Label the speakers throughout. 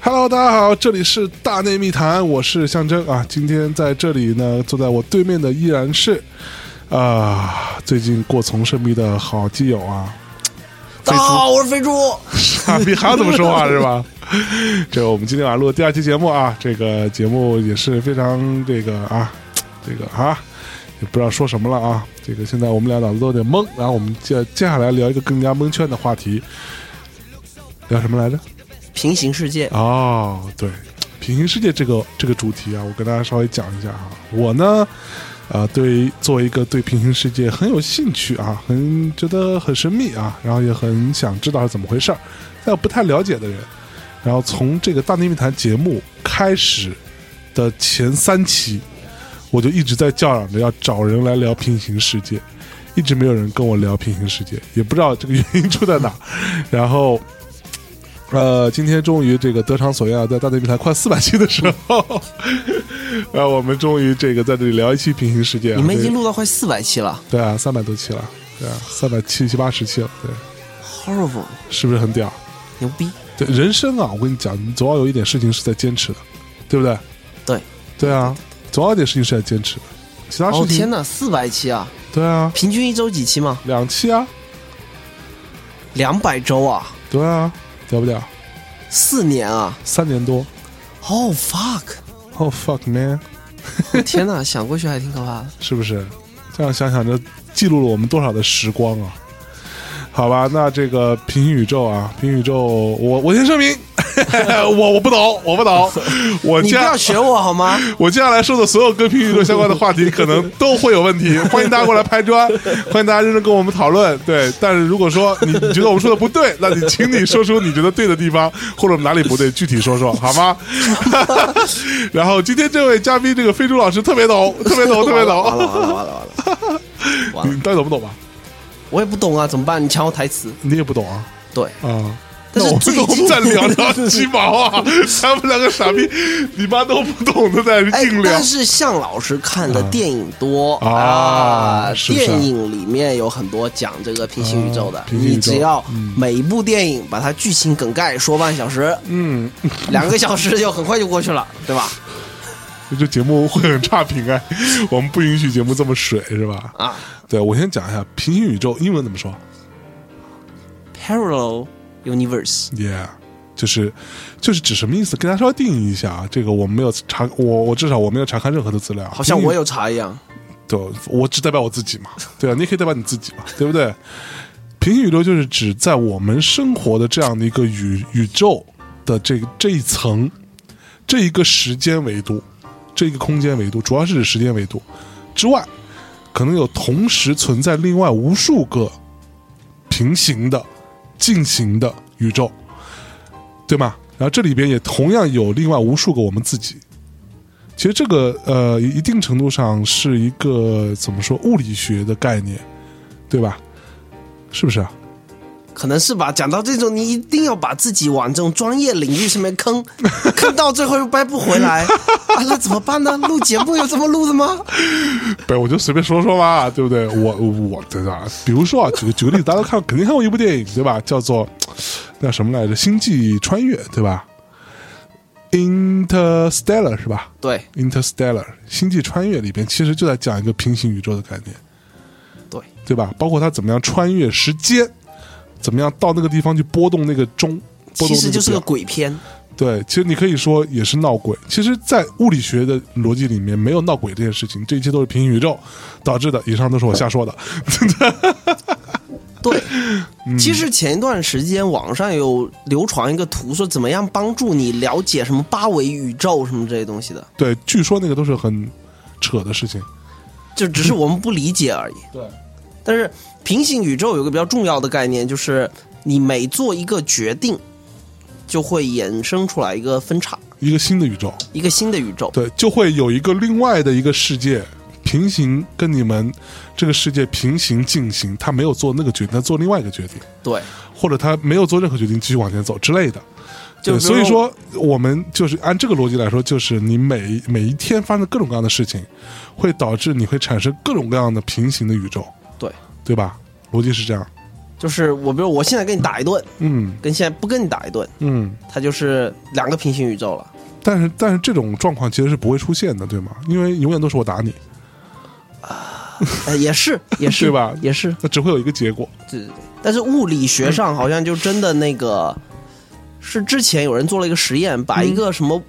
Speaker 1: Hello，大家好，这里是大内密谈，我是象征啊。今天在这里呢，坐在我对面的依然是啊，最近过从甚密的好基友啊，
Speaker 2: 大家好，我是肥猪。
Speaker 1: 傻 逼还要这么说话是吧？这我们今天晚上录的第二期节目啊，这个节目也是非常这个啊，这个啊，也不知道说什么了啊。这个现在我们俩脑子都有点懵，然后我们接接下来聊一个更加蒙圈的话题，聊什么来着？
Speaker 2: 平行世界，
Speaker 1: 哦，对，平行世界这个这个主题啊，我跟大家稍微讲一下啊。我呢，呃，对，作为一个对平行世界很有兴趣啊，很觉得很神秘啊，然后也很想知道是怎么回事儿，但不太了解的人，然后从这个《大内密谈》节目开始的前三期，我就一直在叫嚷着要找人来聊平行世界。一直没有人跟我聊平行世界，也不知道这个原因出在 哪儿。然后呃，今天终于这个得偿所愿啊，在大内密谈快四百期的时候， 呃，我们终于这个在这里聊一期平行世界、啊。
Speaker 2: 你们已经
Speaker 1: 对
Speaker 2: 录到快四百期了
Speaker 1: 对啊，三百多期了，对啊，三百七七八十期了，对，
Speaker 2: ，horrible，
Speaker 1: 是不是很屌？
Speaker 2: 牛逼！
Speaker 1: 对，人生啊，我跟你讲，你总要有一点事情是在坚持的，对不对？
Speaker 2: 对，
Speaker 1: 对啊，总要有点事情是在坚持的，其他
Speaker 2: 哦
Speaker 1: 事情，
Speaker 2: 天哪，四百期啊！
Speaker 1: 对啊，
Speaker 2: 平均一周几期嘛？
Speaker 1: 两期啊，
Speaker 2: 两百周啊，
Speaker 1: 对啊，屌不屌？
Speaker 2: 四年啊
Speaker 1: 三年多
Speaker 2: ！Oh fuck！
Speaker 1: ，Oh fuck man，
Speaker 2: 我天哪， 想过去还挺可怕的。
Speaker 1: 是不是？这样想想，这记录了我们多少的时光啊！好吧，那这个平行宇宙啊，平行宇宙，我我先声明， 我我不懂，我不懂，我
Speaker 2: 你
Speaker 1: 接
Speaker 2: 不
Speaker 1: 下
Speaker 2: 要学我好 吗？
Speaker 1: 我接下来说的所有跟平行宇宙相关的话题，可能都会有问题，欢迎大家过来拍砖，欢迎大家认真跟我们讨论。对，但是如果说你你觉得我们说的不对，那你请你说出你觉得对的地方，或者我们哪里不对，具体说说好吗？ 然后今天这位嘉宾，这个飞猪老师特别懂，特别懂，特别
Speaker 2: 完
Speaker 1: 懂，
Speaker 2: 了完了完了完了！完了
Speaker 1: 你到底懂不懂吧？啊
Speaker 2: 我也不懂啊，怎么办？你抢我台词？
Speaker 1: 你也不懂啊
Speaker 2: 对，
Speaker 1: 啊！那
Speaker 2: 但是
Speaker 1: 我
Speaker 2: 最
Speaker 1: 们我们
Speaker 2: 近
Speaker 1: 再聊聊鸡毛啊！他们两个傻逼，你妈都不懂的在这
Speaker 2: 哎
Speaker 1: 硬，聊
Speaker 2: 但。是向老师看的电影多
Speaker 1: 嗯啊啊是不是啊
Speaker 2: 电影里面有很多讲这个平行宇宙的，
Speaker 1: 啊平行宇宙
Speaker 2: 你只要每一部电影把它剧情梗概说半小时，
Speaker 1: 嗯，
Speaker 2: 两个小时就很快就过去了，对吧？
Speaker 1: 这节目会很差评哎，我们不允许节目这么水是吧？
Speaker 2: 啊
Speaker 1: 对，我先讲一下平行宇宙英文怎么说
Speaker 2: ，Parallel Universe，
Speaker 1: ，Yeah，就是就是指什么意思？跟大家稍微定义一下啊，这个我没有查，我我至少我没有查看任何的资料，
Speaker 2: 好
Speaker 1: 平
Speaker 2: 像
Speaker 1: 行
Speaker 2: 我有查一样。
Speaker 1: 对，我只代表我自己嘛，对啊，你也可以代表你自己嘛，对不对？平行宇宙就是指在我们生活的这样的一个宇宇宙的这个这一层，这一个时间维度，这一个空间维度，主要是指时间维度之外，可能有同时存在另外无数个平行的、进行的宇宙，对吗？然后这里边也同样有另外无数个我们自己，其实这个呃，一定程度上是一个怎么说物理学的概念，对吧？是不是啊？
Speaker 2: 可能是吧，讲到这种，你一定要把自己往这种专业领域上面坑， 坑到最后又掰不回来，啊，那怎么办呢？录节目有这么录的吗？
Speaker 1: 不是，我就随便说说 嘛，对不对？我我对吧？比如说啊，举个举个例子，大家都看肯定看过一部电影，对吧？叫做那什么来着，《星际穿越》，对吧？Interstellar 是吧
Speaker 2: 对
Speaker 1: ？Interstellar《星际穿越》里边其实就在讲一个平行宇宙的概念，
Speaker 2: 对，
Speaker 1: 对吧？包括他怎么样穿越时间，怎么样到那个地方去拨动那个钟，拨动
Speaker 2: 其
Speaker 1: 那
Speaker 2: 实就是
Speaker 1: 表
Speaker 2: 个鬼片。
Speaker 1: 对，其实你可以说也是闹鬼。其实，在物理学的逻辑里面，没有闹鬼这件事情，这一切都是平行宇宙导致的。以上都是我瞎说的。
Speaker 2: 对，
Speaker 1: 嗯
Speaker 2: 其实前一段时间网上有流传一个图，说怎么样帮助你了解什么八维宇宙什么这些东西的，
Speaker 1: 对，据说那个都是很扯的事情。
Speaker 2: 就只是我们不理解而已。
Speaker 1: 对，
Speaker 2: 但是平行宇宙有一个比较重要的概念，就是你每做一个决定，就会衍生出来一个分叉，
Speaker 1: 一个新的宇宙，
Speaker 2: 一个新的宇宙。
Speaker 1: 对，就会有一个另外的一个世界平行跟你们这个世界平行进行。他没有做那个决定，他做另外一个决定，
Speaker 2: 对，
Speaker 1: 或者他没有做任何决定，继续往前走之类的。对，
Speaker 2: 就比如
Speaker 1: 所以说我们就是按这个逻辑来说，就是你每每一天发生各种各样的事情，会导致你会产生各种各样的平行的宇宙，
Speaker 2: 对，
Speaker 1: 对吧？逻辑是这样，
Speaker 2: 就是我比如我现在跟你打一顿，
Speaker 1: 嗯
Speaker 2: 跟现在不跟你打一顿，
Speaker 1: 嗯，
Speaker 2: 它就是两个平行宇宙了。
Speaker 1: 但是但是这种状况其实是不会出现的，对吗？因为永远都是我打你，
Speaker 2: 呃，也是，也 是，
Speaker 1: 对吧
Speaker 2: 也是，
Speaker 1: 那只会有一个结果。
Speaker 2: 对对对。但是物理学上好像就真的那个，是之前有人做了一个实验，把一个什么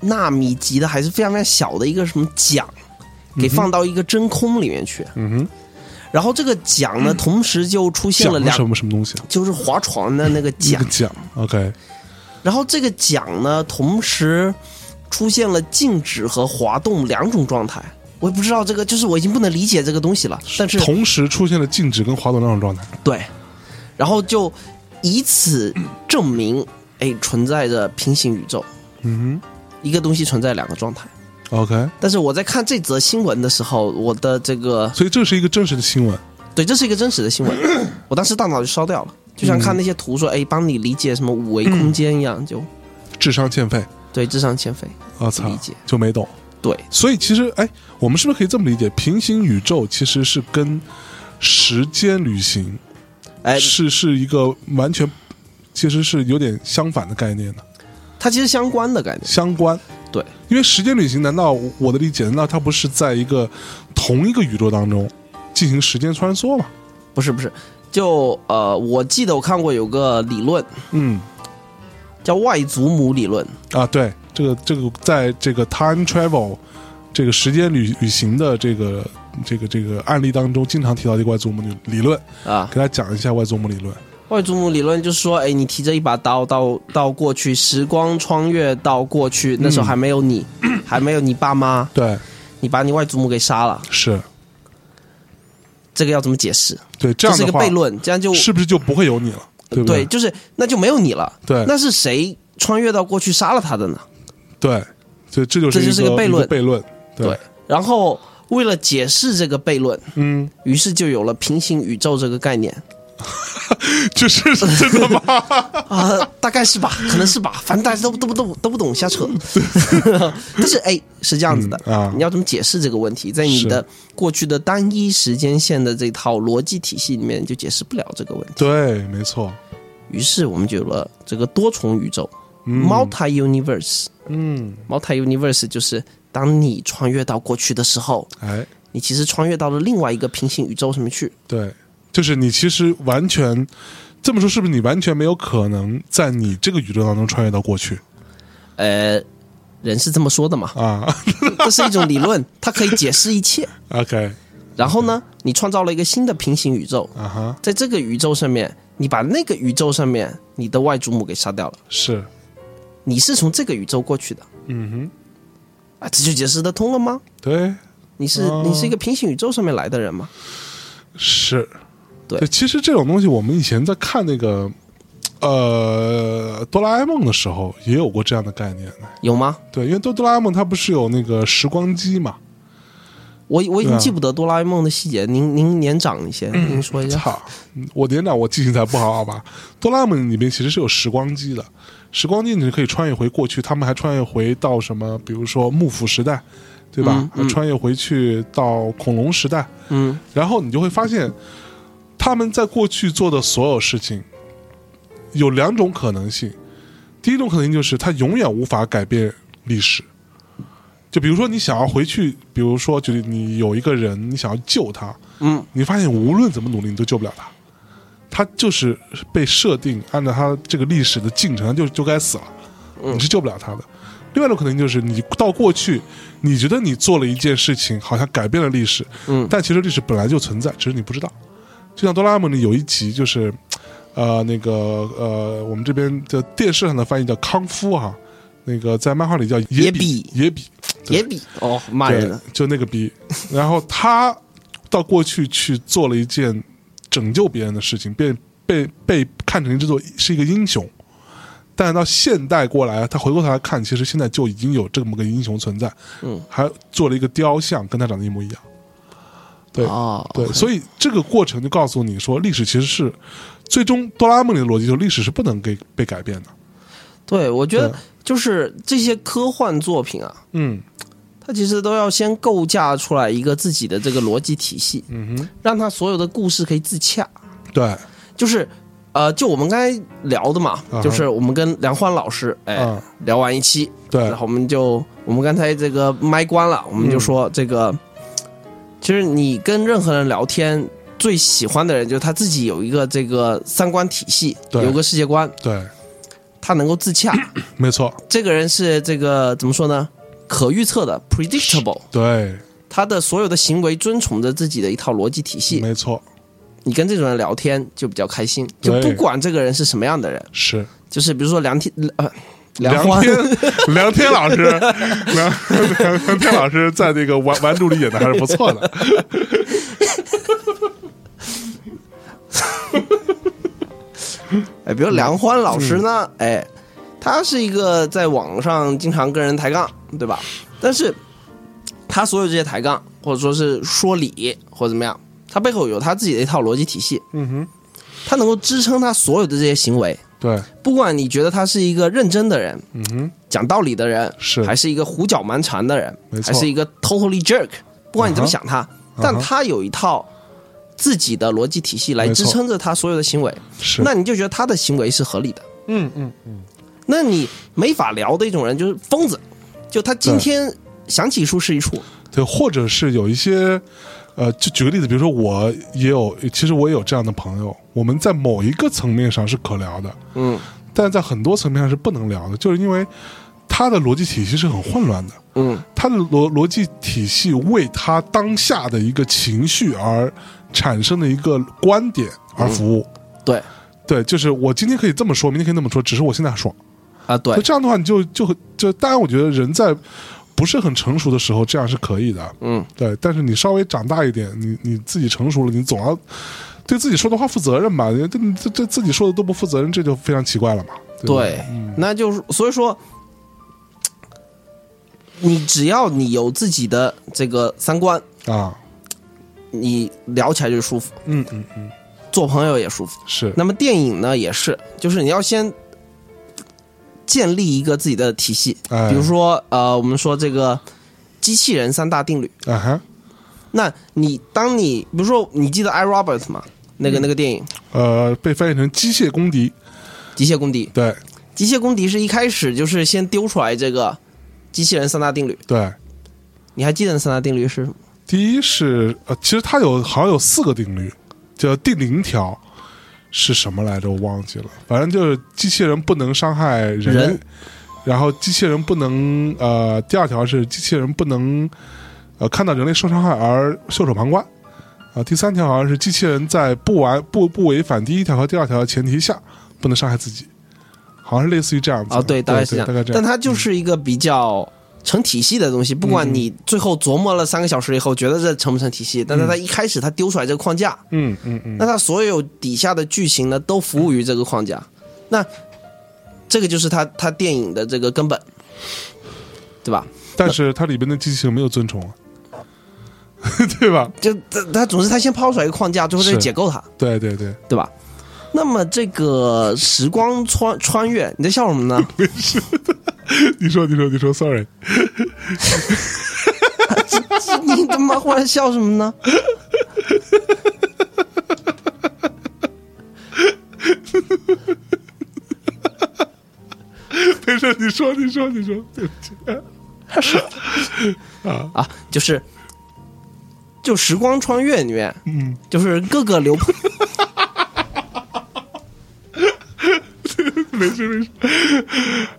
Speaker 2: 纳米级的还是非常非常小的一个什么桨，给放到一个真空里面去，
Speaker 1: 嗯哼，
Speaker 2: 然后这个桨
Speaker 1: 嗯
Speaker 2: 呢，同时就出现
Speaker 1: 讲
Speaker 2: 了
Speaker 1: 了
Speaker 2: 两
Speaker 1: 什么嗯什么东西？
Speaker 2: 就是划船的那个
Speaker 1: 一
Speaker 2: 桨
Speaker 1: 个，讲，OK，
Speaker 2: 然后这个桨呢，同时出现了静止和滑动两种状态。我也不知道这个，就是我已经不能理解这个东西了。但是
Speaker 1: 同时出现了静止跟滑动两种状态。
Speaker 2: 对，然后就以此证明，哎，存在着平行宇宙，
Speaker 1: 嗯
Speaker 2: 一个东西存在两个状态。
Speaker 1: 哼，OK，
Speaker 2: 但是我在看这则新闻的时候，我的这个
Speaker 1: 所以这是一个真实的新闻。
Speaker 2: 对，这是一个真实的新闻，我当时大脑就烧掉了，就像看那些图说，哎，帮你理解什么五维空间一样，就
Speaker 1: 智商欠费，
Speaker 2: 对，智商欠费，
Speaker 1: 我啊操
Speaker 2: 理解，
Speaker 1: 就没懂。
Speaker 2: 对，
Speaker 1: 所以其实，哎，我们是不是可以这么理解？平行宇宙其实是跟时间旅行
Speaker 2: 哎，
Speaker 1: 是是一个完全，其实是有点相反的概念的，
Speaker 2: 它其实相关的概念，
Speaker 1: 相关。
Speaker 2: 对，
Speaker 1: 因为时间旅行，难道我的理解，难道它不是在一个同一个宇宙当中进行时间穿梭吗？
Speaker 2: 不是不是，就呃，我记得我看过有个理论
Speaker 1: 嗯，
Speaker 2: 叫外祖母理论，
Speaker 1: 啊，对，这个这个，在这个 time travel 这个时间旅旅行的这个这个这个案例当中，经常提到这个外祖母理理论，
Speaker 2: 啊
Speaker 1: 给，大家讲一下外祖母理论。
Speaker 2: 外祖母理论就是说，哎，你提着一把刀到到过去，时光穿越到过去，那时候还没有你，
Speaker 1: 嗯
Speaker 2: 还没有你爸妈，
Speaker 1: 对，
Speaker 2: 你把你外祖母给杀了，
Speaker 1: 是
Speaker 2: 这个要怎么解释？
Speaker 1: 对这
Speaker 2: 这
Speaker 1: 样
Speaker 2: 是一
Speaker 1: 的
Speaker 2: 个
Speaker 1: 话，
Speaker 2: 悖论，这样就是
Speaker 1: 不是就不会有你了？对不
Speaker 2: 对，
Speaker 1: 对？
Speaker 2: 就是那就没有你了。
Speaker 1: 对
Speaker 2: 那是谁穿越到过去杀了他的呢？
Speaker 1: 对，所以这就是
Speaker 2: 这就是
Speaker 1: 一
Speaker 2: 个悖论
Speaker 1: 一悖论。对，
Speaker 2: 对然后为了解释这个悖论，
Speaker 1: 嗯，
Speaker 2: 于是就有了平行宇宙这个概念。
Speaker 1: 这是真的吗？
Speaker 2: 啊，大概是吧，可能是吧，反正大家都不都不都不都不懂，瞎 扯。 但是哎， 是这样子的、
Speaker 1: 嗯啊
Speaker 2: 你要怎么解释这个问题？在你
Speaker 1: 是
Speaker 2: 的过去的单一时间线的这套逻辑体系里面，就解释不了这个问题。
Speaker 1: 对，没错。
Speaker 2: 于是我们就有了这个多重宇宙、
Speaker 1: 嗯
Speaker 2: m u l t i universe）。
Speaker 1: 嗯，
Speaker 2: multi universe 就是当你穿越到过去的时候，
Speaker 1: 哎，
Speaker 2: 你其实穿越到了另外一个平行宇宙上面去。
Speaker 1: 对，就是你其实完全这么说，是不是你完全没有可能在你这个宇宙当中穿越到过去，
Speaker 2: 呃，人是这么说的嘛
Speaker 1: 啊
Speaker 2: 这是一种理论，它可以解释一切。
Speaker 1: ？OK，
Speaker 2: 然后呢，你创造了一个新的平行宇宙，
Speaker 1: 啊哈，
Speaker 2: 在这个宇宙上面，你把那个宇宙上面你的外祖母给杀掉了，
Speaker 1: 是，
Speaker 2: 你是从这个宇宙过去的
Speaker 1: 嗯哼，
Speaker 2: 啊，这就解释得通了吗？
Speaker 1: 对，
Speaker 2: 你是、
Speaker 1: 哦
Speaker 2: 你是一个平行宇宙上面来的人吗？
Speaker 1: 是，
Speaker 2: 对
Speaker 1: 其实这种东西，我们以前在看那个呃哆啦 A 梦的时候，也有过这样的概念的。
Speaker 2: 有吗？
Speaker 1: 对，因为哆哆啦 A 梦它不是有那个时光机嘛？
Speaker 2: 我我
Speaker 1: 对
Speaker 2: 已经
Speaker 1: 啊嗯
Speaker 2: 记不得哆啦 A 梦的细节，您您年长一些，您说一下。
Speaker 1: 操，嗯我年长，我记性才不好，好吧？哆啦 A 梦里面其实是有时光机的，时光机你是可以穿越回过去，他们还穿越回到什么，比如说幕府时代，对吧？
Speaker 2: 嗯嗯
Speaker 1: 还穿越回去到恐龙时代，
Speaker 2: 嗯，
Speaker 1: 然后你就会发现，他们在过去做的所有事情，有两种可能性。第一种可能性就是他永远无法改变历史。就比如说你想要回去，比如说就是你有一个人，你想要救他，
Speaker 2: 嗯，
Speaker 1: 你发现无论怎么努力，你都救不了他。他就是被设定按照他这个历史的进程，他就就该死了，
Speaker 2: 嗯
Speaker 1: 你是救不了他的。另外一种可能性就是你到过去，你觉得你做了一件事情，好像改变了历史，
Speaker 2: 嗯
Speaker 1: 但其实历史本来就存在，只是你不知道。就像哆啦 A 梦里有一集就是，呃，那个呃，我们这边的电视上的翻译叫康夫哈、那个在漫画里叫野比野比对
Speaker 2: 也比哦骂
Speaker 1: 对
Speaker 2: 人了，，
Speaker 1: 就那个逼。然后他到过去去做了一件拯救别人的事情，被被被看成这座是一个英雄。但是到现代过来，他回过头来看，其实现在就已经有这么个英雄存在，
Speaker 2: 嗯，
Speaker 1: 还做了一个雕像，跟他长得一模一样。对
Speaker 2: 哦，
Speaker 1: 对，所以这个过程就告诉你说，历史其实是最终哆啦 A 梦里的逻辑，就是历史是不能给被改变的。
Speaker 2: 对，我觉得
Speaker 1: 对
Speaker 2: 就是这些科幻作品啊，
Speaker 1: 嗯
Speaker 2: 它其实都要先构架出来一个自己的这个逻辑体系，
Speaker 1: 嗯哼，
Speaker 2: 让它所有的故事可以自洽。
Speaker 1: 对，
Speaker 2: 就是呃，就我们刚才聊的嘛，
Speaker 1: 啊哈
Speaker 2: 就是我们跟梁欢老师哎、
Speaker 1: 啊，
Speaker 2: 聊完一期，
Speaker 1: 对
Speaker 2: 然，后我们就我们刚才这个麦关了，我
Speaker 1: 嗯
Speaker 2: 们就说这个，其实你跟任何人聊天，最喜欢的人就是他自己有一个这个三观体系，
Speaker 1: 对
Speaker 2: 有个世界观，
Speaker 1: 对，
Speaker 2: 他能够自洽。
Speaker 1: 没错，
Speaker 2: 这个人是这个怎么说呢？可预测的 （predictable），
Speaker 1: 对，
Speaker 2: 他的所有的行为遵从着自己的一套逻辑体系。
Speaker 1: 没错，
Speaker 2: 你跟这种人聊天就比较开心，就
Speaker 1: 对
Speaker 2: 不管这个人是什么样的人，
Speaker 1: 是
Speaker 2: 就是比如说梁天呃
Speaker 1: 梁
Speaker 2: 欢，
Speaker 1: 天，梁天老师，梁梁梁天老师在那个《玩玩主》里演的还是不错的，
Speaker 2: 哎，
Speaker 1: 嗯
Speaker 2: 比如梁欢老师呢，哎，他是一个在网上经常跟人抬杠，对吧？但是他所有这些抬杠，或者说是说理，或者怎么样，他背后有他自己的一套逻辑体系，
Speaker 1: 嗯哼，
Speaker 2: 他能够支撑他所有的这些行为。
Speaker 1: 对，
Speaker 2: 不管你觉得他是一个认真的人、
Speaker 1: 嗯哼，
Speaker 2: 讲道理的人，
Speaker 1: 是
Speaker 2: 还是一个胡搅蛮缠的人
Speaker 1: 没，错
Speaker 2: 还是一个 totally jerk，不管你怎么
Speaker 1: 啊哈
Speaker 2: 想他，
Speaker 1: 哈
Speaker 2: 但他有一套自己的逻辑体系来
Speaker 1: 没错
Speaker 2: 支撑着他所有的行为，
Speaker 1: 是，
Speaker 2: 那你就觉得他的行为是合理的。
Speaker 1: 嗯嗯
Speaker 2: 那你没法聊的一种人就是疯子，就他今天想起一处是一处，
Speaker 1: 对，或者是有一些，呃，就举个例子，比如说我也有，其实我也有这样的朋友，我们在某一个层面上是可聊的，
Speaker 2: 嗯
Speaker 1: 但在很多层面上是不能聊的，就是因为他的逻辑体系是很混乱的，
Speaker 2: 嗯，
Speaker 1: 他的逻逻辑体系为他当下的一个情绪而产生的一个观点而服务。
Speaker 2: 对
Speaker 1: 对，就是我今天可以这么说，明天可以那么说，只是我现在爽。
Speaker 2: 啊对
Speaker 1: 那，这样的话，你就就就，当然，我觉得人在不是很成熟的时候，这样是可以的。
Speaker 2: 嗯
Speaker 1: 对，但是你稍微长大一点，你你自己成熟了，你总要对自己说的话负责任吧？这这这自己说的都不负责任，这就非常奇怪了嘛。对吧，
Speaker 2: 对，嗯那就是所以说，你只要你有自己的这个三观，
Speaker 1: 啊，
Speaker 2: 你聊起来就舒服，
Speaker 1: 嗯嗯嗯，
Speaker 2: 做朋友也舒服。
Speaker 1: 是
Speaker 2: 那么电影呢也是，就是你要先建立一个自己的体系，
Speaker 1: 哎
Speaker 2: 比如说呃，我们说这个机器人三大定律。
Speaker 1: 啊哈，
Speaker 2: 那你当你比如说，你记得《I Robot》吗？那个
Speaker 1: 嗯
Speaker 2: 那个电影《
Speaker 1: 呃，被翻译成机械公敌，
Speaker 2: 机械公敌》，《
Speaker 1: 对
Speaker 2: 机械公敌》是一开始就是先丢出来这个机器人三大定律，
Speaker 1: 对。
Speaker 2: 你还记得那三大定律是什么？
Speaker 1: 第一是呃，其实它有好像有四个定律，叫第零条是什么来着？我忘记了。反正就是机器人不能伤害人类，
Speaker 2: 人
Speaker 1: 然后机器人不能呃，第二条是机器人不能呃看到人类受伤害而袖手旁观。啊、第三条好像是机器人在不完不不违反第一条和第二条的前提下，不能伤害自己，好像是类似于这样子的。
Speaker 2: 哦，对，大概是这样，
Speaker 1: 大概这
Speaker 2: 但
Speaker 1: 样。嗯
Speaker 2: 它就是一个比较成体系的东西，不管你最后琢磨了三个小时以后，觉得这成不成体系，但是它一开始它丢出来这个框架，
Speaker 1: 嗯嗯嗯，
Speaker 2: 那它所有底下的剧情呢，都服务于这个框架。那这个就是它它电影的这个根本，对吧？
Speaker 1: 但是它里边的机器人没有遵从啊， 对吧？
Speaker 2: 就他他总是他先抛出来一个框架，最后再
Speaker 1: 是
Speaker 2: 解构它，
Speaker 1: 对对对，
Speaker 2: 对吧？那么这个时光穿穿越，你在笑什么 呢？
Speaker 1: 你说，你说，你说，sorry，
Speaker 2: 你他妈忽然笑什么呢？
Speaker 1: 没事，你说，你说，你说，对不起，
Speaker 2: 啊，就是就时光穿越里面，
Speaker 1: 嗯，
Speaker 2: 就是各个流 派，
Speaker 1: 没事没事。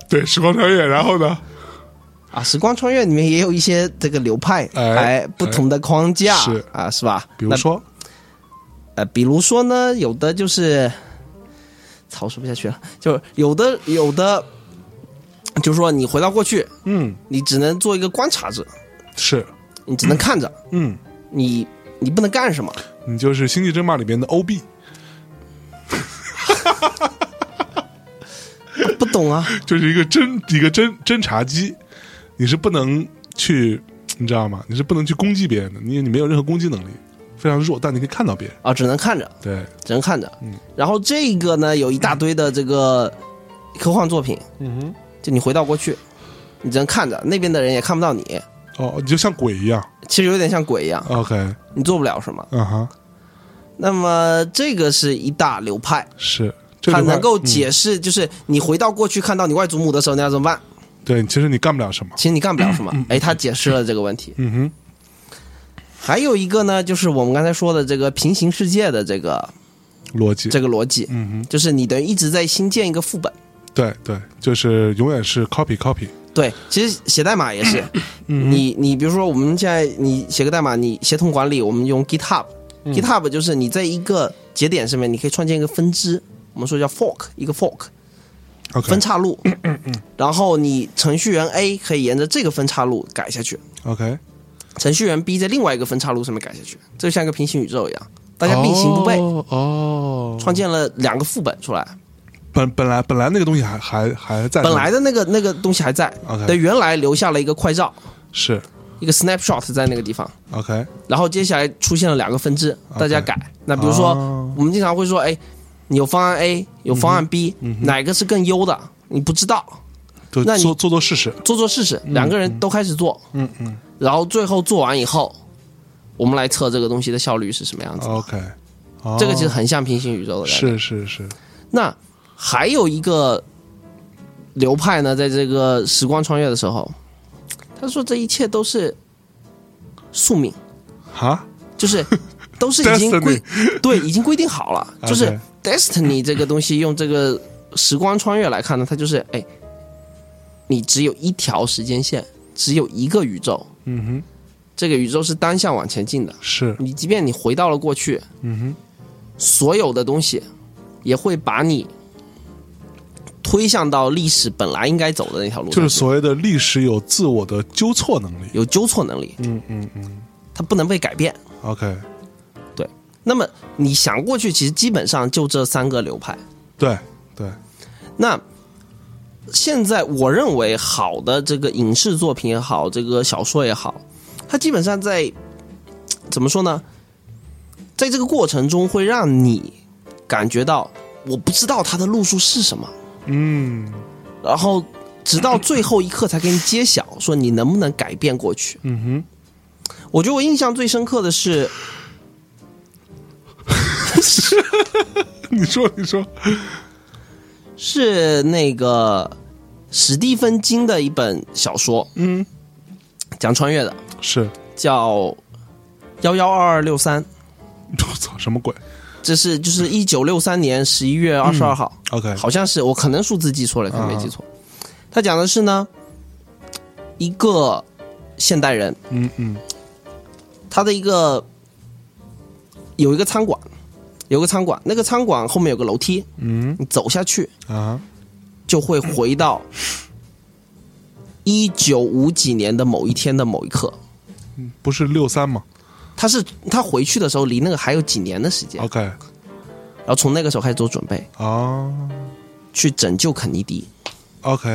Speaker 1: 对，时光穿越，然后呢？
Speaker 2: 啊，时光穿越里面也有一些这个流派，
Speaker 1: 哎
Speaker 2: 哎，不同的框架
Speaker 1: 是
Speaker 2: 啊，是吧？
Speaker 1: 比如说，
Speaker 2: 那，呃，比如说呢，有的就是，操，说不下去了，就是有的有的，就是说你回到过去，
Speaker 1: 嗯，
Speaker 2: 你只能做一个观察者，
Speaker 1: 是，
Speaker 2: 你只能看着，
Speaker 1: 嗯，
Speaker 2: 你你不能干什么。
Speaker 1: 你就是《星际争霸》里面的 OB，
Speaker 2: 不懂啊，
Speaker 1: 就是一个侦一个侦侦察机，你是不能去，你知道吗？你是不能去攻击别人的，你你没有任何攻击能力，非常弱，但你可以看到别人。
Speaker 2: 啊，只能看着，
Speaker 1: 对，
Speaker 2: 只能看着。然后这个呢，有一大堆的这个科幻作品，
Speaker 1: 嗯哼，
Speaker 2: 就你回到过去，你只能看着，那边的人也看不到你，
Speaker 1: 哦哦，你就像鬼一样。
Speaker 2: 其实有点像鬼一样，
Speaker 1: OK，
Speaker 2: 你做不了什么。
Speaker 1: 嗯哈，
Speaker 2: 那么这个是一大流派，
Speaker 1: 是这
Speaker 2: 它
Speaker 1: 个
Speaker 2: 能够
Speaker 1: 嗯
Speaker 2: 解释，就是你回到过去看到你外祖母的时候，那要怎么办？
Speaker 1: 嗯对，其实你干不了什么。
Speaker 2: 其实你干不了什么。哎，他解释了这个问题。
Speaker 1: 嗯哼，
Speaker 2: 还有一个呢，就是我们刚才说的这个平行世界的这个
Speaker 1: 逻辑，
Speaker 2: 这个逻辑，
Speaker 1: 嗯哼，
Speaker 2: 就是你等于一直在新建一个副本。
Speaker 1: 对对，就是永远是 copy copy。
Speaker 2: 对，其实写代码也是，你你比如说我们现在你写个代码，你协同管理，我们用 GitHub，GitHub、GitHub 就是你在一个节点上面，你可以创建一个分支，我们说叫 fork，一个 fork 分
Speaker 1: OK
Speaker 2: 岔路，然后你程序员 A 可以沿着这个分岔路改下去，
Speaker 1: OK，
Speaker 2: 程序员 B 在另外一个分岔路上面改下去，这就像一个平行宇宙一样，大家并行不悖，
Speaker 1: 哦哦，
Speaker 2: 创建了两个副本出来。
Speaker 1: 本本来本来那个东西还还还在那
Speaker 2: 本
Speaker 1: 里，
Speaker 2: 来的那个那个东西还在
Speaker 1: OK
Speaker 2: 对，原来留下了一个快照，
Speaker 1: 是
Speaker 2: 一个 snapshot 在那个地方，
Speaker 1: OK，
Speaker 2: 然后接下来出现了两个分支，大家改。那比如说、
Speaker 1: 哦
Speaker 2: 我们经常会说，哎，你有方案 A，有方案 B，、哪
Speaker 1: 嗯
Speaker 2: 个是更优的？你不知道，
Speaker 1: 就
Speaker 2: 那你
Speaker 1: 做做做试试。
Speaker 2: 做做试试。两个人都开始做，
Speaker 1: 嗯嗯
Speaker 2: 然后最后做完以后，我们来测这个东西的效率是什么样子。
Speaker 1: ，OK，哦
Speaker 2: 嗯这个其实很像平行宇宙的概
Speaker 1: 是
Speaker 2: 念。
Speaker 1: 是是，
Speaker 2: 那还有一个流派呢，在这个时光穿越的时候，他说这一切都是宿命，
Speaker 1: 哈，
Speaker 2: 就是 都是已经规对已经规定好了，就是
Speaker 1: OK
Speaker 2: destiny 这个东西，用这个时光穿越来看呢，它就是哎，你只有一条时间线，只有一个宇宙，
Speaker 1: 嗯哼，
Speaker 2: 这个宇宙是单向往前进的，
Speaker 1: 是，
Speaker 2: 你即便你回到了过去，
Speaker 1: 嗯
Speaker 2: 所有的东西也会把你推向到历史本来应该走的那条路
Speaker 1: 哼，
Speaker 2: 上去，
Speaker 1: 就是所谓的历史有自我的纠错能力。
Speaker 2: 有纠错能力，
Speaker 1: 嗯嗯嗯
Speaker 2: 它不能被改变。
Speaker 1: ，OK，
Speaker 2: 那么你想过去，其实基本上就这三个流派。
Speaker 1: 对对，
Speaker 2: 那现在我认为好的这个影视作品也好，这个小说也好，它基本上在嘖怎么说呢？在这个过程中会让你感觉到，我不知道它的路数是什么。
Speaker 1: 嗯
Speaker 2: 然后直到最后一刻才给你揭晓，说你能不能改变过去。
Speaker 1: 嗯哼，
Speaker 2: 我觉得我印象最深刻的是，
Speaker 1: 你说你说，
Speaker 2: 是那个史蒂芬金的一本小说，
Speaker 1: 嗯，
Speaker 2: 讲穿越的，
Speaker 1: 是，
Speaker 2: 叫《幺幺二二六三》，
Speaker 1: 我操，什么鬼
Speaker 2: 这是就是一九六三年十一月二十二号，
Speaker 1: ？OK，啊
Speaker 2: 好像是我可能数字记错了，可能没记错。他讲的是呢，一个现代人，
Speaker 1: 嗯嗯
Speaker 2: 他的一个有一个餐馆，有个餐馆，那个餐馆后面有个楼梯，
Speaker 1: 嗯
Speaker 2: 你走下去
Speaker 1: 啊，
Speaker 2: 就会回到一九五几年的某一天的某一刻。
Speaker 1: 不是六三吗
Speaker 2: 他是他回去的时候离那个还有几年的时间，
Speaker 1: ？OK，
Speaker 2: 然后从那个时候开始做准备，
Speaker 1: 啊
Speaker 2: 去拯救肯尼迪。
Speaker 1: ，OK，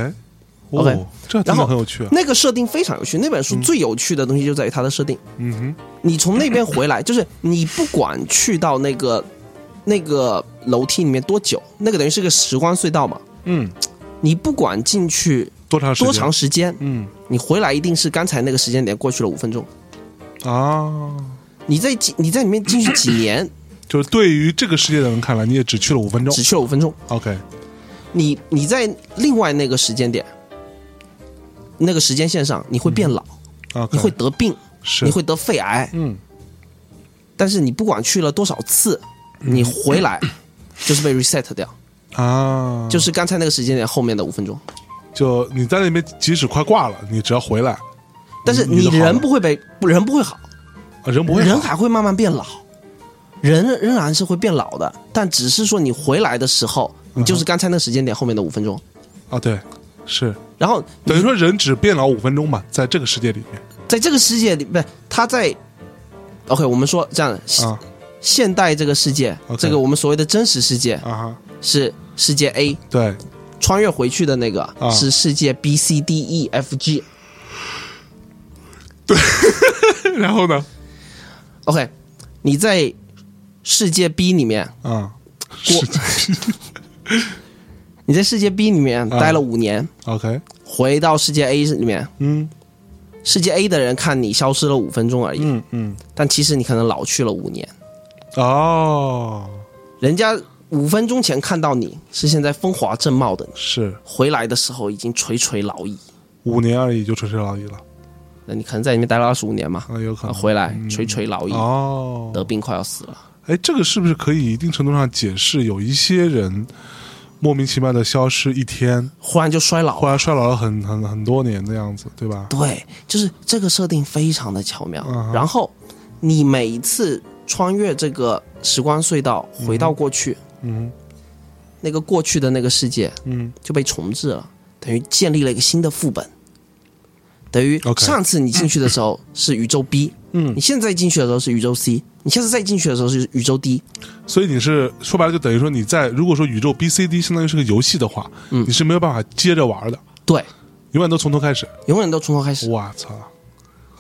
Speaker 1: 哦
Speaker 2: OK，
Speaker 1: 这真
Speaker 2: 然
Speaker 1: 的
Speaker 2: 后
Speaker 1: 很有趣啊。
Speaker 2: 那个设定非常有趣，那本书最有趣的东西就在于它的设定。
Speaker 1: 嗯哼，
Speaker 2: 你从那边回来，就是你不管去到那个那个楼梯里面多久，那个等于是个时光隧道嘛，
Speaker 1: 嗯，
Speaker 2: 你不管进去
Speaker 1: 多长时间？
Speaker 2: 多长？时间，
Speaker 1: 嗯
Speaker 2: 你回来一定是刚才那个时间点过去了五分钟。
Speaker 1: 啊，
Speaker 2: 你在几你在里面进去几年，
Speaker 1: 就是对于这个世界的人看来，你也 只去了五分钟
Speaker 2: 只。去了五分钟。
Speaker 1: OK，
Speaker 2: 你你在另外那个时间点，那个时间线上，你会变老，
Speaker 1: 啊，
Speaker 2: 你会得病，
Speaker 1: 是
Speaker 2: 你会得肺癌。
Speaker 1: 嗯
Speaker 2: 但是你不管去了多少次，
Speaker 1: 嗯
Speaker 2: 你回来就是被 reset
Speaker 1: 哦
Speaker 2: 掉，
Speaker 1: 啊，
Speaker 2: 就是刚才那个时间点后面的五分钟。
Speaker 1: 嗯就你在那边，即使快挂了，你只要回来，
Speaker 2: 但是
Speaker 1: 你
Speaker 2: 你
Speaker 1: 就好了
Speaker 2: 人不会被人不会好，
Speaker 1: 啊人不会
Speaker 2: 人
Speaker 1: 好
Speaker 2: 还会慢慢变老，人仍然是会变老的，但只是说你回来的时候，你
Speaker 1: 嗯
Speaker 2: 就是刚才那个时间点后面的五分钟，
Speaker 1: 啊，对，是
Speaker 2: 然后
Speaker 1: 等于说人只变老五分钟嘛，在这个世界里面
Speaker 2: 在这个世界里，不是他在。OK，我们说这样，现
Speaker 1: 啊
Speaker 2: 现代这个世界
Speaker 1: OK
Speaker 2: 这个我们所谓的真实世界
Speaker 1: 啊哈，
Speaker 2: 是世界 A，
Speaker 1: 对，
Speaker 2: 穿越回去的那个、
Speaker 1: 啊
Speaker 2: 是世界 B、C、D、E、F、G。
Speaker 1: 然后呢
Speaker 2: OK，你在世界 B 里面，
Speaker 1: 啊，是
Speaker 2: 你在世界 B 里面
Speaker 1: 啊
Speaker 2: 待了五年，
Speaker 1: OK，
Speaker 2: 回到世界 A 里面，
Speaker 1: 嗯
Speaker 2: 世界 A 的人看你消失了五分钟而已，
Speaker 1: 嗯嗯
Speaker 2: 但其实你可能老去了五年。
Speaker 1: 哦，
Speaker 2: 人家五分钟前看到你是现在风华正茂的，
Speaker 1: 是
Speaker 2: 回来的时候已经垂垂老矣。
Speaker 1: 五年而已就垂垂老矣了，
Speaker 2: 那你可能在里面待了二十五年嘛，
Speaker 1: 啊，有可
Speaker 2: 啊嗯
Speaker 1: 能
Speaker 2: 回来垂垂老矣，
Speaker 1: 哦，
Speaker 2: 得病快要死了。
Speaker 1: 哎，这个是不是可以一定程度上解释有一些人莫名其妙的消失一天，
Speaker 2: 忽然就衰老
Speaker 1: 忽
Speaker 2: 了。
Speaker 1: 然衰老了很很很多年的样子，对吧？
Speaker 2: 对，就是这个设定非常的巧妙。
Speaker 1: 嗯哼
Speaker 2: 然后你每一次穿越这个时光隧道回到过去，
Speaker 1: 嗯
Speaker 2: 那个过去的那个世界
Speaker 1: 嗯，
Speaker 2: 就被重置了，等于建立了一个新的副本。等于
Speaker 1: OK
Speaker 2: 上次你进去的时 候是宇宙 B，
Speaker 1: 嗯
Speaker 2: 你现在进去的时候是宇宙 C，你下次再进去的时候是宇宙 D，
Speaker 1: 所以你是说白了，就等于说你在如果说宇宙 B C D 相当于是个游戏的话，
Speaker 2: 嗯
Speaker 1: 你是没有办法接着玩的，
Speaker 2: 对，
Speaker 1: 永远都从头开始。
Speaker 2: 永远都从头开始。
Speaker 1: 我操，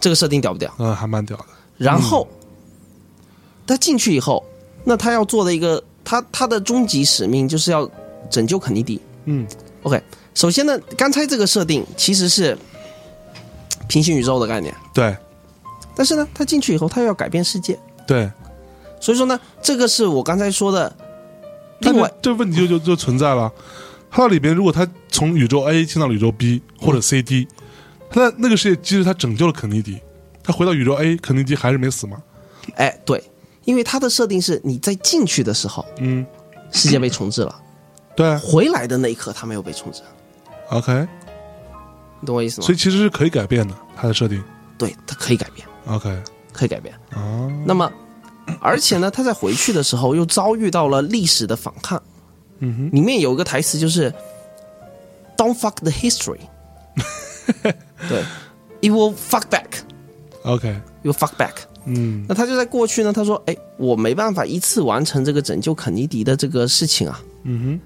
Speaker 2: 这个设定屌不屌？
Speaker 1: 嗯，还蛮屌的。
Speaker 2: 然后、
Speaker 1: 嗯
Speaker 2: 他进去以后，那他要做的一个，他他的终极使命就是要拯救肯尼迪。
Speaker 1: 嗯
Speaker 2: OK，首先呢，刚才这个设定其实是平行宇宙的概念，
Speaker 1: 对
Speaker 2: 但是呢，他进去以后，他又要改变世界，
Speaker 1: 对，
Speaker 2: 所以说呢，这个是我刚才说的。
Speaker 1: 但
Speaker 2: 另外
Speaker 1: 是，这问题就就就存在了。他到里边，如果他从宇宙 A 进到宇宙 B 或
Speaker 2: 嗯
Speaker 1: 者 C D，他在那个世界，即使他拯救了肯尼迪，他回到宇宙 A，肯尼迪还是没死嘛？
Speaker 2: 哎，对，因为它的设定是你在进去的时候，
Speaker 1: 嗯，
Speaker 2: 世界被重置了，
Speaker 1: 对啊
Speaker 2: 回来的那一刻，它没有被重置，
Speaker 1: ，OK，
Speaker 2: 你懂我意思吗
Speaker 1: 所？以其实是可以改变的，他的设定
Speaker 2: 对，它可以改变，
Speaker 1: ，OK
Speaker 2: 可以改变。
Speaker 1: 啊，
Speaker 2: 那么，而且呢，他在回去的时候又遭遇到了历史的反抗。
Speaker 1: 嗯
Speaker 2: 里面有一个台词就是 “Don't fuck the history”，对，“It will fuck back,
Speaker 1: 哼，OK，
Speaker 2: it will fuck back”。
Speaker 1: 嗯
Speaker 2: 那他就在过去呢，他说：“哎，我没办法一次完成这个拯救肯尼迪的这个事情啊，
Speaker 1: 嗯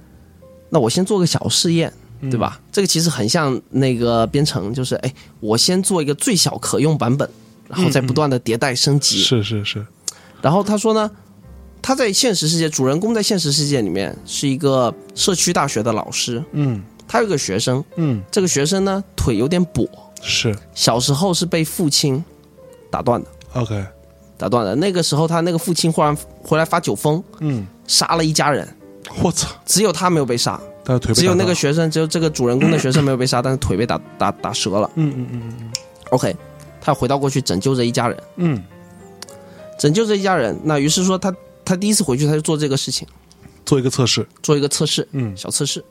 Speaker 2: 那我先做个小试验。”对吧？这个其实很像那个编程，就是哎，我先做一个最小可用版本，然后再不断的迭代升
Speaker 1: 哼，
Speaker 2: 级。
Speaker 1: 是是是，
Speaker 2: 然后他说呢，他在现实世界，主人公在现实世界里面是一个社区大学的老师，
Speaker 1: 嗯
Speaker 2: 他有个学生，
Speaker 1: 嗯
Speaker 2: 这个学生呢腿有点跛，
Speaker 1: 是
Speaker 2: 小时候是被父亲打断的，
Speaker 1: ，OK，
Speaker 2: 打断的。那个时候他那个父亲忽然回来发酒疯，
Speaker 1: 嗯，
Speaker 2: 杀了一家人，
Speaker 1: 我操，
Speaker 2: 只有他没有被杀，
Speaker 1: 但是腿被
Speaker 2: 只有
Speaker 1: 打
Speaker 2: 那
Speaker 1: 断
Speaker 2: 个
Speaker 1: 了，
Speaker 2: 学生，只有这个主人公的学生没有被杀，但是腿被打打打折了。
Speaker 1: 嗯嗯嗯
Speaker 2: OK，他回到过去拯救这一家人，
Speaker 1: 嗯
Speaker 2: 拯救这一家人。那于是说他他第一次回去他就做这个事情，
Speaker 1: 嗯，做一个测试，
Speaker 2: 做一个测试。
Speaker 1: 嗯，
Speaker 2: 小测试。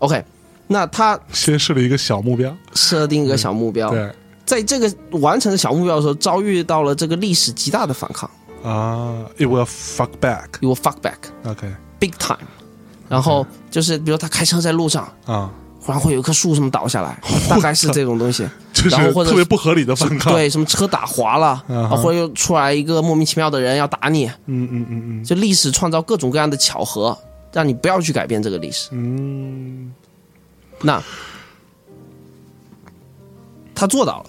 Speaker 2: OK，那他
Speaker 1: 先设了一个小目标，
Speaker 2: 设定一个小目标，
Speaker 1: 嗯对
Speaker 2: 在这个完成小目标的时候，遭遇到了这个历史极大的反抗
Speaker 1: 啊，It will fuck back，OK，、
Speaker 2: ，you will fuck back big time。然后
Speaker 1: 嗯
Speaker 2: 就是，比如他开车在路上，
Speaker 1: 啊，
Speaker 2: 忽然会有一棵树什么倒 下来，大概是这种东西。
Speaker 1: 就是
Speaker 2: 然后或者
Speaker 1: 特别不合理的反抗，，
Speaker 2: 对，什么车打滑了，
Speaker 1: 嗯
Speaker 2: 啊，或者又出来一个莫名其妙的人要打你，
Speaker 1: 嗯嗯嗯嗯
Speaker 2: 就历史创造各种各样的巧合，让你不要去改变这个历史。
Speaker 1: 嗯，
Speaker 2: 那他做到了，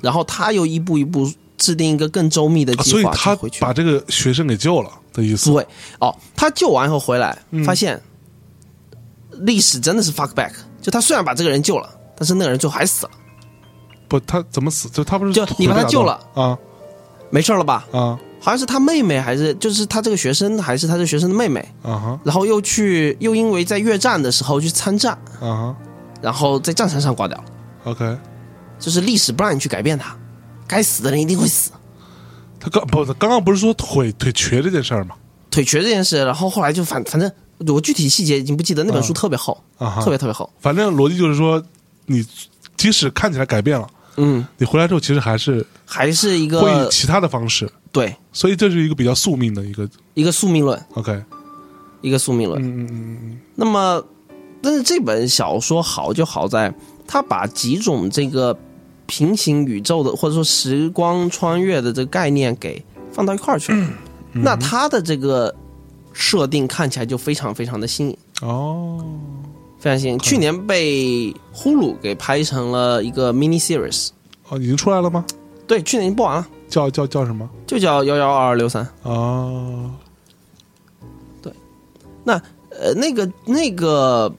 Speaker 2: 然后他又一步一步制定一个更周密的
Speaker 1: 啊所
Speaker 2: 计
Speaker 1: 以
Speaker 2: 划，
Speaker 1: 他
Speaker 2: 去回去
Speaker 1: 把这个学生给救了的意思，
Speaker 2: 对哦，他救完以后回来，
Speaker 1: 嗯
Speaker 2: 发现历史真的是 fuck back，就他虽然把这个人救了，但是那个人最后还死了，
Speaker 1: 不，他怎么死？就他不是
Speaker 2: 嗯就你把他
Speaker 1: 腿被打断
Speaker 2: 救了
Speaker 1: 啊
Speaker 2: 没事儿了吧？
Speaker 1: 啊
Speaker 2: 好像是他妹妹还是就是他这个学生还是他这个学生的妹妹，
Speaker 1: 啊哈
Speaker 2: 然后又去又因为在越战的时候去参战，
Speaker 1: 啊哈
Speaker 2: 然后在战场上挂掉了，
Speaker 1: ，OK，
Speaker 2: 就是历史不让你去改变他，该死的人一定会死。
Speaker 1: 他刚不，他刚刚不是说腿腿瘸这件事儿吗？
Speaker 2: 腿瘸这件事，然后后来就反反正我具体细节已经不记得，那本书特别厚，
Speaker 1: 啊哈，
Speaker 2: 特别特别厚。
Speaker 1: 反正逻辑就是说，你即使看起来改变了，
Speaker 2: 嗯，
Speaker 1: 你回来之后其实还是
Speaker 2: 还是一
Speaker 1: 会以
Speaker 2: 个
Speaker 1: 其他的方式，
Speaker 2: 对
Speaker 1: 所以这是一个比较宿命的一个
Speaker 2: 一个宿命论，
Speaker 1: OK，
Speaker 2: 一个宿命论。
Speaker 1: 嗯嗯嗯
Speaker 2: 那么，但是这本小说好就好在它把几种这个平行宇宙的或者说时光穿越的这个概念给放到一块儿去
Speaker 1: 嗯
Speaker 2: 了。那它的这个设定看起来就非常非常的新颖。
Speaker 1: 嗯，哦，
Speaker 2: 非常新颖。去年被呼噜给拍成了一个 mini series，
Speaker 1: 哦，已经出来了吗？
Speaker 2: 对，去年已经播完了。
Speaker 1: 叫叫叫什么？
Speaker 2: 就叫幺幺二二六三。
Speaker 1: 哦，
Speaker 2: 呃，那个那个，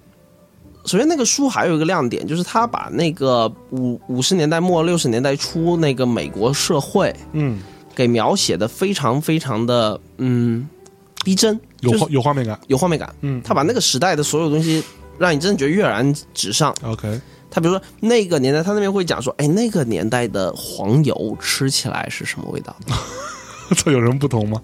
Speaker 2: 首先那个书还有一个亮点，就是他把那个五五十年代末六十年代初那个美国社会
Speaker 1: 嗯
Speaker 2: 给描写的非常非常的嗯逼真，
Speaker 1: 有
Speaker 2: 就是
Speaker 1: 画有画面感，
Speaker 2: 有画面感。
Speaker 1: 嗯
Speaker 2: 他把那个时代的所有东西，让你真的觉得跃然纸上。
Speaker 1: ，OK，
Speaker 2: 他比如说那个年代，他那边会讲说，哎，那个年代的黄油吃起来是什么味道？
Speaker 1: 这有什么不同吗？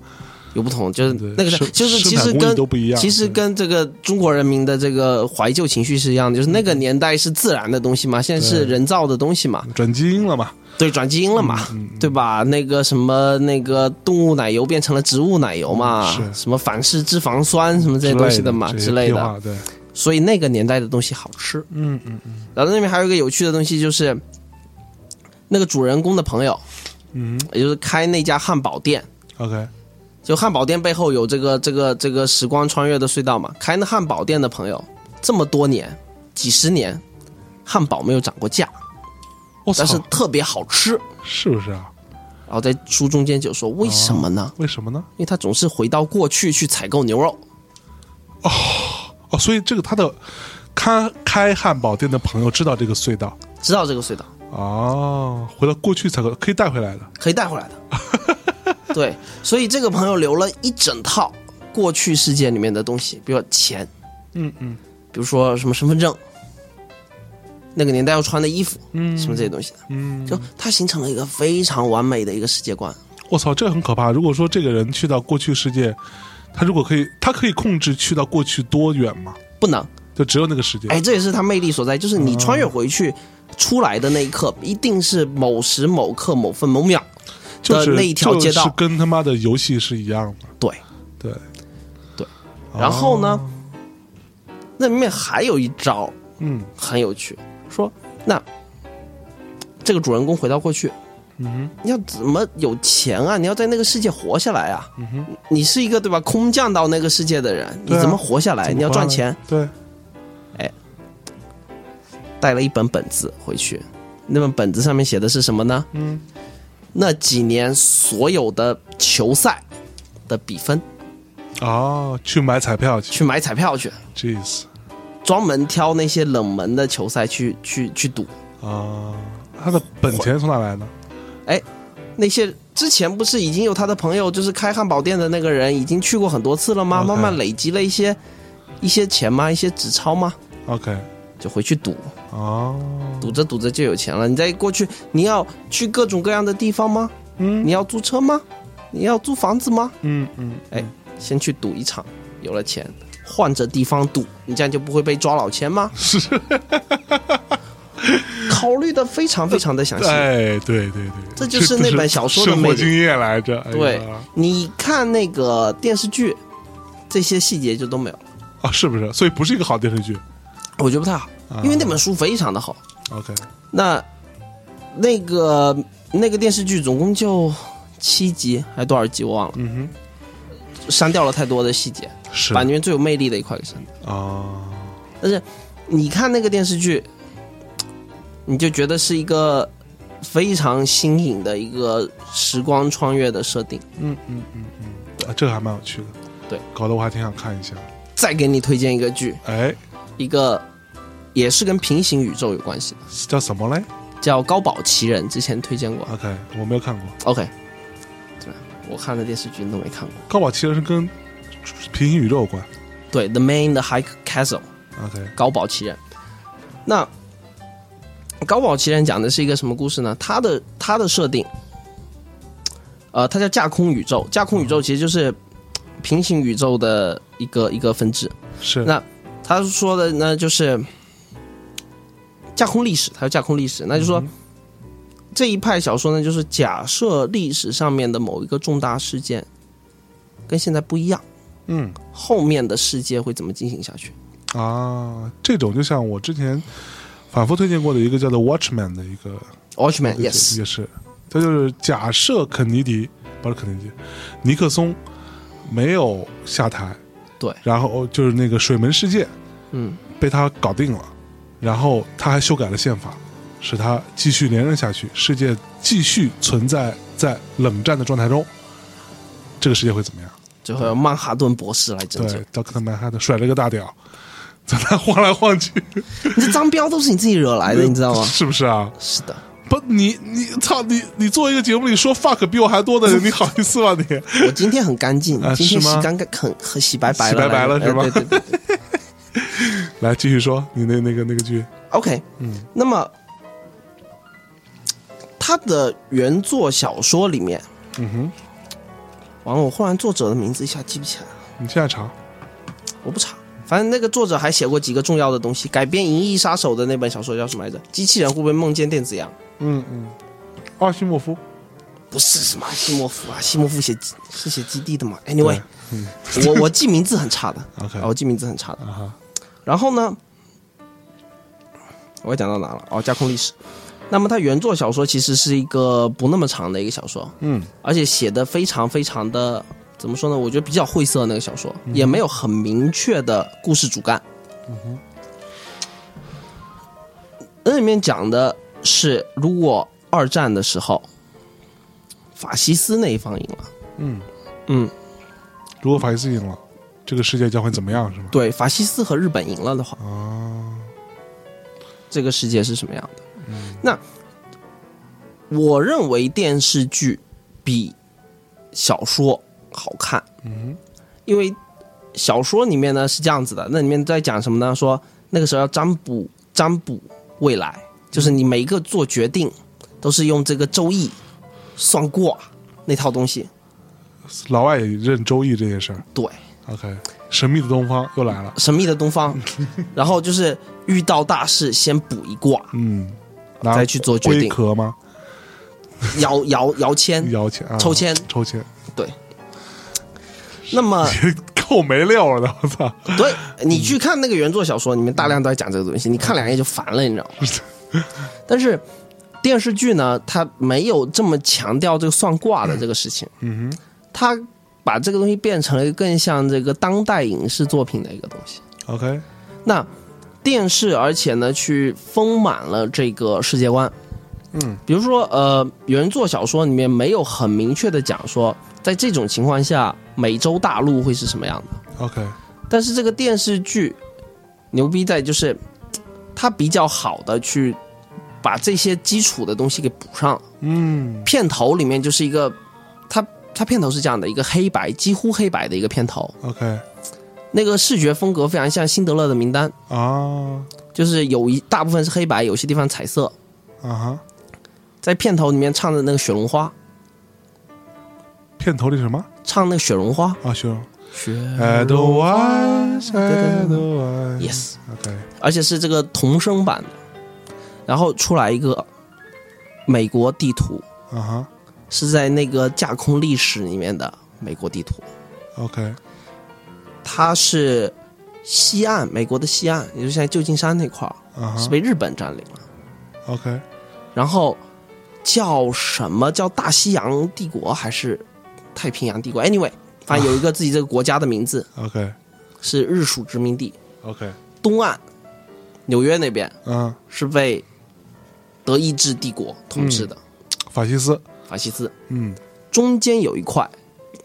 Speaker 2: 有不同，就是
Speaker 1: 对
Speaker 2: 那个
Speaker 1: 生
Speaker 2: 是就是
Speaker 1: 生
Speaker 2: 其
Speaker 1: 产
Speaker 2: 实
Speaker 1: 工艺
Speaker 2: 跟
Speaker 1: 都不一样
Speaker 2: 其实
Speaker 1: 对
Speaker 2: 跟这个中国人民的这个怀旧情绪是一样的，就是那个年代是自然的东西嘛，现在是
Speaker 1: 嗯对
Speaker 2: 人造的东西嘛，
Speaker 1: 转基因了嘛？
Speaker 2: 对，转基因了嘛，
Speaker 1: 嗯，嗯
Speaker 2: 对吧？那个什么那个动物奶油变成了植物奶油嘛，
Speaker 1: 嗯是
Speaker 2: 什么反式脂肪酸什么这些东西的嘛
Speaker 1: 这些
Speaker 2: 之类
Speaker 1: 屁
Speaker 2: 的，
Speaker 1: 话，对，
Speaker 2: 所以那个年代的东西好吃。
Speaker 1: 嗯嗯嗯
Speaker 2: 然后那边还有一个有趣的东西，就是那个主人公的朋友，
Speaker 1: 嗯
Speaker 2: 也就是开那家汉堡店。
Speaker 1: ，OK，
Speaker 2: 就汉堡店背后有这个这个这个时光穿越的隧道嘛？开那汉堡店的朋友，这么多年，几十年，汉堡没有涨过价，
Speaker 1: 我
Speaker 2: 但是
Speaker 1: 操，
Speaker 2: 特别好吃。
Speaker 1: 哦是不是啊？
Speaker 2: 然后在书中间就说为什么呢？
Speaker 1: 为什么呢？
Speaker 2: 因为他总是回到过去去采购牛肉，
Speaker 1: 哦，所以这个他的他开汉堡店的朋友知道这个隧道
Speaker 2: 知道这个隧道
Speaker 1: 哦，回到过去才可可以带回来的。
Speaker 2: 可以带回来的。 对，所以这个朋友留了一整套过去世界里面的东西，比如说钱，
Speaker 1: 嗯嗯
Speaker 2: 比如说什么身份证，那个年代要穿的衣服，
Speaker 1: 嗯
Speaker 2: 什么这些东西的，
Speaker 1: 嗯，
Speaker 2: 就它形成了一个非常完美的一个世界观。
Speaker 1: 我操，这个很可怕。如果说这个人去到过去世界，他如果可以，他可以控制去到过去多远吗？
Speaker 2: 不能，
Speaker 1: 就只有那个世界。
Speaker 2: 哎，这也是它魅力所在，就是你穿越回去出来的那一刻，一定是某时某刻某分某秒。
Speaker 1: 就是
Speaker 2: 的那一条街道
Speaker 1: 就是跟他妈的游戏是一样的。
Speaker 2: 对，
Speaker 1: 对
Speaker 2: 对。然后呢
Speaker 1: 哦？
Speaker 2: 那里面还有一招
Speaker 1: 嗯
Speaker 2: 很有趣，说那这个主人公回到过去，
Speaker 1: 嗯
Speaker 2: 你要怎么有钱啊？你要在那个世界活下来啊！
Speaker 1: 哼嗯哼，
Speaker 2: 你是一个对吧空降到那个世界的人，你
Speaker 1: 对啊
Speaker 2: 怎么活下来？哎你要赚钱，
Speaker 1: 对，
Speaker 2: 带了一本本子回去，那本本子上面写的是什么呢？
Speaker 1: 嗯，
Speaker 2: 那几年所有的球赛的比分，
Speaker 1: 哦，去买彩票去
Speaker 2: 去买彩票去，
Speaker 1: ，jeez
Speaker 2: 专门挑那些冷门的球赛去去去赌。
Speaker 1: 啊，他的本钱从哪来呢？
Speaker 2: 那些之前不是已经有他的朋友，就是开汉堡店的那个人，已经去过很多次了吗？
Speaker 1: OK
Speaker 2: 慢慢累积了一些一些钱吗？一些纸钞吗？
Speaker 1: OK，
Speaker 2: 就回去赌，
Speaker 1: 哦，
Speaker 2: 赌着赌着就有钱了。你再过去，你要去各种各样的地方吗？
Speaker 1: 嗯
Speaker 2: 你要租车吗？你要租房子吗？
Speaker 1: 嗯嗯，
Speaker 2: 哎，先去赌一场，有了钱，换着地方赌，你这样就不会被抓老千吗？
Speaker 1: 是，
Speaker 2: 考虑的非常非常的详细。
Speaker 1: 哎，对对对，
Speaker 2: 这就是那本小说的
Speaker 1: 生
Speaker 2: 魅
Speaker 1: 活
Speaker 2: 力
Speaker 1: 经验来着。哎呀
Speaker 2: 对，你看那个电视剧，这些细节就都没有了，
Speaker 1: 啊，是不是？所以不是一个好电视剧。啊
Speaker 2: 我觉得不太好，因为那本书非常的好。
Speaker 1: OK，
Speaker 2: 那那个那个电视剧总共就七集还多少集我忘了，
Speaker 1: 嗯
Speaker 2: 删掉了太多的细节，
Speaker 1: 哼，是
Speaker 2: 把
Speaker 1: 啊
Speaker 2: 里面最有魅力的一块给删掉。，
Speaker 1: 哦
Speaker 2: 但是你看那个电视剧，你就觉得是一个非常新颖的一个时光穿越的设定。
Speaker 1: 嗯嗯嗯嗯，啊，这个还蛮有趣的。
Speaker 2: 对，
Speaker 1: 搞得我还挺想看一下。
Speaker 2: 再给你推荐一个剧，
Speaker 1: 哎，
Speaker 2: 一个也是跟平行宇宙有关系的。
Speaker 1: 叫什么嘞
Speaker 2: 叫《高保奇人》，之前推荐过。
Speaker 1: ？OK，我没有看过。
Speaker 2: OK，对，我看的电视剧你都没看过。
Speaker 1: 高保奇人是跟平行宇宙有关。
Speaker 2: 对，《The Man in the High Castle》
Speaker 1: OK，
Speaker 2: 高保奇人。那《高保奇人》讲的是一个什么故事呢？它的它的设定，呃，它叫架空宇宙。架空宇宙其实就是平行宇宙的一个一个分支。
Speaker 1: 是
Speaker 2: 那他说的呢，就是架空历史，他要架空历史，那就
Speaker 1: 嗯
Speaker 2: 说、这一派小说呢，就是假设历史上面的某一个重大事件跟现在不一样，
Speaker 1: 嗯
Speaker 2: 后面的世界会怎么进行下去？
Speaker 1: 啊，这种就像我之前反复推荐过的一个叫做《Watchman》的一个
Speaker 2: Watchman
Speaker 1: 也
Speaker 2: yes，
Speaker 1: 是也是，他就是假设肯尼迪不是肯尼迪，尼克松没有下台，
Speaker 2: 对
Speaker 1: 然后就是那个水门事件
Speaker 2: 嗯，
Speaker 1: 被他搞定了，然后他还修改了宪法，使他继续连任下去，世界继续存在在冷战的状态中，这个世界会怎么样？
Speaker 2: 最后由曼哈顿博士来拯救
Speaker 1: 对。，Doctor Manhattan 甩了个大屌， 在那晃来晃去， ？
Speaker 2: 你这张标都是你自己惹来的，你知道吗
Speaker 1: 是不是啊？
Speaker 2: 是的，
Speaker 1: 不，你你操你你做一个节目里说 fuck 比我还多的人，你好意思吗你？
Speaker 2: 我今天很干净
Speaker 1: 啊，
Speaker 2: 今天
Speaker 1: 是
Speaker 2: 洗
Speaker 1: 吗
Speaker 2: 干干很很洗白白
Speaker 1: 洗
Speaker 2: 了，
Speaker 1: 白白了
Speaker 2: 来
Speaker 1: 是吗
Speaker 2: 呃对对对对
Speaker 1: 来继续说你那那个那个剧，
Speaker 2: ，OK，
Speaker 1: 嗯
Speaker 2: 那么他的原作小说里面，
Speaker 1: 嗯哼，
Speaker 2: 完了，我忽然作者的名字一下记不起来了，
Speaker 1: 你现在查，
Speaker 2: 我不查。反正那个作者还写过几个重要的东西，改编《银翼杀手》的那本小说叫什么来着？机器人会不会梦见电子羊？
Speaker 1: 嗯嗯，阿西莫夫，
Speaker 2: 不是什么西莫夫啊，西莫夫写是写基地的嘛？Anyway，
Speaker 1: 对嗯
Speaker 2: 我我记名字很差的
Speaker 1: OK
Speaker 2: 啊我记名字很差的。
Speaker 1: 啊哈，
Speaker 2: 然后呢，我讲到哪了？哦，架空历史。那么它原作小说其实是一个不那么长的一个小说，
Speaker 1: 嗯
Speaker 2: 而且写的非常非常的怎么说呢？我觉得比较晦涩那个小说，
Speaker 1: 嗯
Speaker 2: 也没有很明确的故事主干。那里面讲的是，如果二战的时候，法西斯那一方赢了，
Speaker 1: 嗯，
Speaker 2: 嗯，
Speaker 1: 如果法西斯赢了，这个世界将会怎么样是吗？
Speaker 2: 对，法西斯和日本赢了的话，
Speaker 1: 啊，
Speaker 2: 这个世界是什么样的。那我认为电视剧比小说好看，
Speaker 1: 嗯
Speaker 2: 因为小说里面呢是这样子的，那里面在讲什么呢？说那个时候要占卜占卜未来，就是你每一个做决定都是用这个周易算卦那套东西。
Speaker 1: 老外也认《周易》这件事儿
Speaker 2: 对，
Speaker 1: ，OK，神秘的东方又来了，
Speaker 2: 神秘的 东方，然后就是遇到大事先卜一卦，
Speaker 1: 嗯，拿
Speaker 2: 再去做决定
Speaker 1: 龟壳吗？
Speaker 2: 摇摇摇 签。
Speaker 1: 摇钱啊，
Speaker 2: 抽签
Speaker 1: 抽签，
Speaker 2: 那么
Speaker 1: 够没料了的，我操，
Speaker 2: 对你去看那个原作小说，里面大量都在讲这个东西，你看两页就烦了，你知道吗？ 但是电视剧呢，它没有这么强调这个算卦的这个事情，
Speaker 1: 嗯哼。
Speaker 2: 它把这个东西变成了一个更像这个当代影视作品的一个东西。
Speaker 1: OK，
Speaker 2: 那电视，而且呢，去丰满了这个世界观。
Speaker 1: 嗯，
Speaker 2: 比如说，呃，原作小说里面没有很明确的讲说，在这种情况下，美洲大陆会是什么样的。
Speaker 1: OK，
Speaker 2: 但是这个电视剧牛逼在就是，它比较好的去把这些基础的东西给补上了。
Speaker 1: 嗯
Speaker 2: 片头里面就是一个，它它片头是这样的一个黑白几乎黑白的一个片头，
Speaker 1: ，OK，
Speaker 2: 那个视觉风格非常像《辛德勒的名单》，
Speaker 1: 啊
Speaker 2: 就是有一大部分是黑白，有些地方彩色。
Speaker 1: 啊哈，
Speaker 2: 在片头里面唱的那个雪绒花，
Speaker 1: 片头里什么
Speaker 2: 唱那个雪绒花，
Speaker 1: 啊？雪荣
Speaker 2: 雪
Speaker 1: ，I don't want,
Speaker 2: 对
Speaker 1: I
Speaker 2: 对对
Speaker 1: don't want。
Speaker 2: ，yes，
Speaker 1: OK，
Speaker 2: 而且是这个童声版的，然后出来一个美国地图，
Speaker 1: 啊哈
Speaker 2: 是在那个架空历史里面的美国地图，
Speaker 1: ，OK，
Speaker 2: 它是西岸美国的西岸，也就是现在旧金山那块儿
Speaker 1: 啊
Speaker 2: 是
Speaker 1: 哈
Speaker 2: 被日本占领了，
Speaker 1: ，OK，
Speaker 2: 然后叫什么叫大西洋帝国还是太平洋帝国？Anyway，反正有一个自己这个国家的名字
Speaker 1: OK，
Speaker 2: 是日属殖民地，
Speaker 1: OK，
Speaker 2: 东岸纽约那边
Speaker 1: 嗯，
Speaker 2: 是被德意志帝国统治的、
Speaker 1: 法西斯，
Speaker 2: 法西斯，
Speaker 1: 嗯
Speaker 2: 中间有一块，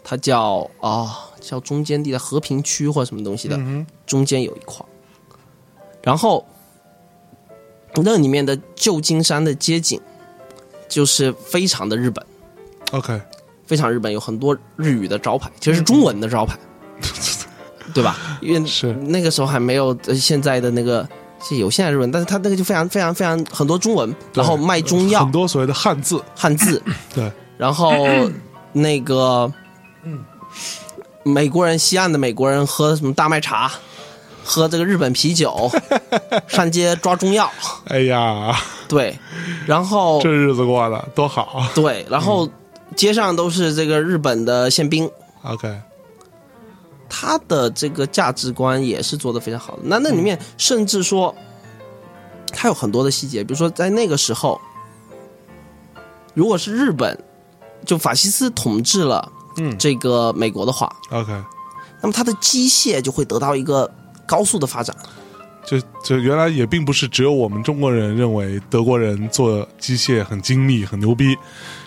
Speaker 2: 它叫啊、叫中间地带和平区或者什么东西的，
Speaker 1: 嗯
Speaker 2: 中间有一块，然后那里面的旧金山的街景就是非常的日本，
Speaker 1: 哼，OK，
Speaker 2: 非常日本，有很多日语的招牌，其实是中文的招牌，对吧？因为
Speaker 1: 是
Speaker 2: 那个时候还没有呃现在的那个。是有现在日文，但是它那个就非常非常非常很多中文，
Speaker 1: 对
Speaker 2: 然后卖中药
Speaker 1: 很、多所谓的汉字，
Speaker 2: 汉字，
Speaker 1: 对，
Speaker 2: 然后那个，美国人西岸的美国人喝什么大麦茶，喝这个日本啤酒，上街抓中药，
Speaker 1: 哎呀，
Speaker 2: 对，然后
Speaker 1: 这日子过得多好
Speaker 2: 对，然后街上都是这个日本的宪兵，
Speaker 1: ，OK，
Speaker 2: 他的这个价值观也是做的非常好的。那那里面甚至说，他有很多的细节，比如说在那个时候，如果是日本，就法西斯统治了
Speaker 1: 嗯
Speaker 2: 这个美国的话，
Speaker 1: ，OK，
Speaker 2: 那么它的机械就会得到一个高速的发展。
Speaker 1: 就就原来也并不是只有我们中国人认为德国人做机械很精密很牛逼，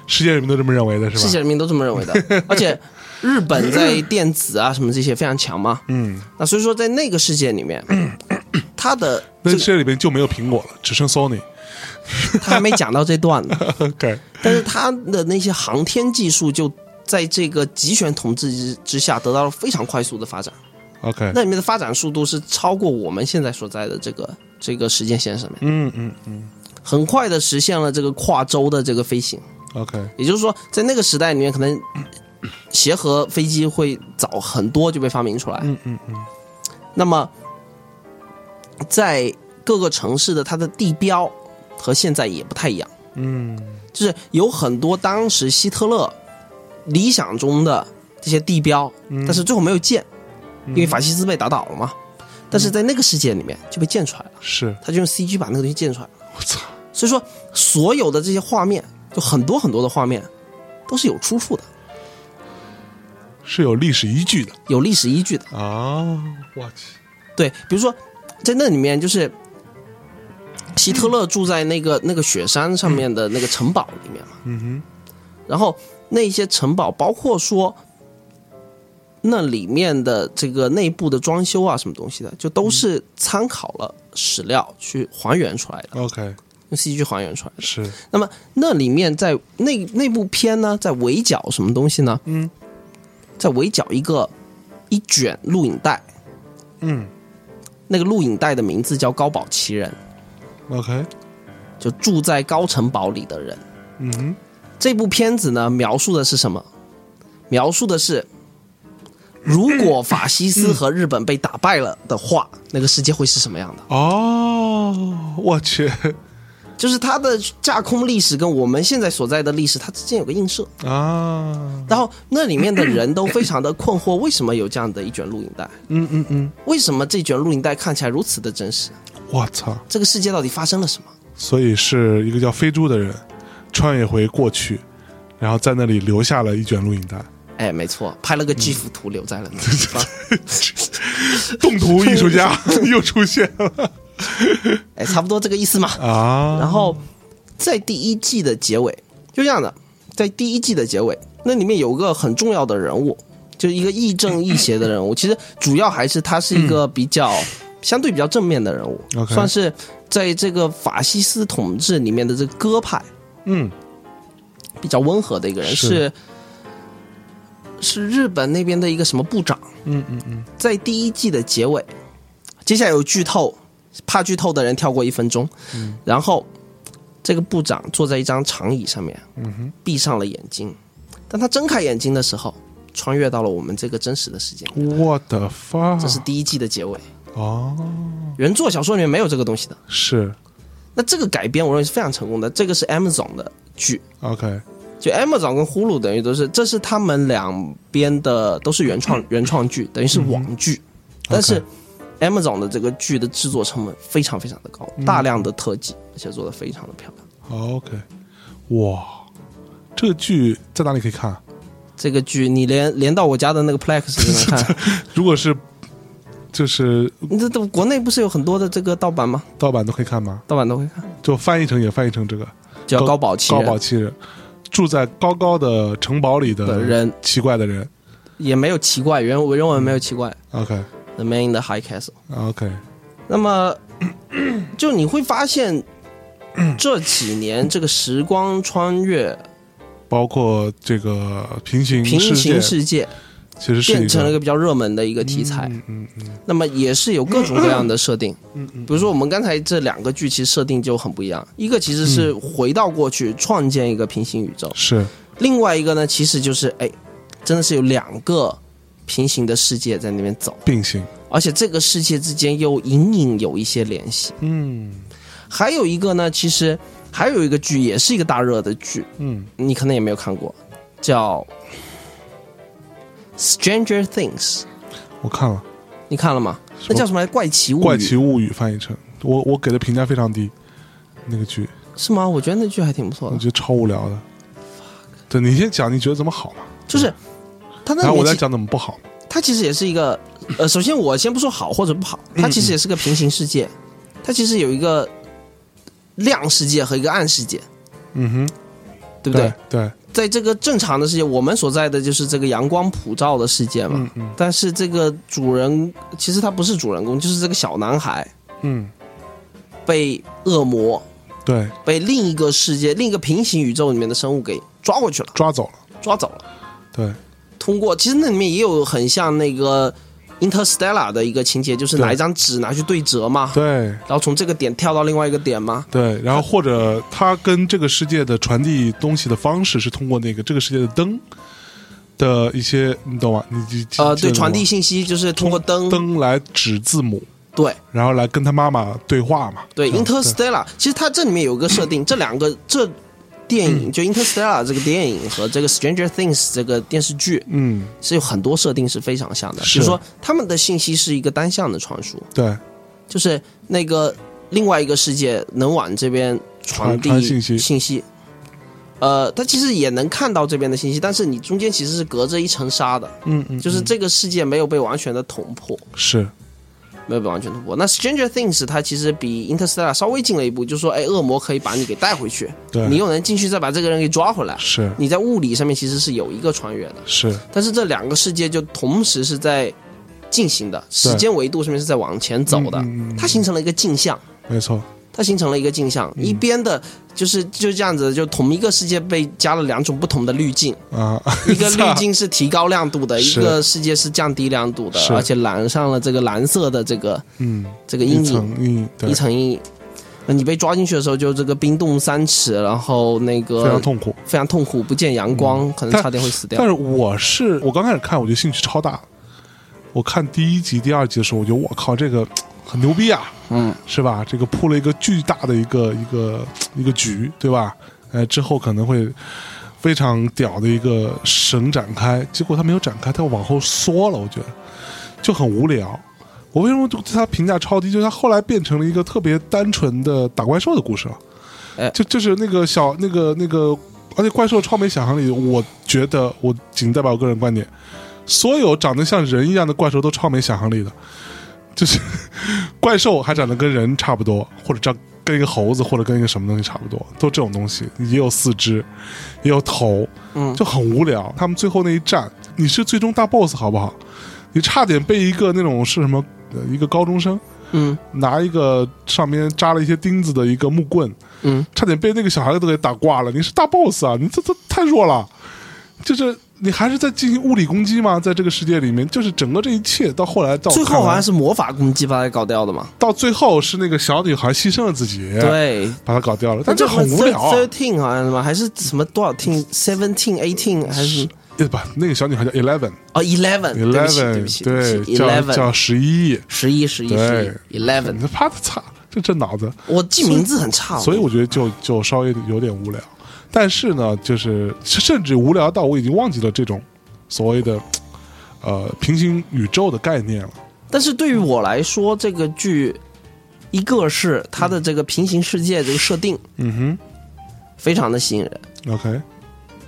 Speaker 1: 世界人民都这么认为的是吧？
Speaker 2: 世界人民都这么认 为的，而且日本在电子啊什么这些非常强嘛，
Speaker 1: 嗯
Speaker 2: 那所以说在那个世界里面，它的
Speaker 1: 那
Speaker 2: 这
Speaker 1: 这里边就没有苹果了，只剩 Sony。
Speaker 2: 他还没讲到这段呢，
Speaker 1: OK，
Speaker 2: 但是它的那些航天技术就在这个集权统治之之下得到了非常快速的发展，
Speaker 1: OK，
Speaker 2: 那里面的发展速度是超过我们现在所在的这个这个时间线上面，
Speaker 1: 嗯嗯嗯
Speaker 2: 很快的实现了这个跨洲的这个飞行。
Speaker 1: ，OK，
Speaker 2: 也就是说，在那个时代里面，可能协和飞机会早很多就被发明出来。
Speaker 1: 嗯嗯嗯
Speaker 2: 那么，在各个城市的它的地标和现在也不太一样，
Speaker 1: 嗯
Speaker 2: 就是有很多当时希特勒理想中的这些地标，
Speaker 1: 嗯
Speaker 2: 但是最后没有建，因为法西斯被打倒了嘛。但
Speaker 1: 嗯
Speaker 2: 是在那个世界里面就被建出来了，
Speaker 1: 是，
Speaker 2: 他就用 CG 把那个东西建出来了。
Speaker 1: 我操，
Speaker 2: 所以说，所有的这些画面，就很多很多的画面，都是有出处的。
Speaker 1: 是有历史依据的
Speaker 2: 有历史依据的。
Speaker 1: 啊！我去，
Speaker 2: 对，比如说在那里面，就是希特勒住在那个那个雪山上面的那个城堡里面嘛，
Speaker 1: 嗯
Speaker 2: 然后那些城堡，包括说那里面的这个内部的装修啊，什么东西的，就都是参考了史料去还原出来的，
Speaker 1: 哼，OK，
Speaker 2: 用 CG 还原出来的。
Speaker 1: 是，
Speaker 2: 那么那里面在那那部片呢，在围剿什么东西呢？
Speaker 1: 嗯，
Speaker 2: 在围剿一个一卷录影带。
Speaker 1: 嗯
Speaker 2: 那个录影带的名字叫《高堡奇人
Speaker 1: ，OK，》，
Speaker 2: 就住在高城堡里的人。
Speaker 1: 嗯哼，
Speaker 2: 这部片子呢，描述的是什么？描述的是，如果法西斯和日本被打败了的话，
Speaker 1: 嗯
Speaker 2: 那个世界会是什么样的？
Speaker 1: 哦，我去
Speaker 2: 就是它的架空历史跟我们现在所在的历史，它之间有个映射。
Speaker 1: 啊，
Speaker 2: 然后那里面的人都非常的困惑，为什么有这样的一卷录影带？
Speaker 1: 嗯嗯嗯，
Speaker 2: 为什么这卷录影带看起来如此的真实？
Speaker 1: 我操，
Speaker 2: 这个世界到底发生了什么？
Speaker 1: 所以是一个叫飞猪的人穿越回过去，然后在那里留下了一卷录影带。
Speaker 2: 哎，没错，拍了个 GIF
Speaker 1: 嗯
Speaker 2: 图留在了那个地方。
Speaker 1: 动图艺术 家又出现了
Speaker 2: 哎，差不多这个意思嘛。
Speaker 1: 啊！
Speaker 2: 然后在第一季的结尾，就这样的，在第一季的结尾，那里面有个很重要的人物，就是一个亦正亦邪的人物。其实主要还是他是一个比较、相对比较正面的人物
Speaker 1: 嗯 OK
Speaker 2: 算是在这个法西斯统治里面的这个鸽派
Speaker 1: 嗯，
Speaker 2: 比较温和的一个人，
Speaker 1: 是
Speaker 2: 是是日本那边的一个什么部长。
Speaker 1: 嗯嗯嗯，
Speaker 2: 在第一季的结尾，接下来有剧透，怕剧透的人跳过一分钟。
Speaker 1: 嗯
Speaker 2: 然后这个部长坐在一张长椅上面，
Speaker 1: 嗯
Speaker 2: 闭上了眼睛。当他睁开眼睛的时候，穿越到了我们这个真实的世界。
Speaker 1: 我的发
Speaker 2: 这是第一季的结尾，
Speaker 1: 哦，
Speaker 2: 原作小说里面没有这个东西的。
Speaker 1: 是
Speaker 2: 那这个改编我认为是非常成功的，这个是 Amazon 的剧。
Speaker 1: OK，
Speaker 2: 就 Amazon 跟呼噜等于都是，这是他们两边的都是原
Speaker 1: 嗯
Speaker 2: 创原创剧，等于是网剧，但是 Amazon 的这个剧的制作成本非常非常的高，
Speaker 1: 嗯
Speaker 2: 大量的特技，而且做的非常的漂亮。
Speaker 1: 好 OK，哇，这个剧在哪里可以看？啊
Speaker 2: 这个剧你连连到我家的那个 Plex 就能看，
Speaker 1: 如果 是就是
Speaker 2: 你这都国内不是有很多的这个盗版吗？
Speaker 1: 盗版都可以看吗？
Speaker 2: 盗版都会看，
Speaker 1: 就翻译成也翻译成这个
Speaker 2: 叫高保奇
Speaker 1: 高
Speaker 2: 人
Speaker 1: 保奇人，住在高高的城堡里的
Speaker 2: 的人
Speaker 1: 奇怪的人。
Speaker 2: 也没有奇怪，原原文没有奇怪。
Speaker 1: OK
Speaker 2: The Man in the High Castle。
Speaker 1: OK，
Speaker 2: 那么， 就你会 发现，这几年这个时光穿越、
Speaker 1: 包括这个平行
Speaker 2: 平
Speaker 1: 嗯世界
Speaker 2: 行世界，
Speaker 1: 其实是
Speaker 2: 变
Speaker 1: 一
Speaker 2: 成了一
Speaker 1: 个
Speaker 2: 个比较热门的一个题材。
Speaker 1: 嗯嗯嗯
Speaker 2: 那么也是有各种各样的设定，
Speaker 1: 嗯嗯
Speaker 2: 比如说我们刚才这两个剧其实设定就很不一样，一个其实是
Speaker 1: 嗯
Speaker 2: 回到过去创建一个平行宇宙，
Speaker 1: 是
Speaker 2: 另外一个呢其实就是哎，真的是有两个平行的世界在那边走，
Speaker 1: 并行，
Speaker 2: 而且这个世界之间又隐隐有一些联系。
Speaker 1: 嗯
Speaker 2: 还有一个呢，其实还有一个剧也是一个大热的剧，
Speaker 1: 嗯
Speaker 2: 你可能也没有看过，叫《Stranger Things》，
Speaker 1: 我看了
Speaker 2: 你看了吗？那叫什么来？怪奇物
Speaker 1: 《
Speaker 2: 语
Speaker 1: 怪奇物语》翻译成我我给的评价非常低，那个剧
Speaker 2: 是吗？我觉得那剧还挺不错
Speaker 1: 我
Speaker 2: 的，
Speaker 1: 觉得超无聊的。对你先讲，你觉得怎么好嘛？
Speaker 2: 就是它那
Speaker 1: 然后
Speaker 2: 里
Speaker 1: 我再
Speaker 2: 面其
Speaker 1: 讲怎么不好。
Speaker 2: 它其实也是一个，呃，首先我先不说好或者不好，
Speaker 1: 嗯
Speaker 2: 它其实也是个平行世界，它其实有一个亮世界和一个暗世界，
Speaker 1: 嗯哼，
Speaker 2: 对不对？
Speaker 1: 对对，
Speaker 2: 在这个正常的世界，我们所在的就是这个阳光普照的世界嘛。
Speaker 1: 嗯嗯
Speaker 2: 但是这个主人其实他不是主人公，就是这个小男孩，
Speaker 1: 嗯，
Speaker 2: 被恶魔、
Speaker 1: 对，
Speaker 2: 被另一个世界、另一个平行宇宙里面的生物给抓过去了，
Speaker 1: 抓走了，
Speaker 2: 抓走了。
Speaker 1: 对，
Speaker 2: 通过其实那里面也有很像那个《Interstellar》的一个情节，就是
Speaker 1: 对
Speaker 2: 拿一张纸拿去对折嘛，
Speaker 1: 对，
Speaker 2: 然后从这个点跳到另外一个点嘛。
Speaker 1: 对，然后或者它跟这个世界的传递东西的方式是通过那个这个世界的灯的一些，你懂吗？你记记
Speaker 2: 呃，
Speaker 1: 记得
Speaker 2: 对，
Speaker 1: 吗
Speaker 2: 传递信息就是通过灯。
Speaker 1: 灯来指字母，
Speaker 2: 对
Speaker 1: 然后来跟他妈妈对话嘛。
Speaker 2: 对，
Speaker 1: 嗯
Speaker 2: 《Interstellar》其实它这里面有一个设 定，这两个这电
Speaker 1: 嗯
Speaker 2: 影就《Interstellar》这个电影和这个《Stranger Things》这个电视剧
Speaker 1: 嗯，
Speaker 2: 是有很多设定是非常像的，
Speaker 1: 是
Speaker 2: 比如说他们的信息是一个单向的传输，
Speaker 1: 对，
Speaker 2: 就是那个另外一个世界能往这边传递
Speaker 1: 传传信息
Speaker 2: 呃，它其实也能看到这边的信息，但是你中间其实是隔着一层纱的，
Speaker 1: 嗯嗯，
Speaker 2: 就是
Speaker 1: 嗯
Speaker 2: 这个世界没有被完全的捅破，
Speaker 1: 是，
Speaker 2: 没有被完全捅破。那《Stranger Things》它其实比《Interstellar》稍微进了一步，就是说，哎，恶魔可以把你给带回去，
Speaker 1: 对，
Speaker 2: 你又能进去再把这个人给抓回来。
Speaker 1: 是
Speaker 2: 你在物理上面其实是有一个穿越的，
Speaker 1: 是
Speaker 2: 但是这两个世界就同时是在进行的，时间维度上面是在往前走的，
Speaker 1: 嗯嗯嗯
Speaker 2: 它形成了一个镜像，
Speaker 1: 没错，
Speaker 2: 它形成了一个镜
Speaker 1: 嗯
Speaker 2: 像，一边的就是就这样子，就同一个世界被加了两种不同的滤 镜，
Speaker 1: 啊，
Speaker 2: 一个滤镜是提高亮度的，一
Speaker 1: 是
Speaker 2: 个世界是降低亮度的，
Speaker 1: 是
Speaker 2: 而且染上了这个蓝色的这个
Speaker 1: 嗯，
Speaker 2: 这个
Speaker 1: 一
Speaker 2: 阴影，
Speaker 1: 层阴影，对
Speaker 2: 一，层阴影。那你被抓进去的时候，就这个冰冻三尺，然后那
Speaker 1: 非常
Speaker 2: 个
Speaker 1: 痛苦。
Speaker 2: 非常痛苦，不见阳光，可能
Speaker 1: 但
Speaker 2: 差点会死掉
Speaker 1: 但。是我是我刚开始看，我就兴趣超大。我看第一集、第二集的时候，我觉得我靠，这个很牛逼啊！
Speaker 2: 嗯，
Speaker 1: 是吧？这个铺了一个巨大的一个一个一个局，对吧？呃，之后可能会非常屌的一个神展开，结果他没有展开，他往后缩了，我觉得就很无聊。我为什么对他评价超低？就是他后来变成了一个特别单纯的打怪兽的故事了，
Speaker 2: 哎
Speaker 1: 就就是那个小那个那个，而且怪兽超没想象力。我觉得我仅代表我个人观点，所有长得像人一样的怪兽都超没想象力的，就是怪兽还长得跟人差不多，或者长跟一个猴子或者跟一个什么东西差不多，都这种东西，也有四肢，也有头，
Speaker 2: 嗯
Speaker 1: 就很无聊。他们最后那一战，你是最终大 boss 好不好？你差点被一个那种是什么呃一个高中生
Speaker 2: 嗯
Speaker 1: 拿一个上面扎了一些钉子的一个木棍，
Speaker 2: 嗯，
Speaker 1: 差点被那个小孩都给打挂了。你是大 boss 啊，你这这太弱了，就是。你还是在进行物理攻击吗？在这个世界里面，就是整个这一切到后来到
Speaker 2: 最后好像
Speaker 1: 是
Speaker 2: 是魔法攻击把他搞掉的嘛。
Speaker 1: 到最后是那个小女孩牺牲了自己，
Speaker 2: 对，
Speaker 1: 把他搞掉了，但这很无聊啊。
Speaker 2: Thirteen 好像什么，还是什么多少 teen seventeen eighteen 还是
Speaker 1: 呃不，那个小女孩叫 Eleven
Speaker 2: 哦 eleven 嗯
Speaker 1: Eleven，
Speaker 2: 对不起对不起对不
Speaker 1: 对，
Speaker 2: 起
Speaker 1: 叫叫
Speaker 2: eleven
Speaker 1: 十一，
Speaker 2: 十一十一十一
Speaker 1: 你
Speaker 2: eleven，
Speaker 1: 这啪的擦，这这脑子，
Speaker 2: 我记名字很差，
Speaker 1: 所以我觉得就就稍微有点无聊。但是呢，就是甚至无聊到我已经忘记了这种所谓的呃平行宇宙的概念了。
Speaker 2: 但是对于我来说，这个剧一个是它的这个平行世界这个设定
Speaker 1: 嗯
Speaker 2: 非常的吸引人。
Speaker 1: 哼，OK，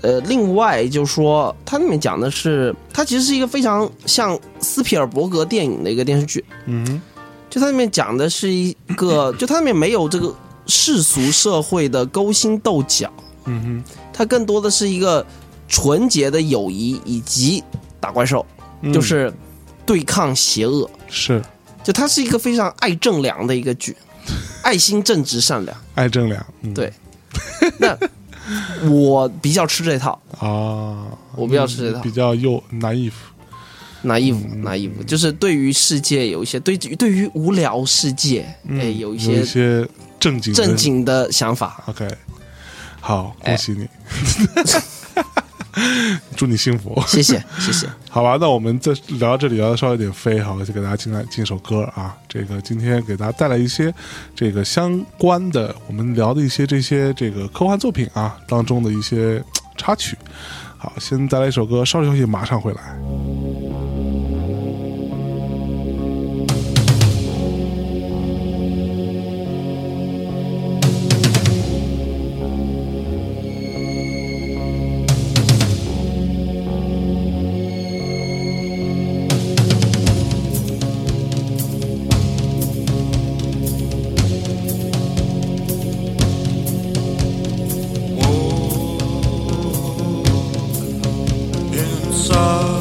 Speaker 2: 呃，另外就说，它里面讲的是，它其实是一个非常像斯皮尔伯格电影的一个电视剧，
Speaker 1: 嗯哼，
Speaker 2: 就它里面讲的是一个，就它里面没有这个世俗社会的勾心斗角，
Speaker 1: 嗯
Speaker 2: 它更多的是一个纯洁的友谊以及打怪兽，
Speaker 1: 哼，
Speaker 2: 就是对抗邪恶。
Speaker 1: 嗯是
Speaker 2: 就它是一个非常爱正良的一个剧，爱心正直善良。
Speaker 1: 爱正良，嗯
Speaker 2: 对那我比较吃这套，
Speaker 1: 啊，
Speaker 2: 我比较吃这
Speaker 1: 嗯
Speaker 2: 套
Speaker 1: 比较幼 naive，
Speaker 2: 拿衣服
Speaker 1: 嗯
Speaker 2: 拿衣服，就是对于世界有一些对对于无聊世界，
Speaker 1: 嗯
Speaker 2: 哎，有
Speaker 1: 有
Speaker 2: 一些
Speaker 1: 一些正经的
Speaker 2: 正经的想法。
Speaker 1: OK，好，恭喜 你，祝你幸福。
Speaker 2: 谢谢 谢谢，
Speaker 1: 好吧，那我们这聊到这里，聊的稍微有点飞，好，就给大家进来进首歌啊。这个今天给大家带来一些这个相关的，我们聊的一些这些这个科幻作品啊当中的一些嘖插曲。好，先带来一首歌，稍事休息，马上回来。
Speaker 3: Walk in silence.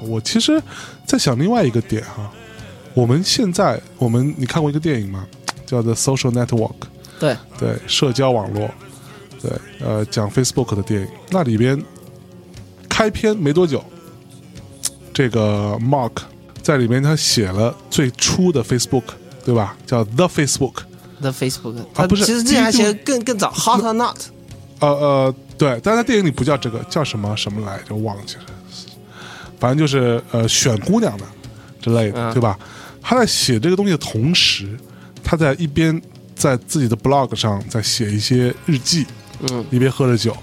Speaker 1: 我其实在想另外一个点哈、我们现在我们你看过一个电影吗？叫做《Social Network》，
Speaker 2: 对，
Speaker 1: 对，社交网络，对，呃，讲 Facebook 的电影，那里边开篇没多久，这个 Mark 在里面他写了最初的 Facebook，对吧？叫 The Facebook，
Speaker 2: 在 Facebook，
Speaker 1: 啊
Speaker 2: 他
Speaker 1: 不是
Speaker 2: 其实之前还写得更更早，Hot or Not，
Speaker 1: 呃呃，对，但是他电影里不叫这个，叫什么什么来着？我忘记了，反正就是呃选姑娘的之类的，
Speaker 2: 嗯
Speaker 1: 对吧？他在写这个东西的同时，他在一边在自己的 blog 上在写一些日记，
Speaker 2: 嗯
Speaker 1: 一边喝着酒，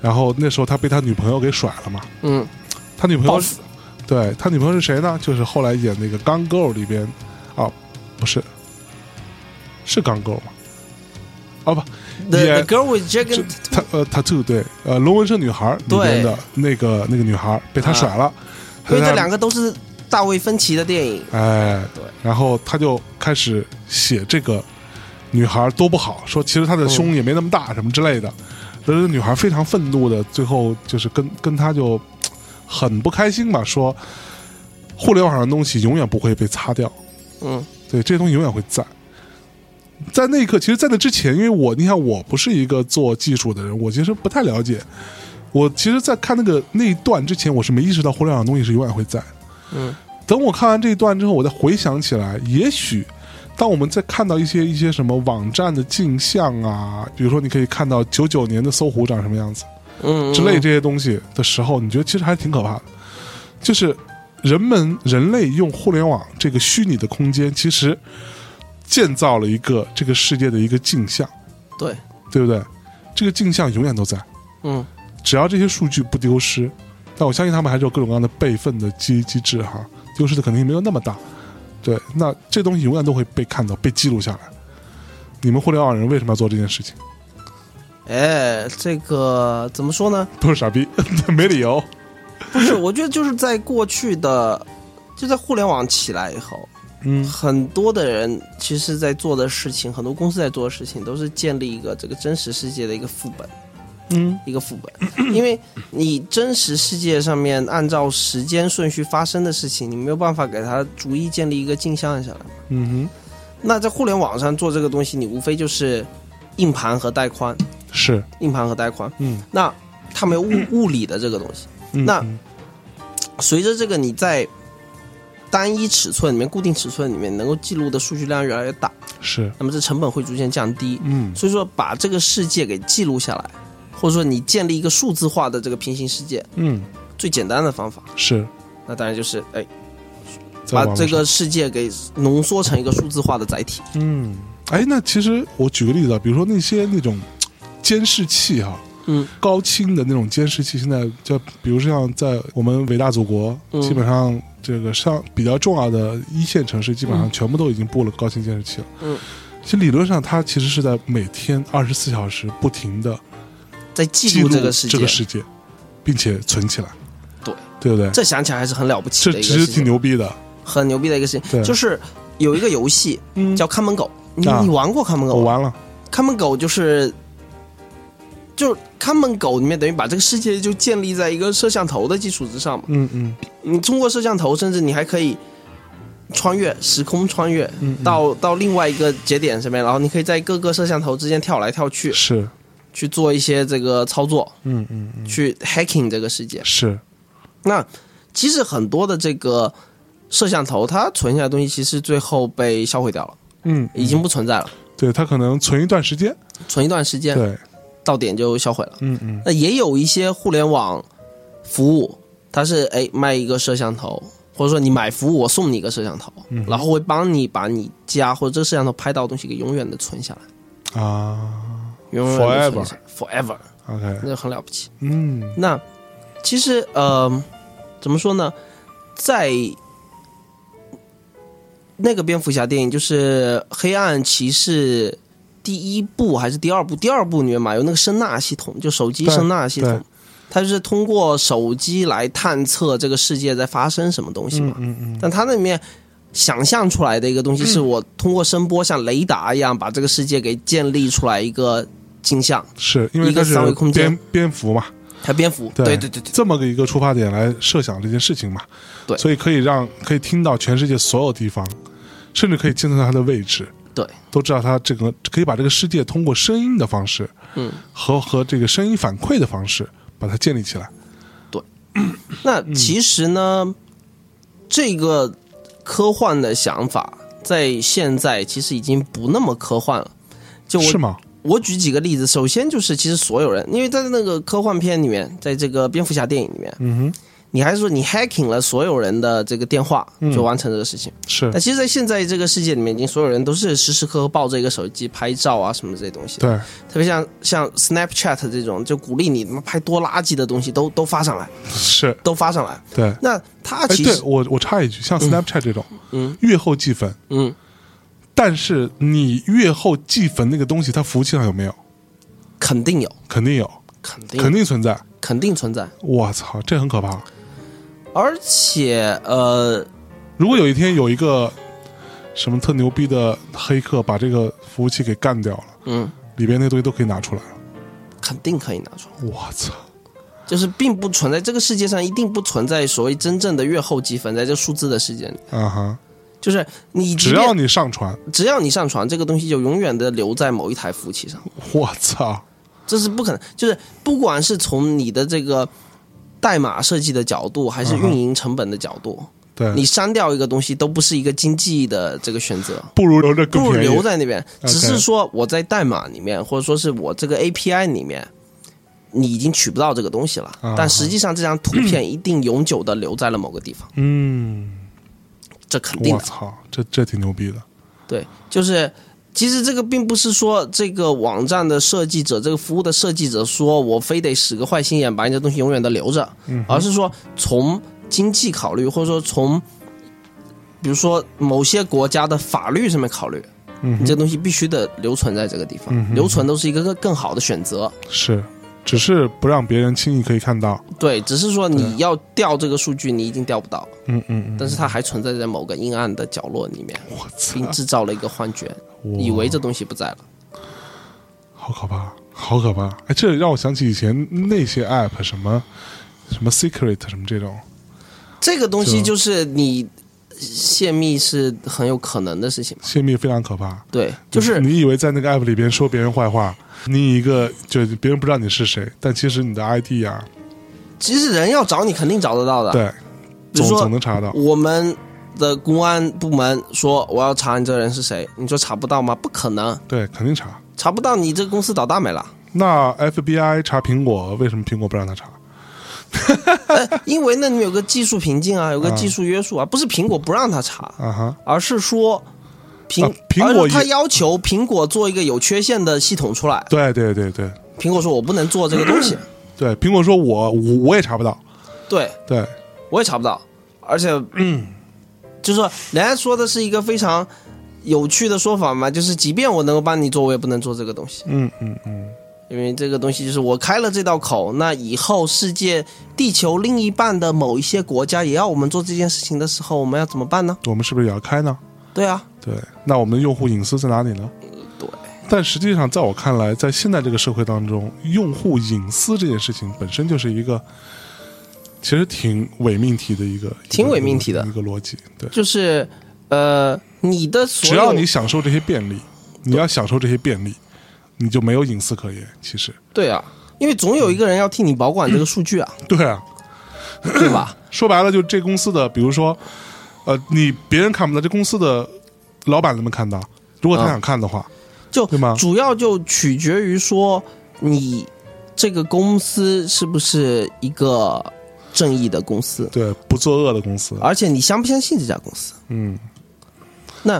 Speaker 1: 然后那时候他被他女朋友给甩了嘛，
Speaker 2: 嗯，
Speaker 1: 他女朋友
Speaker 2: 暴死，
Speaker 1: 对他女朋友是谁呢？就是后来演那个《钢 girl》里边啊，不是，是《钢 girl》吗？啊不，
Speaker 2: The
Speaker 1: 也
Speaker 2: The Girl with
Speaker 1: 这
Speaker 2: Dragon，
Speaker 1: 他呃 tattoo 对呃龙纹身女孩里边的那个那个女孩被他甩了，
Speaker 2: 因嗯为这两
Speaker 1: 个
Speaker 2: 个都是大卫芬奇的电影，
Speaker 1: 哎
Speaker 2: 对，
Speaker 1: 然后他就开始写这个女孩多不好，说其实她的
Speaker 2: 嗯
Speaker 1: 胸也没那么大什么之类的，这个女孩非常愤怒的，最后就是跟跟他就嘖很不开心吧，说互联网上的东西永远不会被擦掉，
Speaker 2: 嗯
Speaker 1: 对，这些东西永远会在。在那一刻，其实，在那之前，因为我，你看，我不是一个做技术的人，我其实不太了解。我其实，在看那个那一段之前，我是没意识到互联网的东西是永远会在的。
Speaker 2: 嗯
Speaker 1: 等我看完这一段之后，我再回想起来，也许当我们在看到一些一些什么网站的镜像啊，比如说你可以看到九九年的搜狐长什么样子
Speaker 2: 嗯
Speaker 1: 之类这些东西的时候，你觉得其实还挺可怕的。就是人们人类用互联网这个虚拟的空间，其实建造了一个这个世界的一个镜像，
Speaker 2: 对，
Speaker 1: 对不对？这个镜像永远都在。
Speaker 2: 嗯
Speaker 1: 只要这些数据不丢失，但我相信他们还是有各种各样的备份的机机制哈，丢失的肯定没有那么大。对，那这东西永远都会被看到、被记录下来。你们互联网人为什么要做这件事情？
Speaker 2: 哎，这个怎么说呢？
Speaker 1: 都是傻逼， 没理由。
Speaker 2: 不是，我觉得就是在过去的，就在互联网起来以后，
Speaker 1: 嗯
Speaker 2: 很多的人其实在做的事情，很多公司在做的事情，都是建立一个这个真实世界的一个副本，
Speaker 1: 嗯
Speaker 2: 一个副本。因为你真实世界上面按照时间顺序发生的事情，你没有办法给它逐一建立一个镜像下来。
Speaker 1: 嗯
Speaker 2: 那在互联网上做这个东西，你无非就是硬盘和带宽，
Speaker 1: 哼，是，
Speaker 2: 硬盘和带宽。
Speaker 1: 嗯
Speaker 2: 那它没有物物理的这个东西。
Speaker 1: 嗯
Speaker 2: 那
Speaker 1: 嗯
Speaker 2: 随着这个你在单一尺寸里面、固定尺寸里面能够记录的数据量越来越大，
Speaker 1: 是，
Speaker 2: 那么这成本会逐渐降低。
Speaker 1: 嗯
Speaker 2: 所以说，把这个世界给记录下来，或者说你建立一个数字化的这个平行世界，
Speaker 1: 嗯
Speaker 2: 最简单的方法，
Speaker 1: 是，
Speaker 2: 那当然就是哎，
Speaker 1: 在
Speaker 2: 把
Speaker 1: 网络
Speaker 2: 这
Speaker 1: 上
Speaker 2: 个世界给浓缩成一个数字化的载体。
Speaker 1: 嗯，哎，那其实我举个例子啊，比如说那些那种监视器哈、
Speaker 2: 嗯，
Speaker 1: 高清的那种监视器，现在就比如像在我们伟大祖国，
Speaker 2: 嗯
Speaker 1: 基本上这个上比较重要的一线城市，基本上
Speaker 2: 嗯
Speaker 1: 全部都已经布了高清监视器了。
Speaker 2: 嗯，
Speaker 1: 其实理论上它其实是在每天二十四小时不停的
Speaker 2: 在记
Speaker 1: 记
Speaker 2: 录
Speaker 1: 录
Speaker 2: 这个世界，
Speaker 1: 这个世界，并且存起来。
Speaker 2: 对，
Speaker 1: 对不对？
Speaker 2: 这想起来还是很了不起
Speaker 1: 这
Speaker 2: 的一
Speaker 1: 其
Speaker 2: 个事
Speaker 1: 实挺
Speaker 2: 情，
Speaker 1: 牛逼的。
Speaker 2: 很牛逼的一个事
Speaker 1: 对
Speaker 2: 情。就是有一个游戏
Speaker 1: 嗯
Speaker 2: 叫看门狗，你
Speaker 1: 啊
Speaker 2: 你玩过看门狗
Speaker 1: 我
Speaker 2: 吗？
Speaker 1: 完了，
Speaker 2: 看门狗就是，就是看门狗里面等于把这个世界就建立在一个摄像头的基础之上嘛。
Speaker 1: 嗯嗯
Speaker 2: 你通过摄像头，甚至你还可以穿越时空穿越
Speaker 1: 嗯，嗯
Speaker 2: 到到另外一个节点上面，然后你可以在各个摄像头之间跳来跳去，
Speaker 1: 是，
Speaker 2: 去做一些这个操作，
Speaker 1: 嗯嗯嗯
Speaker 2: 去 hacking 这个世界。
Speaker 1: 是，
Speaker 2: 那其实很多的这个摄像头，它存下来的东西，其实最后被销毁掉了，
Speaker 1: 嗯，
Speaker 2: 已经不存在了，
Speaker 1: 对它可能存一段时间，
Speaker 2: 存一段时间
Speaker 1: 对，
Speaker 2: 到点就销毁了。
Speaker 1: 嗯嗯
Speaker 2: 那也有一些互联网服务，它是哎卖一个摄像头，或者说你买服务我送你一个摄像头，
Speaker 1: 嗯
Speaker 2: 然后会帮你把你家或者这个摄像头拍到的东西给永远的存下来，
Speaker 1: 啊
Speaker 2: 永远的存下来 forever，
Speaker 1: ，OK，
Speaker 2: 那就很了不起。
Speaker 1: 嗯
Speaker 2: 那其实呃，怎么说呢，在那个蝙蝠侠电影就是《黑暗骑士》。第一部还是第二部？第二部里面嘛，有那个声纳系统，就手机
Speaker 1: 对
Speaker 2: 声纳系统
Speaker 1: 对，
Speaker 2: 它就是通过手机来探测这个世界在发生什么东西嘛。
Speaker 1: 嗯嗯，
Speaker 2: 但它那里面想象出来的一个东西，是我通过声波像雷达一样把这个世界给建立出来一个镜像。
Speaker 1: 是因为
Speaker 2: 一个
Speaker 1: 它是
Speaker 2: 三维空间
Speaker 1: 蝙蝙蝠嘛，
Speaker 2: 还蝙蝠，对对对对，
Speaker 1: 这么个一个出发点来设想这件事情嘛，
Speaker 2: 对
Speaker 1: 所以可以让可以听到全世界所有地方，甚至可以监测它的位置，
Speaker 2: 对，
Speaker 1: 都知道它这个可以把这个世界通过声音的方式
Speaker 2: 嗯。
Speaker 1: 和和这个声音反馈的方式把它建立起来。
Speaker 2: 那
Speaker 1: 嗯
Speaker 2: 其实呢，这个科幻的想法在现在其实已经不那么科幻了。就我
Speaker 1: 是吗？
Speaker 2: 我举几个例子，首先就是其实所有人，因为在那个科幻片里面，在这个蝙蝠侠电影里面，
Speaker 1: 嗯哼，
Speaker 2: 你还是说你 hacking 了所有人的这个电话
Speaker 1: 嗯
Speaker 2: 就完成这个事情。
Speaker 1: 是
Speaker 2: 那其实，在现在这个世界里面，已经所有人都是时时刻刻抱着一个手机拍照啊什么这些东西。
Speaker 1: 对，
Speaker 2: 特别像像 Snapchat 这种，就鼓励你他妈拍多垃圾的东西都都发上来，
Speaker 1: 是，
Speaker 2: 都发上来。
Speaker 1: 对。
Speaker 2: 那
Speaker 1: 哎，
Speaker 2: 它其实
Speaker 1: 对我我插一句，像 Snapchat 这种，
Speaker 2: 嗯，
Speaker 1: 月后计分，
Speaker 2: 嗯，
Speaker 1: 但是你月后计分那个东西，它服务器上有没有？
Speaker 2: 肯定有，
Speaker 1: 肯定有，
Speaker 2: 肯定
Speaker 1: 肯定存在。
Speaker 2: 肯定存在。
Speaker 1: 我操，这很可怕。
Speaker 2: 而且呃，
Speaker 1: 如果有一天有一个什么特牛逼的黑客把这个服务器给干掉了，
Speaker 2: 嗯，
Speaker 1: 里边那东西都可以拿出来了。
Speaker 2: 肯定可以拿出来，
Speaker 1: 我操，
Speaker 2: 就是并不存在这个世界上一定不存在所谓真正的月后积分，在这数字的世界里，
Speaker 1: 啊哈！
Speaker 2: 就是嗯你即
Speaker 1: 只
Speaker 2: 便
Speaker 1: 要你上传，
Speaker 2: 只要你上传这个东西，就永远的留在某一台服务器上，
Speaker 1: 我操，
Speaker 2: 这是不可能。就是不管是从你的这个代码设计的角度，还是
Speaker 1: 嗯哼
Speaker 2: 运营成本的角度，
Speaker 1: 对，
Speaker 2: 你删掉一个东西都不是一个经济的这个选择。
Speaker 1: 不如留着
Speaker 2: 不
Speaker 1: 更
Speaker 2: 如
Speaker 1: 便宜。
Speaker 2: 留在那边，
Speaker 1: OK
Speaker 2: 只是说我在代码里面，或者说是我这个 API 里面，你已经取不到这个东西了
Speaker 1: 啊。
Speaker 2: 但实际上，这张图片一定永久的留在了某个地方，
Speaker 1: 嗯，
Speaker 2: 这肯定
Speaker 1: 我
Speaker 2: 的。
Speaker 1: 操，这这挺牛逼的。
Speaker 2: 对，就是其实这个并不是说这个网站的设计者、这个服务的设计者说我非得使个坏心眼把你这东西永远的留着，
Speaker 1: 嗯
Speaker 2: 而是说从经济考虑，或者说从比如说某些国家的法律上面考虑，
Speaker 1: 嗯
Speaker 2: 你这
Speaker 1: 哼，
Speaker 2: 东西必须得留存在这个地方，
Speaker 1: 嗯哼
Speaker 2: 留存都是一个更更好的选择。
Speaker 1: 是，只是不让别人轻易可以看到。
Speaker 2: 对，只是说
Speaker 1: 对
Speaker 2: 你要调这个数据，你一定调不到，
Speaker 1: 嗯嗯嗯，
Speaker 2: 但是它还存在在某个阴暗的角落里面，
Speaker 1: 我操
Speaker 2: 并，制造了一个幻觉，
Speaker 1: 我
Speaker 2: 以为这东西不在了。
Speaker 1: 好可怕，好可怕！哎，这让我想起以前那些 app，什么什么 secret 什么这种，
Speaker 2: 这个东
Speaker 1: 是
Speaker 2: 西
Speaker 1: 吧
Speaker 2: 就是你泄密是很有可能的事情嘛。
Speaker 1: 泄密非常可怕。
Speaker 2: 对，就是
Speaker 1: 你以为在那个 app 里边说别人坏话，你以一个就别人不知道你是谁，但其实你的 ID 啊，
Speaker 2: 其实人要找你肯定找得到的。
Speaker 1: 对，
Speaker 2: 比
Speaker 1: 总
Speaker 2: 如啊说
Speaker 1: 总能查到。
Speaker 2: 我们的公安部门说我要查你这个人是谁，你说查不到吗？不可能，
Speaker 1: 对，肯定查。
Speaker 2: 查不到你这公司倒大霉了。
Speaker 1: 那 FBI 查苹果，为什么苹果不让他查？
Speaker 2: 呃，因为那里面有个技术瓶颈啊，有个
Speaker 1: 啊
Speaker 2: 技术约束啊，不是苹果不让他查，
Speaker 1: 啊哈，
Speaker 2: 而是说苹、
Speaker 1: 啊苹果
Speaker 2: 而是他
Speaker 1: 也
Speaker 2: 要求苹果做一个有缺陷的系统出来，
Speaker 1: 对对对对
Speaker 2: 苹果说我不能做这个 东西，
Speaker 1: 对，苹果说我我我也查不到，
Speaker 2: 对
Speaker 1: 对，
Speaker 2: 我也查不到，而且，
Speaker 1: 嗯
Speaker 2: 就是说人家说的是一个非常有趣的说法嘛，就是即便我能够帮你做，我也不能做这个东西，
Speaker 1: 嗯嗯嗯，
Speaker 2: 因为这个东西就是我开了这道口，那以后世界地球另一半的某一些国家也要我们做这件事情的时候，我们要怎么办呢？
Speaker 1: 我们是不是也要开呢？
Speaker 2: 对啊，
Speaker 1: 对，那我们的用户隐私在哪里呢？
Speaker 2: 嗯对。
Speaker 1: 但实际上，在我看来，在现在这个社会当中，用户隐私这件事情本身就是一个，其实挺伪命题的一个，
Speaker 2: 挺
Speaker 1: 一个
Speaker 2: 伪命题的
Speaker 1: 一个逻辑。对，
Speaker 2: 就是呃，你的所
Speaker 1: 只
Speaker 2: 有
Speaker 1: 要你享受这些便利，你要享受这些便利，你就没有隐私可言。其实，
Speaker 2: 对啊，因为总有一个人要替你保管这个数据 啊，
Speaker 1: 对啊，
Speaker 2: 对吧？
Speaker 1: 说白了，就这公司的，比如说，呃，你别人看不到，这公司的老板能不能看到？如果他
Speaker 2: 啊
Speaker 1: 想看的话，
Speaker 2: 就
Speaker 1: 对吗
Speaker 2: 主要就取决于说你这个公司是不是一个正义的公司，
Speaker 1: 对，不作恶的公司，
Speaker 2: 而且你相不相信这家公司。
Speaker 1: 嗯，
Speaker 2: 那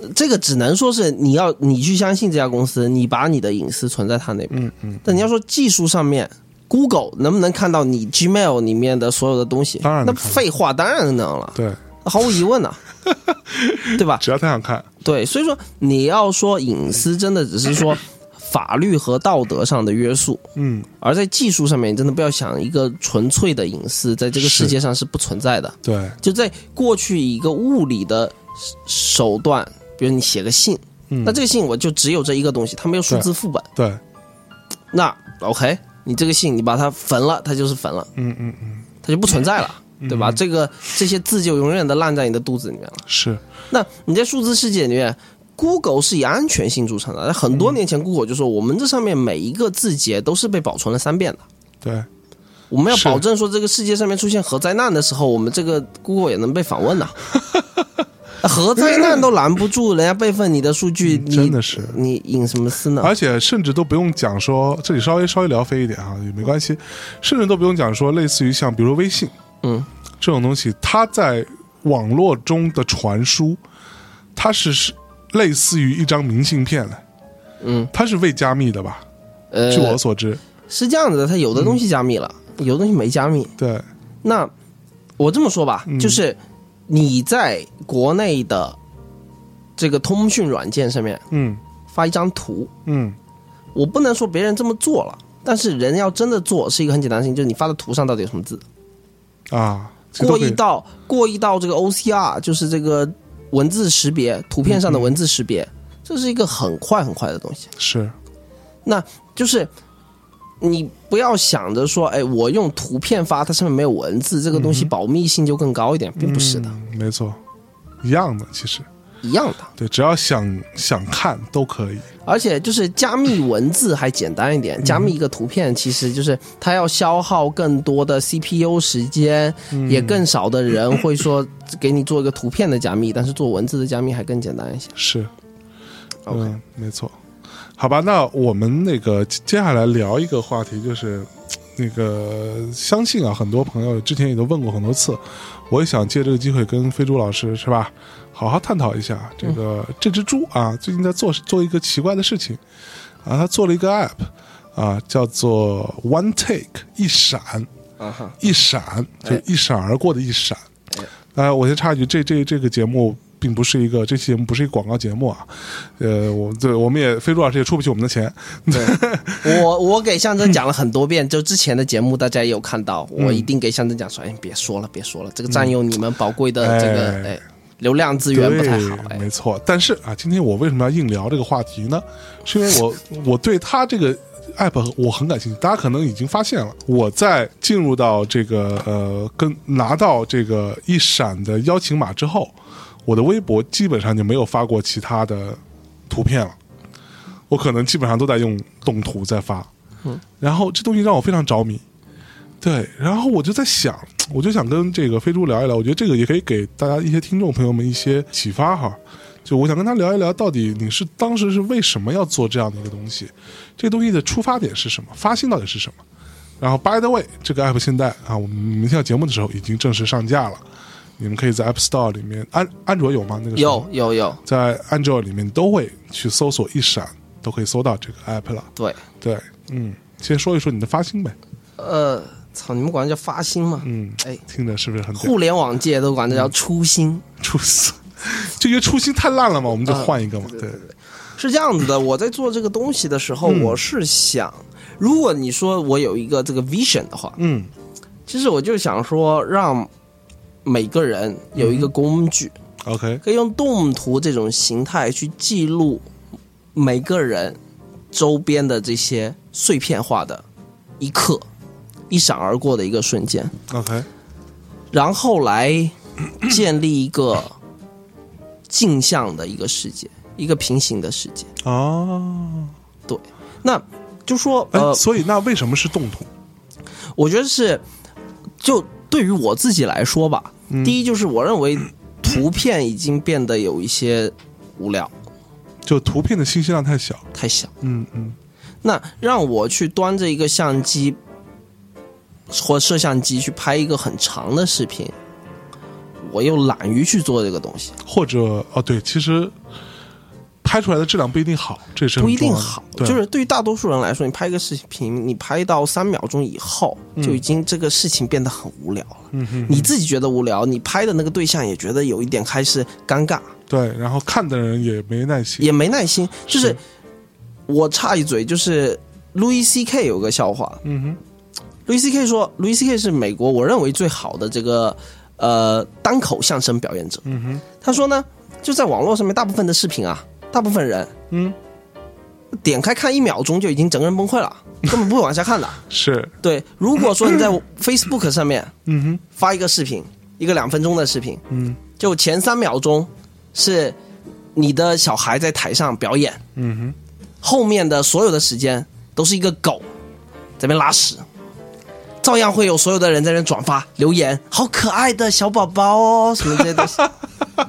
Speaker 2: 呃这个只能说是你要你去相信这家公司，你把你的隐私存在它那边。
Speaker 1: 嗯嗯，
Speaker 2: 但你要说技术上面。Google 能不能看到你 Gmail 里面的所有的东西？
Speaker 1: 当然
Speaker 2: 那
Speaker 1: 能看到
Speaker 2: 废话当然能了，
Speaker 1: 对，
Speaker 2: 毫无疑问 呐、对吧？
Speaker 1: 只要他想看，
Speaker 2: 对，所以说你要说隐私，真的只是说法律和道德上的约束，
Speaker 1: 嗯，
Speaker 2: 而在技术上面，你真的不要想一个纯粹的隐私在这个世界上是不存在的。
Speaker 1: 对，
Speaker 2: 就在过去一个物理的手段，比如你写个信，
Speaker 1: 嗯，
Speaker 2: 那这个信我就只有这一个东西，它没有数字副本。
Speaker 1: 对。
Speaker 2: 那 OK，你这个信你把它焚了，它就是焚了，
Speaker 1: 嗯嗯嗯，
Speaker 2: 它就不存在了，对吧？这个这些字就永远的烂在你的肚子里面了。
Speaker 1: 是，
Speaker 2: 那你在数字世界里面，Google 是以安全性著称的。很多
Speaker 1: 嗯
Speaker 2: 年前，Google 就说我们这上面每一个字节都是被保存了三遍的。
Speaker 1: 对，
Speaker 2: 我们要
Speaker 1: 是
Speaker 2: 保证说，这个世界上面出现核灾难的时候，我们 这个 Google 也能被访问呐、 核灾难都拦不住，人家备份你的数据，你
Speaker 1: 嗯真的是。哎
Speaker 2: 你嗯引什么私呢？
Speaker 1: 而且甚至都不用讲说，这里稍微稍微聊飞一点啊，也没关系，甚至都不用讲说，类似于像比如微信
Speaker 2: 嗯，
Speaker 1: 这种东西，它在网络中的传输，它是是类似于一张明信片嘞，
Speaker 2: 嗯，
Speaker 1: 它是未加密的吧？
Speaker 2: 呃
Speaker 1: 据，我嗯所知，
Speaker 2: 是这样子的，它有的东西加密了，有的东西没加密。
Speaker 1: 对，
Speaker 2: 那我这么说吧，
Speaker 1: 嗯
Speaker 2: 就是你在国内的这个通讯软件上面
Speaker 1: 嗯
Speaker 2: 发一张图，
Speaker 1: 嗯，
Speaker 2: 我不能说别人这么做了，但是人要真的做是一个很简单的事情，就是你发的图上到底有什么字，
Speaker 1: 啊，这
Speaker 2: 过
Speaker 1: 都可以
Speaker 2: 一道过一道这个 OCR，就是这个文字识别，图片上的文字识别，
Speaker 1: 嗯
Speaker 2: 这是一个很快很快的东西。
Speaker 1: 是，
Speaker 2: 就是你不要想着说，哎，我用图片发，它上面没有文字，这个东西保密性就更高一点，并不是的，
Speaker 1: 嗯，没错，一样的，其实
Speaker 2: 一样的。
Speaker 1: 对，只要想想看都可以，
Speaker 2: 而且就是加密文字还简单一点，
Speaker 1: 嗯
Speaker 2: 加密一个图片，其实就是它要消耗更多的 CPU 时间，也更少的人会说给你做一个图片的加密，但是做文字的加密还更简单一些。
Speaker 1: 是，
Speaker 2: OK
Speaker 1: 嗯，没错。好吧，那我们那个接接下来聊一个话题，就是那个相信啊，很多朋友之前也都问过很多次，我也想借这个机会跟飞猪老师是吧，好好探讨一下这个、
Speaker 2: 嗯
Speaker 1: 这只猪啊，最近在做做一个奇怪的事情啊，他做了一个 app 啊，叫做 One Take 一闪，
Speaker 2: 啊哈，哎
Speaker 1: 一闪，就一闪而过的一闪。呃，我先插一句，这这这个节目并不是一个，这期节目不是一个广告节目啊。呃，我对，我们也飞猪老师也出不起我们的钱。
Speaker 2: 我我给象征讲了很多遍，就之前的节目大家也有看到，我一定给象征讲说，哎，别说了，别说了，这个占用你们宝贵的这个
Speaker 1: 哎
Speaker 2: 哎流量资源
Speaker 1: 对，
Speaker 2: 不太好，哎，
Speaker 1: 没错。但是啊，今天我为什么要硬聊这个话题呢？是因为我 我对他这个 app 我很感兴趣。大家可能已经发现了，我在进入到这个呃跟拿到这个一闪的邀请码之后，我的微博基本上就没有发过其他的图片了。我可能基本上都在用动图在发，
Speaker 2: 嗯，
Speaker 1: 然后这东西让我非常着迷，对，然后我就在想，我就想跟这个飞猪聊一聊，我觉得这个也可以给大家一些听众朋友们一些启发哈。就我想跟他聊一聊，到底你是当时是为什么要做这样的一个东西？这个东西的出发点是什么？发心到底是什么？然后，by the way，这个 app 现在啊，我们你们听到节目的时候已经正式上架了，你们可以在 App Store 里面，安安卓有吗？那个时候
Speaker 2: 有有有，
Speaker 1: 在 Android 里面都会去搜索一闪，都可以搜到这个 app 了。
Speaker 2: 对，
Speaker 1: 对，嗯，先说一说你的发心呗，
Speaker 2: 呃，操，你们管这叫发心吗？
Speaker 1: 嗯，
Speaker 2: 哎，
Speaker 1: 听着是不是很屌
Speaker 2: 互联网界都管这叫初心。
Speaker 1: 初四？ 就因为初心太烂了嘛，我们就换一个嘛。嗯对，
Speaker 2: 是这样子的，我在做这个东西的时候，我是想，如果你说我有一个这个 vision 的话，
Speaker 1: 嗯
Speaker 2: 其实我就想说，让每个人有一个工具，
Speaker 1: ，OK，
Speaker 2: 可以用动图这种形态去记录每个人周边的这些碎片化的一刻，一闪而过的一个瞬间。
Speaker 1: OK，
Speaker 2: 然后来建立一个镜像的一个世界，一个平行的世界。
Speaker 1: 哦，
Speaker 2: 那就说
Speaker 1: 哎，
Speaker 2: 呃，
Speaker 1: 所以那为什么是动图？
Speaker 2: 我觉得是就对于我自己来说吧，第一就是我认为图片已经变得有一些无聊，
Speaker 1: 就图片的信息量太小。
Speaker 2: 太小。
Speaker 1: 嗯嗯
Speaker 2: 那让我去端着一个相机或摄像机去拍一个很长的视频，我又懒于去做这个东西。
Speaker 1: 或者哦，对，其实拍出来的质量不一定好，这是很
Speaker 2: 不一
Speaker 1: 重
Speaker 2: 定
Speaker 1: 要的
Speaker 2: 好，
Speaker 1: 对
Speaker 2: 就是对于大多数人来说，你拍一个视频，你拍到三秒钟以后，就已经这个事情变得很无聊了。
Speaker 1: 嗯哼，
Speaker 2: 你自己觉得无聊，你拍的那个对象也觉得有一点开始尴尬，
Speaker 1: 对，然后看的人也没耐心。
Speaker 2: 也没耐心。就是我插一嘴，就是路易 C K 有个笑话，
Speaker 1: 嗯哼，
Speaker 2: 路易 C K 说，路易 C K 是美国我认为最好的这个呃单口相声表演者。
Speaker 1: 嗯哼，
Speaker 2: 他说呢，就在网络上面，大部分的视频啊，大部分人
Speaker 1: 嗯，
Speaker 2: 点开看一秒钟就已经整个人崩溃了，根本不会往下看的。
Speaker 1: 是，
Speaker 2: 对，如果说你在 Facebook 上面
Speaker 1: 嗯哼，
Speaker 2: 发一个视频，一个两分钟的视频，
Speaker 1: 嗯
Speaker 2: 就前三秒钟是你的小孩在台上表演，
Speaker 1: 嗯哼，
Speaker 2: 后面的所有的时间都是一个狗在那边拉屎，照样会有所有的人在那转发留言，好可爱的小宝宝哦，什么这些 东西。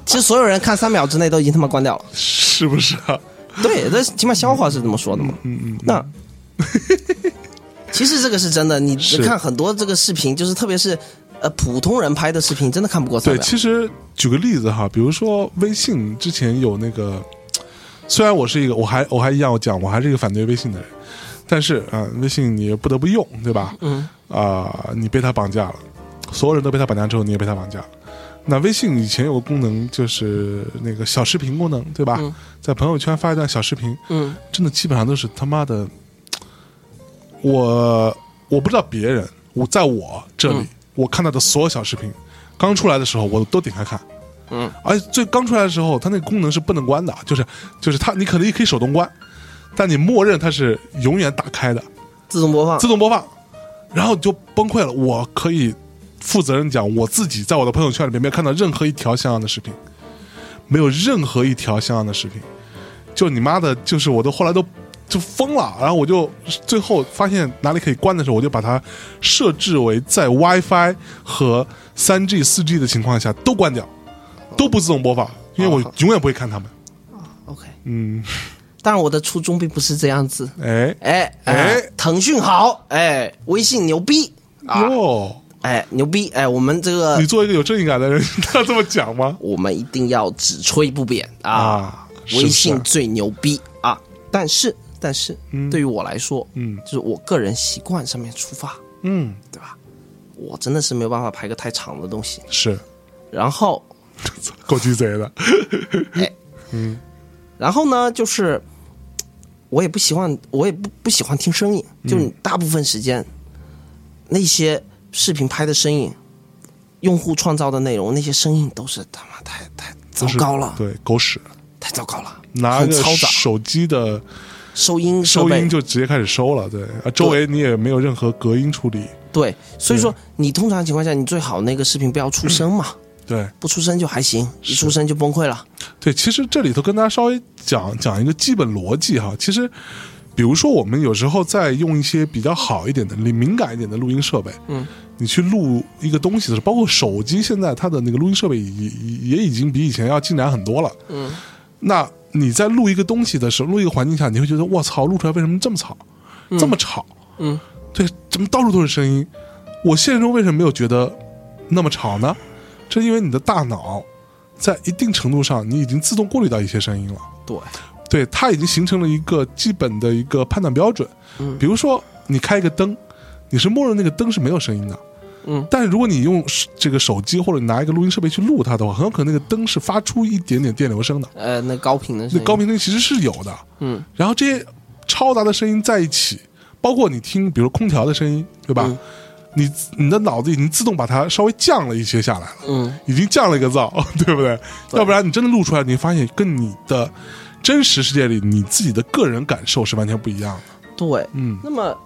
Speaker 2: 其实所有人看三秒之内都已经他妈关掉了。
Speaker 1: 是不是啊？
Speaker 2: 对，这起码消化是这么说的嘛。
Speaker 1: 嗯嗯，
Speaker 2: 那其实这个是真的，你
Speaker 1: 是
Speaker 2: 看很多这个视频，就是特别是呃普通人拍的视频，真的看不过三
Speaker 1: 对，
Speaker 2: 秒。
Speaker 1: 其实举个例子哈，比如说微信之前有那个，虽然我是一个，我还我还一样，我讲我还是一个反对微信的人，但是啊、呃微信你也不得不用，对吧？
Speaker 2: 嗯
Speaker 1: 啊、你被他绑架了，所有人都被他绑架之后，你也被他绑架了。那微信以前有个功能，就是那个小视频功能，对吧？
Speaker 2: 嗯
Speaker 1: 在朋友圈发一段小视频，
Speaker 2: 嗯
Speaker 1: 真的基本上都是他妈的，我我不知道别人，我在我这里、
Speaker 2: 嗯
Speaker 1: 我看到的所有小视频，刚出来的时候我都点开看，
Speaker 2: 嗯，
Speaker 1: 而且最刚出来的时候，它那个功能是不能关的，就是就是它你可能也可以手动关，但你默认它是永远打开的
Speaker 2: 自动播放
Speaker 1: 自。动播放，然后你就崩溃了。我可以负责任讲，我自己在我的朋友圈里面没有看到任何一条像样的视频，没有任何一条像样的视频。就你妈的，就是我都后来都就疯了，然后我就最后发现哪里可以关的时候，我就把它设置为在 WiFi 和三 G、四 G 的情况下都关掉，都不自动播放，因为我
Speaker 2: 好
Speaker 1: 永远不会看他们。
Speaker 2: OK，
Speaker 1: 嗯，
Speaker 2: 当然我的初衷并不是这样子。
Speaker 1: 哎，
Speaker 2: 哎
Speaker 1: 哎
Speaker 2: 哎，腾讯好，哎，微信牛逼啊，
Speaker 1: 哟，
Speaker 2: 哎，牛逼，哎，我们这个
Speaker 1: 你作为一个有正义感的人， 他这么讲吗？
Speaker 2: 我们一定要只吹不贬啊，
Speaker 1: 啊，是
Speaker 2: 微
Speaker 1: 不是啊
Speaker 2: 信最牛逼啊。但是，但是对于我来说，
Speaker 1: 嗯
Speaker 2: 就是我个人习惯上面出发，
Speaker 1: 嗯，
Speaker 2: 对吧？我真的是没有办法拍个太长的东西。
Speaker 1: 是
Speaker 2: 然后，
Speaker 1: 够鸡贼的。
Speaker 2: 然后呢，就是我也不喜欢，我也不不喜欢听声音，就
Speaker 1: 嗯
Speaker 2: 你大部分时间、那些视频拍的声音，用户创造的内容，那些声音都是他妈太太糟
Speaker 1: 就是
Speaker 2: 糕了，
Speaker 1: 对，狗屎，
Speaker 2: 太糟糕了，
Speaker 1: 拿
Speaker 2: 很
Speaker 1: 个
Speaker 2: 嘈杂，
Speaker 1: 手机的
Speaker 2: 收音设
Speaker 1: 收
Speaker 2: 备
Speaker 1: 音就直接开始收了，对，啊，周围你也没有任何隔音处理，
Speaker 2: 对，
Speaker 1: 嗯
Speaker 2: 所以说你通常情况下，你最好那个视频不要出声嘛，
Speaker 1: 对，
Speaker 2: 不出声就还行，一出声就崩溃了。
Speaker 1: 对，其实这里头跟大家稍微讲讲一个基本逻辑哈。其实，比如说我们有时候在用一些比较好一点的、敏感一点的录音设备，嗯，你去录一个东西的时候，包括手机现在它的那个录音设备也也也已经比以前要进展很多了，嗯，那你在录一个东西的时候，录一个环境下，你会觉得我操，录出来为什么这么吵，这么吵？
Speaker 2: 嗯，
Speaker 1: 对，怎么到处都是声音？我现实中为什么没有觉得那么吵呢？这是因为你的大脑在一定程度上，你已经自动过滤到一些声音了。
Speaker 2: 对，
Speaker 1: 对，它已经形成了一个基本的一个判断标准。
Speaker 2: 嗯
Speaker 1: 比如说你开一个灯，你是默认那个灯是没有声音的。
Speaker 2: 嗯，
Speaker 1: 但如果你用手这个手机或者你拿一个录音设备去录它的话，很有可能那个灯是发出一点点电流声的。
Speaker 2: 呃，那高频的声
Speaker 1: 那
Speaker 2: 音，
Speaker 1: 高频声其实是有的。
Speaker 2: 嗯，
Speaker 1: 然后这些嘈杂的声音在一起，包括你听，比如空调的声音，对吧？
Speaker 2: 嗯
Speaker 1: 你你的脑子已经自动把它稍微降了一些下来了，
Speaker 2: 嗯，
Speaker 1: 已经降了一个噪， 对不对？
Speaker 2: 对
Speaker 1: 要不然你真的录出来，你发现跟你的真实世界里你自己的个人感受是完全不一样的。
Speaker 2: 对。
Speaker 1: 嗯，
Speaker 2: 那么，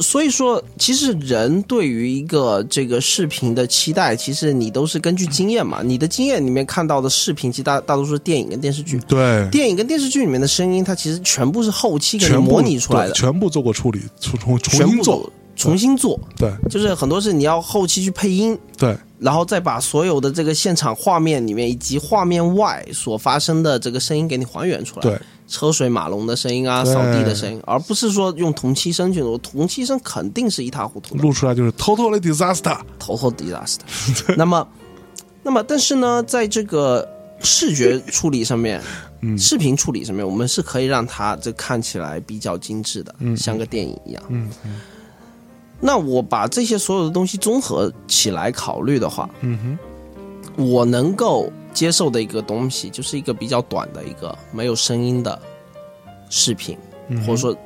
Speaker 2: 所以说，其实人对于一个这个视频的期待，其实你都是根据经验嘛。你的经验里面看到的视频，其实大大多数是电影跟电视
Speaker 1: 嗯
Speaker 2: 剧。
Speaker 1: 对，
Speaker 2: 电影跟电视剧里面的声音，它其实全部是后期给你
Speaker 1: 全部
Speaker 2: 模拟出来
Speaker 1: 对
Speaker 2: 的，
Speaker 1: 全部做过处理，重重
Speaker 2: 全
Speaker 1: 重
Speaker 2: 部
Speaker 1: 新做
Speaker 2: 都，重新做，
Speaker 1: 对
Speaker 2: 就是很多是你要后期去配音，
Speaker 1: 对
Speaker 2: 然后再把所有的这个现场画面里面以及画面外所发生的这个声音给你还原出来，
Speaker 1: 对，
Speaker 2: 车水马龙的声音啊，
Speaker 1: 对
Speaker 2: 扫地的声音，而不是说用同期声去录，同期声肯定是一塌糊涂的，
Speaker 1: 录出来就是 totally disaster。
Speaker 2: 头头 disaster。那 么，那么但是呢，在这个视觉处理 上面，
Speaker 1: 嗯
Speaker 2: 视频处理上面，我们是可以让它这看起来比较精致的，像个电影一样。
Speaker 1: 嗯
Speaker 2: 那我把这些所有的东西综合起来考虑的话，
Speaker 1: 嗯哼，
Speaker 2: 我能够接受的一个东西，就是一个比较短的一个没有声音的视频，
Speaker 1: 嗯哼
Speaker 2: 或者说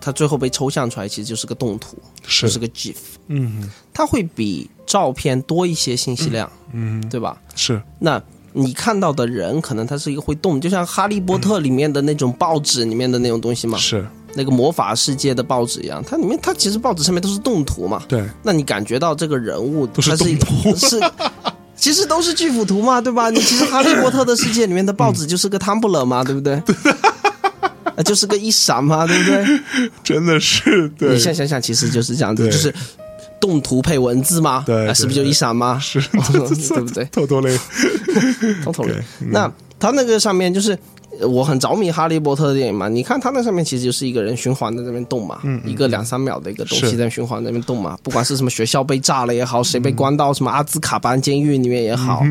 Speaker 2: 它最后被抽象出来，其实就是个动图，就是是个 GIF，
Speaker 1: 嗯哼
Speaker 2: 它会比照片多一些信息量，
Speaker 1: 嗯哼
Speaker 2: 对吧？
Speaker 1: 是
Speaker 2: 那你看到的人可能他是一个会动，就像《哈利波特》里面的那种报纸里面的那种东西嘛，
Speaker 1: 是
Speaker 2: 那个魔法世界的报纸一样，它里面它其实报纸上面都是动图嘛，
Speaker 1: 对，
Speaker 2: 那你感觉到这个人物
Speaker 1: 都是
Speaker 2: 他是一个
Speaker 1: 动
Speaker 2: 是， 其实都是巨幅图嘛，对吧？你其实《哈利波特》的世界里面的报
Speaker 1: 嗯
Speaker 2: 纸就是个 Tumblr 嘛，对 不对？呃就是个一闪嘛，对不对？
Speaker 1: 真的是对
Speaker 2: 你，现在想想，其实就是这样子，
Speaker 1: 对
Speaker 2: 就是动图配文字嘛，
Speaker 1: 对
Speaker 2: 啊是不是就一 闪 嘛？
Speaker 1: 是
Speaker 2: 对不对
Speaker 1: 偷偷嘞，
Speaker 2: 偷偷的
Speaker 1: 对。嗯
Speaker 2: 那他那个上面就是呃我很着迷《哈利波特》的电影嘛，你看他那上面其实就是一个人循环在那边动嘛，
Speaker 1: 嗯
Speaker 2: 一个两三秒的一个东西
Speaker 1: 是
Speaker 2: 在循环在那边动嘛，不管是什么学校被炸了也好，谁被关到什么阿兹卡班监狱里面也好，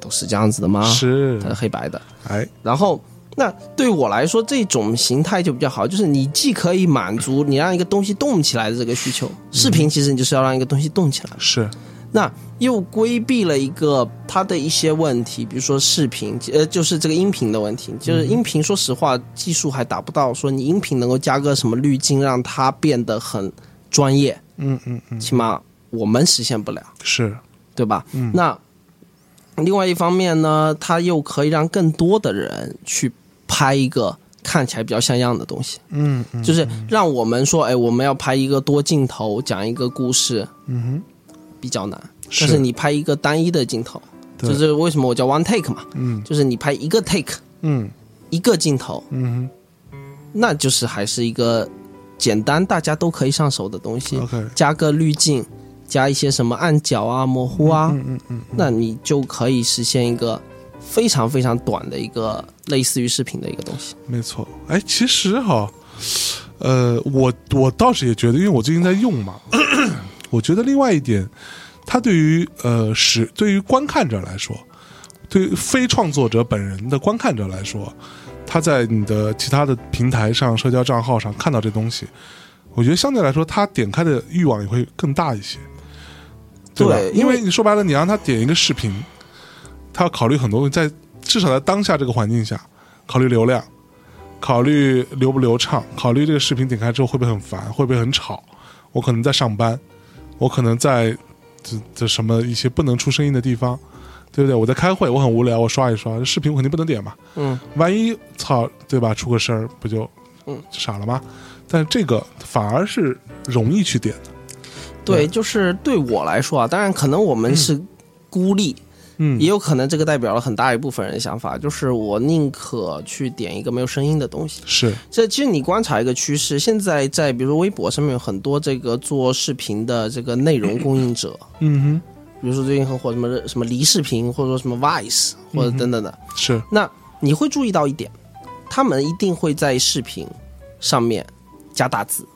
Speaker 2: 都是这样子的吗？
Speaker 1: 嗯是
Speaker 2: 它是黑白的。
Speaker 1: 哎，
Speaker 2: 然后，那对我来说，这种形态就比较好，就是你既可以满足你让一个东西动起来的这个需求，视频其实你就是要让一个东西动起来嘛。
Speaker 1: 是
Speaker 2: 那又规避了一个它的一些问题，比如说视频，呃，就是这个音频的问题。就是音频，说实话，技术还达不到说你音频能够加个什么滤镜，让它变得很专业，
Speaker 1: 嗯嗯嗯，
Speaker 2: 起码我们实现不了，
Speaker 1: 是
Speaker 2: 对吧？
Speaker 1: 嗯
Speaker 2: 那另外一方面呢，它又可以让更多的人去拍一个看起来比较像样的东西。
Speaker 1: 嗯嗯
Speaker 2: 就是让我们说，哎，我们要拍一个多镜头讲一个故事，嗯哼，比较难。
Speaker 1: 是
Speaker 2: 但是你拍一个单一的镜头，
Speaker 1: 对
Speaker 2: 就是为什么我叫 one take 嘛，
Speaker 1: 嗯
Speaker 2: 就是你拍一个 take
Speaker 1: 嗯
Speaker 2: 一个镜头，
Speaker 1: 嗯
Speaker 2: 那就是还是一个简单大家都可以上手的东西，
Speaker 1: ，OK，
Speaker 2: 加个滤镜，加一些什么暗角啊、模糊啊，
Speaker 1: 嗯嗯嗯，
Speaker 2: 那你就可以实现一个非常非常短的一个类似于视频的一个东西。
Speaker 1: 没错。哎，其实哈，呃，我我倒是也觉得，因为我最近在用嘛，我觉得另外一点，它对于呃使对于观看者来说，对于非创作者本人的观看者来说，他在你的其他的平台上、社交账号上看到这东西，我觉得相对来说，他点开的欲望也会更大一些，吧？
Speaker 2: 对
Speaker 1: 因
Speaker 2: 因为
Speaker 1: 为你说白了，你让他点一个视频，他要考虑很多东西，在至少在当下这个环境下，考虑流量，考虑流不流畅，考虑这个视频点开之后会不会很烦，会不会很吵，我可能在上班，我可能在这这什么一些不能出声音的地方，对不对？我在开会，我很无聊，我刷一刷视频，我肯定不能点嘛。
Speaker 2: 嗯，
Speaker 1: 万一操，对吧？出个声儿不就
Speaker 2: 嗯
Speaker 1: 傻了吗？但是这个反而是容易去点的，对
Speaker 2: 对，就是对我来说啊，当然可能我们是孤立，
Speaker 1: 嗯
Speaker 2: 也有可能这个代表了很大一部分人的想法，就是我宁可去点一个没有声音的东西。
Speaker 1: 是
Speaker 2: 这其实你观察一个趋势，现在在比如说微博上面有很多这个做视频的这个内容供应者，
Speaker 1: 嗯
Speaker 2: 比如说最近很火什么什么离视频，或者说什么 Vice 或者等等的。
Speaker 1: 嗯哼，是
Speaker 2: 那你会注意到一点，他们一定会在视频上面加大字，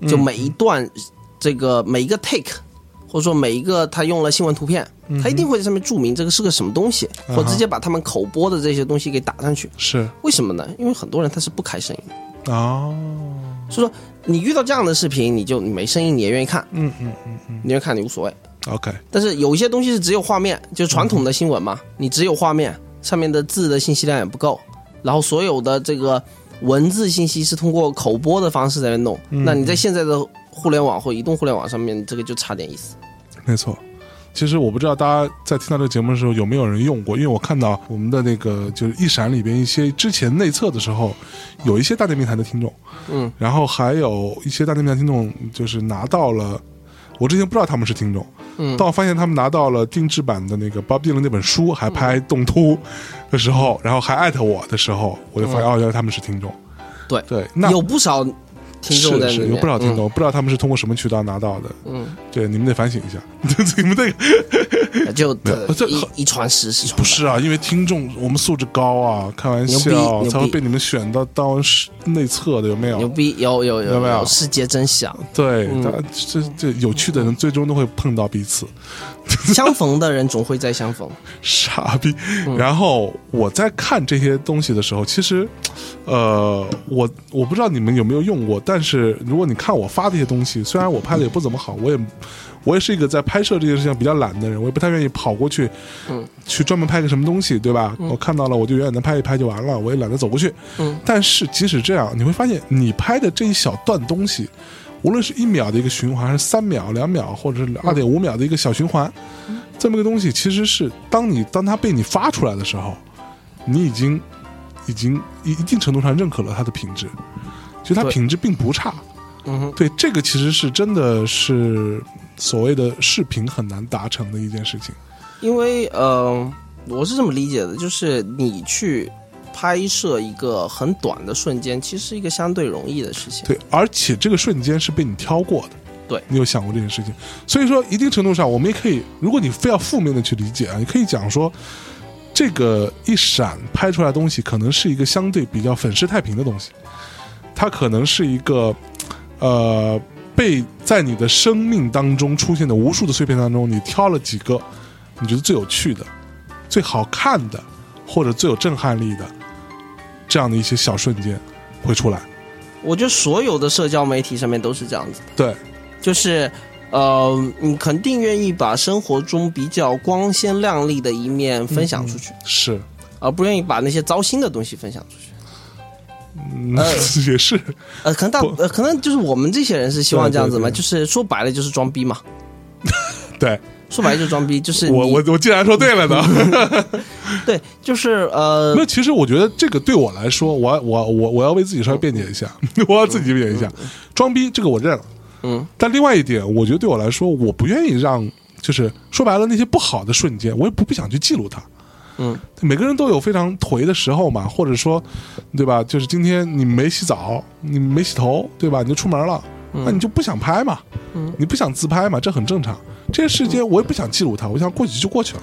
Speaker 1: 嗯
Speaker 2: 就每一段这个每一个 take，或者说每一个他用了新闻图片，
Speaker 1: 嗯
Speaker 2: 他一定会在上面注明这个是个什么东西，
Speaker 1: 啊哈
Speaker 2: 或直接把他们口播的这些东西给打上去。
Speaker 1: 是
Speaker 2: 为什么呢？因为很多人他是不开声音的，
Speaker 1: 啊，
Speaker 2: 所以说你遇到这样的视频，你就你没声音你也愿意看，
Speaker 1: 嗯嗯嗯
Speaker 2: 你愿意看你无所谓。
Speaker 1: ，OK，
Speaker 2: 但是有一些东西是只有画面，就是传统的新闻嘛，你只有画面，上面的字的信息量也不够，然后所有的这个文字信息是通过口播的方式在那弄，
Speaker 1: 嗯
Speaker 2: 那你在现在的互联网或移动互联网上面，这个就差点意思。
Speaker 1: 没错。其实我不知道大家在听到这个节目的时候有没有人用过，因为我看到我们的那个就是一闪里边一些之前内测的时候，有一些大内密谈的听众，
Speaker 2: 嗯，
Speaker 1: 然后还有一些大内密谈听众就是拿到了，我之前不知道他们是听众，
Speaker 2: 嗯
Speaker 1: 但我发现他们拿到了定制版的那个 Bob Dylan 那本书，还拍
Speaker 2: 嗯
Speaker 1: 动图的时候，然后还艾特我的时候，我就发现、哦，原来他们是听众，
Speaker 2: 嗯对
Speaker 1: 对，那
Speaker 2: 有不少听众
Speaker 1: 是
Speaker 2: 在里
Speaker 1: 是
Speaker 2: 面，
Speaker 1: 有不少听
Speaker 2: 嗯
Speaker 1: 众，不知道他们是通过什么渠道拿到的，
Speaker 2: 嗯，
Speaker 1: 对，你们得反省一下， 你们得
Speaker 2: 就
Speaker 1: 没有
Speaker 2: 呃
Speaker 1: 这很
Speaker 2: 一一传十，十传百
Speaker 1: 不是啊，因为听众我们素质高啊，开玩
Speaker 2: 牛
Speaker 1: 笑
Speaker 2: 逼
Speaker 1: 才会被你们选到当是内测的，有没
Speaker 2: 牛
Speaker 1: 有？
Speaker 2: 逼，有有有
Speaker 1: 有没有
Speaker 2: 世界 真响，
Speaker 1: 对，
Speaker 2: 嗯
Speaker 1: 大家这这有趣的人最终都会碰到彼此，
Speaker 2: 相逢的人总会再相逢。
Speaker 1: 傻逼。
Speaker 2: 嗯
Speaker 1: 然后我在看这些东西的时候，其实，呃，我我不知道你们有没有用过，但是如果你看我发这些东西，虽然我拍的也不怎么好，我也我也是一个在拍摄这件事情比较懒的人，我也不太愿意跑过去，
Speaker 2: 嗯
Speaker 1: 去专门拍个什么东西，对吧？我看到了，我就远远的拍一拍就完了，我也懒得走过去。
Speaker 2: 嗯
Speaker 1: 但是即使这样，你会发现你拍的这一小段东西。无论是一秒的一个循环，还是三秒、两秒，或者是二点五秒的一个小循环，这么个东西其实是当你当它被你发出来的时候，你已经已经一一定程度上认可了它的品质，就它
Speaker 2: 对
Speaker 1: 品质并不差。
Speaker 2: 嗯哼，
Speaker 1: 对，这个其实是真的是所谓的视频很难达成的一件事情。
Speaker 2: 因为呃，我是这么理解的，就是你去拍摄一个很短的瞬间，其实是一个相对容易的事情。
Speaker 1: 对，而且这个瞬间是被你挑过的。
Speaker 2: 对
Speaker 1: 你有想过这件事情？所以说，一定程度上，我们也可以，如果你非要负面的去理解啊，你可以讲说，这个一闪拍出来的东西，可能是一个相对比较粉饰太平的东西，它可能是一个，呃，被在你的生命当中出现的无数的碎片当中，你挑了几个你觉得最有趣的、最好看的，或者最有震撼力的这样的一些小瞬间会出来。
Speaker 2: 我觉得所有的社交媒体上面都是这样子的。
Speaker 1: 对，
Speaker 2: 就是呃，你肯定愿意把生活中比较光鲜亮丽的一面分享出去，
Speaker 1: 是。
Speaker 2: 而不愿意把那些糟心的东西分享出去。
Speaker 1: 嗯， 也是，
Speaker 2: 呃，可能大
Speaker 1: 不
Speaker 2: 呃，可能就是我们这些人是希望这样子嘛，
Speaker 1: 对对对
Speaker 2: 就是说白了就是装逼嘛，
Speaker 1: 对
Speaker 2: 说白了就是装逼，就是
Speaker 1: 我
Speaker 2: 你
Speaker 1: 我我竟然说对了呢。
Speaker 2: 对，就是呃
Speaker 1: 那其实我觉得这个对我来说，我我我我要为自己稍微辩解一下， 我要自己辩解一下，嗯装逼这个我认了。
Speaker 2: 嗯，
Speaker 1: 但另外一点，我觉得对我来说，我不愿意让，就是说白了那些不好的瞬间，我也不不想去记录它。
Speaker 2: 嗯，
Speaker 1: 每个人都有非常颓的时候嘛，或者说，对吧？就是今天你没洗澡，你没洗头，对吧？你就出门了，那你就不想拍嘛，
Speaker 2: 嗯
Speaker 1: 你不想自拍嘛，这很正常。这些时间我也不想记录它，我想过去就过去了。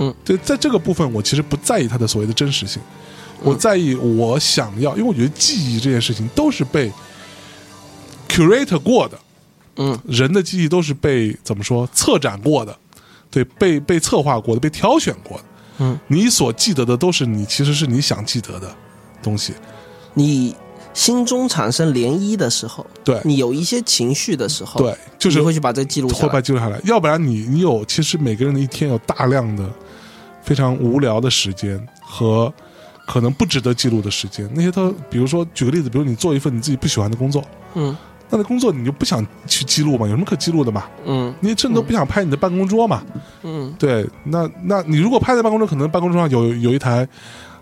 Speaker 2: 嗯，
Speaker 1: 对，在这个部分我其实不在意它的所谓的真实性，
Speaker 2: 嗯
Speaker 1: 我在意我想要，因为我觉得记忆这件事情都是被 curate 过的，
Speaker 2: 嗯，
Speaker 1: 人的记忆都是被怎么说策展过的，对，被被策划过的，被挑选过的。
Speaker 2: 嗯，
Speaker 1: 你所记得的都是你其实是你想记得的东西。
Speaker 2: 你心中产生涟漪的时候，
Speaker 1: 对
Speaker 2: 你有一些情绪的时候，
Speaker 1: 对，就是
Speaker 2: 你会去把这记录下
Speaker 1: 会把
Speaker 2: 来。
Speaker 1: 记录下来，要不然你你有其实每个人的一天有大量的非常无聊的时间和可能不值得记录的时间。那些他比如说举个例子，比如你做一份你自己不喜欢的工作，
Speaker 2: 嗯
Speaker 1: 那那工作你就不想去记录嘛，有什么可记录的嘛？
Speaker 2: 嗯
Speaker 1: 你甚至都不想拍你的办公桌嘛？
Speaker 2: 嗯
Speaker 1: 对，那那你如果拍在办公桌，可能办公桌上有有一台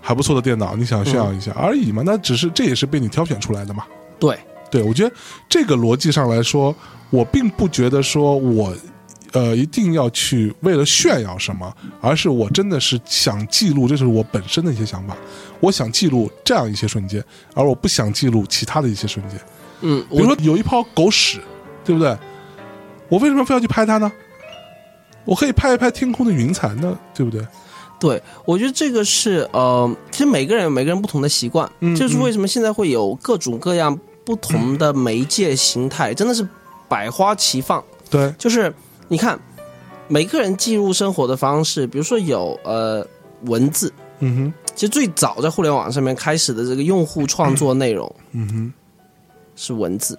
Speaker 1: 还不错的电脑，你想炫耀一下、而已嘛。那只是这也是被你挑选出来的嘛。
Speaker 2: 对，
Speaker 1: 对，我觉得这个逻辑上来说，我并不觉得说我呃一定要去为了炫耀什么，而是我真的是想记录，这是我本身的一些想法。我想记录这样一些瞬间，而我不想记录其他的一些瞬间。
Speaker 2: 嗯，
Speaker 1: 比如
Speaker 2: 我
Speaker 1: 说有一泡狗屎，对不对？我为什么非要去拍它呢？我可以拍一拍天空的云彩呢，对不对？
Speaker 2: 对，我觉得这个是呃，其实每个人有每个人不同的习惯，
Speaker 1: 嗯
Speaker 2: 这就是为什么现在会有各种各样不同的媒介形态，真的是百花齐放。
Speaker 1: 对，
Speaker 2: 就是你看，每个人记录生活的方式，比如说有呃文字，
Speaker 1: 嗯哼，
Speaker 2: 其实最早在互联网上面开始的这个用户创作内容
Speaker 1: 嗯哼，
Speaker 2: 是文字，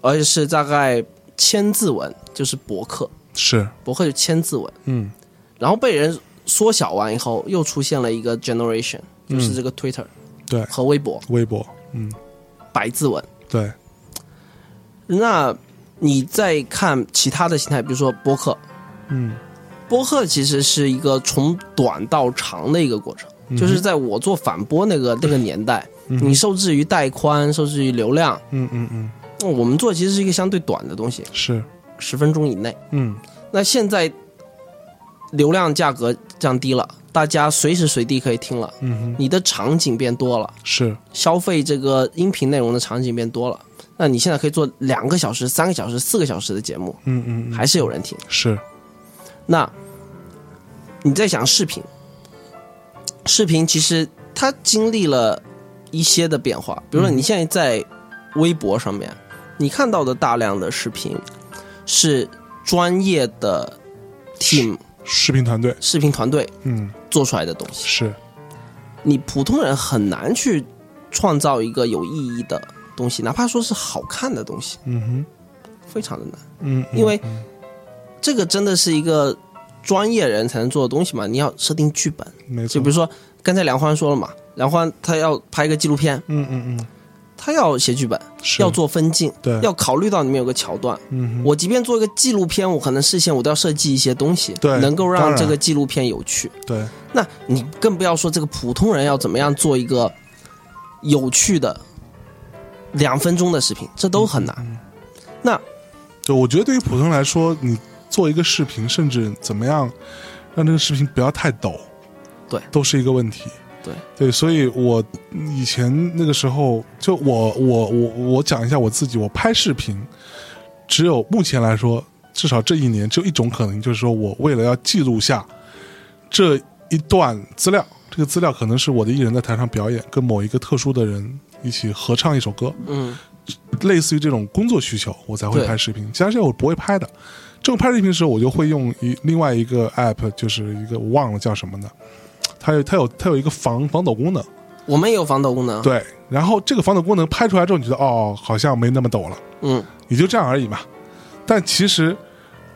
Speaker 2: 而且是大概千字文，就是博客，
Speaker 1: 是，
Speaker 2: 博客就千字文，
Speaker 1: 嗯
Speaker 2: 然后被人缩小完以后，又出现了一个 generation，
Speaker 1: 嗯
Speaker 2: 就是这个 Twitter
Speaker 1: 对，
Speaker 2: 和微博
Speaker 1: 微博，嗯，
Speaker 2: 百字文。
Speaker 1: 对，
Speaker 2: 那你再看其他的形态，比如说播客，
Speaker 1: 嗯
Speaker 2: 播客其实是一个从短到长的一个过程，
Speaker 1: 嗯
Speaker 2: 就是在我做反播那个那个年代，你受制于带宽，受制于流量，
Speaker 1: 嗯嗯嗯，
Speaker 2: 那我们做其实是一个相对短的东西，
Speaker 1: 是，
Speaker 2: 十分钟以内。
Speaker 1: 嗯
Speaker 2: 那现在流量价格降低了，大家随时随地可以听了，
Speaker 1: 嗯哼，
Speaker 2: 你的场景变多了，
Speaker 1: 是，
Speaker 2: 消费这个音频内容的场景变多了。那你现在可以做两个小时、三个小时、四个小时的节目，
Speaker 1: 嗯嗯，嗯
Speaker 2: 还是有人听。
Speaker 1: 是，
Speaker 2: 那你在想视频，视频其实它经历了一些的变化，比如说你现在在微博上面，你看到的大量的视频是专业的 team
Speaker 1: 视频团队，
Speaker 2: 视频团队
Speaker 1: 嗯，
Speaker 2: 做出来的东西，
Speaker 1: 是，
Speaker 2: 你普通人很难去创造一个有意义的东西，哪怕说是好看的东西，
Speaker 1: 嗯哼，
Speaker 2: 非常的难。
Speaker 1: 嗯，嗯
Speaker 2: 因为
Speaker 1: 嗯
Speaker 2: 这个真的是一个专业人才能做的东西嘛？你要设定剧本。
Speaker 1: 没
Speaker 2: 就
Speaker 1: 错
Speaker 2: 比，如说刚才梁欢说了嘛，梁欢他要拍一个纪录片，
Speaker 1: 嗯嗯嗯，
Speaker 2: 他要写剧本，
Speaker 1: 是
Speaker 2: 要做分镜，
Speaker 1: 对
Speaker 2: 要考虑到里面有个桥段。
Speaker 1: 嗯哼
Speaker 2: 我即便做一个纪录片，我可能事先我都要设计一些东西，
Speaker 1: 对
Speaker 2: 能够
Speaker 1: 当
Speaker 2: 让
Speaker 1: 然
Speaker 2: 这个纪录片有趣。
Speaker 1: 对
Speaker 2: 那你更不要说这个普通人要怎么样做一个有趣的两分钟的视频，这都很难。那
Speaker 1: 对，我觉得对于普通人来说，你做一个视频，甚至怎么样让这个视频不要太抖，
Speaker 2: 对
Speaker 1: 都是一个问题。
Speaker 2: 对
Speaker 1: 对，所以我以前那个时候，就我我我我讲一下我自己，我拍视频，只有目前来说，至少这一年只有一种可能，就是说我为了要记录下这一段资料，这个资料可能是我的艺人在台上表演，跟某一个特殊的人一起合唱一首歌，
Speaker 2: 嗯，
Speaker 1: 类似于这种工作需求，我才会
Speaker 2: 对
Speaker 1: 拍视频，其他时间我不会拍的。这种拍视频的时候，我就会用一另外一个 app，就是一个我忘了叫什么的，它有它有它有一个防防抖功能，
Speaker 2: 我们也有防抖功能，
Speaker 1: 对。然后这个防抖功能拍出来之后，你觉得哦，好像没那么抖了，
Speaker 2: 嗯，
Speaker 1: 也就这样而已嘛。但其实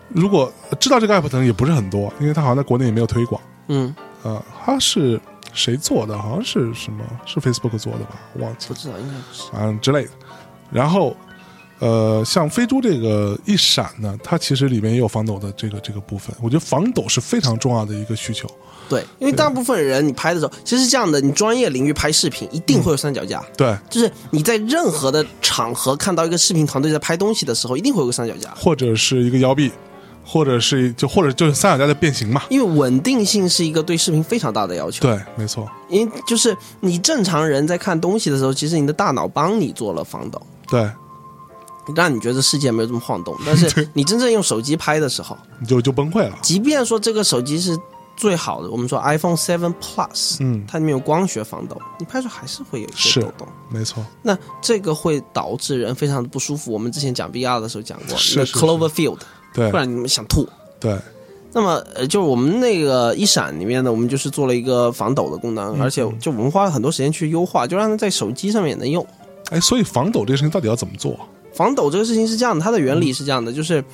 Speaker 1: 如果知道这个 app 可能也不是很多，因为它好像在国内也没有推广。
Speaker 2: 嗯，
Speaker 1: 呃，它是谁做的？好像是什么？是 Facebook 做的吧？我忘记了
Speaker 2: 不。知道应该不是，
Speaker 1: 啊之类的。然后，呃，像飞猪这个一闪呢，它其实里面也有防抖的这个这个部分。我觉得防抖是非常重要的一个需求。
Speaker 2: 对，因为大部分人你拍的时候，其实是这样的，你专业领域拍视频一定会有三脚架，
Speaker 1: 对，
Speaker 2: 嗯就是你在任何的场合看到一个视频团队在拍东西的时候，一定会有个三脚架，
Speaker 1: 或者是一个腰臂，或者是就或者就是三脚架的变形嘛。
Speaker 2: 因为稳定性是一个对视频非常大的要求。
Speaker 1: 对，没错，
Speaker 2: 因为就是你正常人在看东西的时候，其实你的大脑帮你做了防抖，
Speaker 1: 对，
Speaker 2: 让你觉得世界没有这么晃动。但是你真正用手机拍的时候，
Speaker 1: 你就就崩溃了。
Speaker 2: 即便说这个手机是最好的，我们说 iPhone Seven Plus，
Speaker 1: 嗯，
Speaker 2: 它里面有光学防抖，你拍出来还是会有一些
Speaker 1: 是
Speaker 2: 抖动。
Speaker 1: 没错，
Speaker 2: 那这个会导致人非常的不舒服。我们之前讲 VR 的时候讲过，
Speaker 1: 是
Speaker 2: 那
Speaker 1: 是是
Speaker 2: Cloverfield，
Speaker 1: 对
Speaker 2: 不，然你们想吐。
Speaker 1: 对，
Speaker 2: 那么，呃，就是我们那个一闪里面呢，我们就是做了一个防抖的功
Speaker 1: 嗯
Speaker 2: 能，而且就我们花了很多时间去优化，就让它在手机上面也能用。
Speaker 1: 哎，所以防抖这个事情到底要怎么做？
Speaker 2: 防抖这个事情是这样的，它的原
Speaker 1: 嗯
Speaker 2: 理是这样的，就是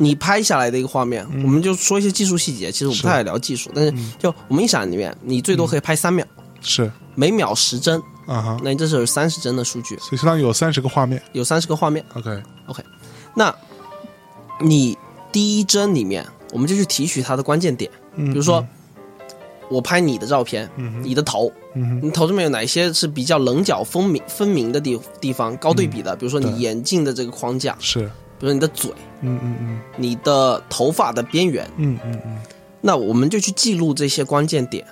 Speaker 2: 你拍下来的一个画面，我们就说一些技术细节。其实我不
Speaker 1: 嗯是嗯
Speaker 2: 太聊技术，但是就我们一闪里面，你最多可以拍三秒，
Speaker 1: 是
Speaker 2: 每秒十帧，
Speaker 1: 啊哈，
Speaker 2: 那这是有三十帧的数据，
Speaker 1: 所以相当于有三十个画面。
Speaker 2: 有三十个画面。
Speaker 1: OK，
Speaker 2: 那你第一帧里面，我们就去提取它的关键点，
Speaker 1: 嗯，
Speaker 2: 比如说。我拍你的照片，你的头，
Speaker 1: 嗯，嗯
Speaker 2: 你头上面有哪些是比较棱角分明分明的地地方，高对比的，比如说
Speaker 1: 嗯对
Speaker 2: 你眼镜的这个框架，
Speaker 1: 是，
Speaker 2: 比如说你的嘴，
Speaker 1: 嗯嗯嗯
Speaker 2: 你的头发的边缘，
Speaker 1: 嗯嗯嗯，
Speaker 2: 那我们就去记录这些关键点，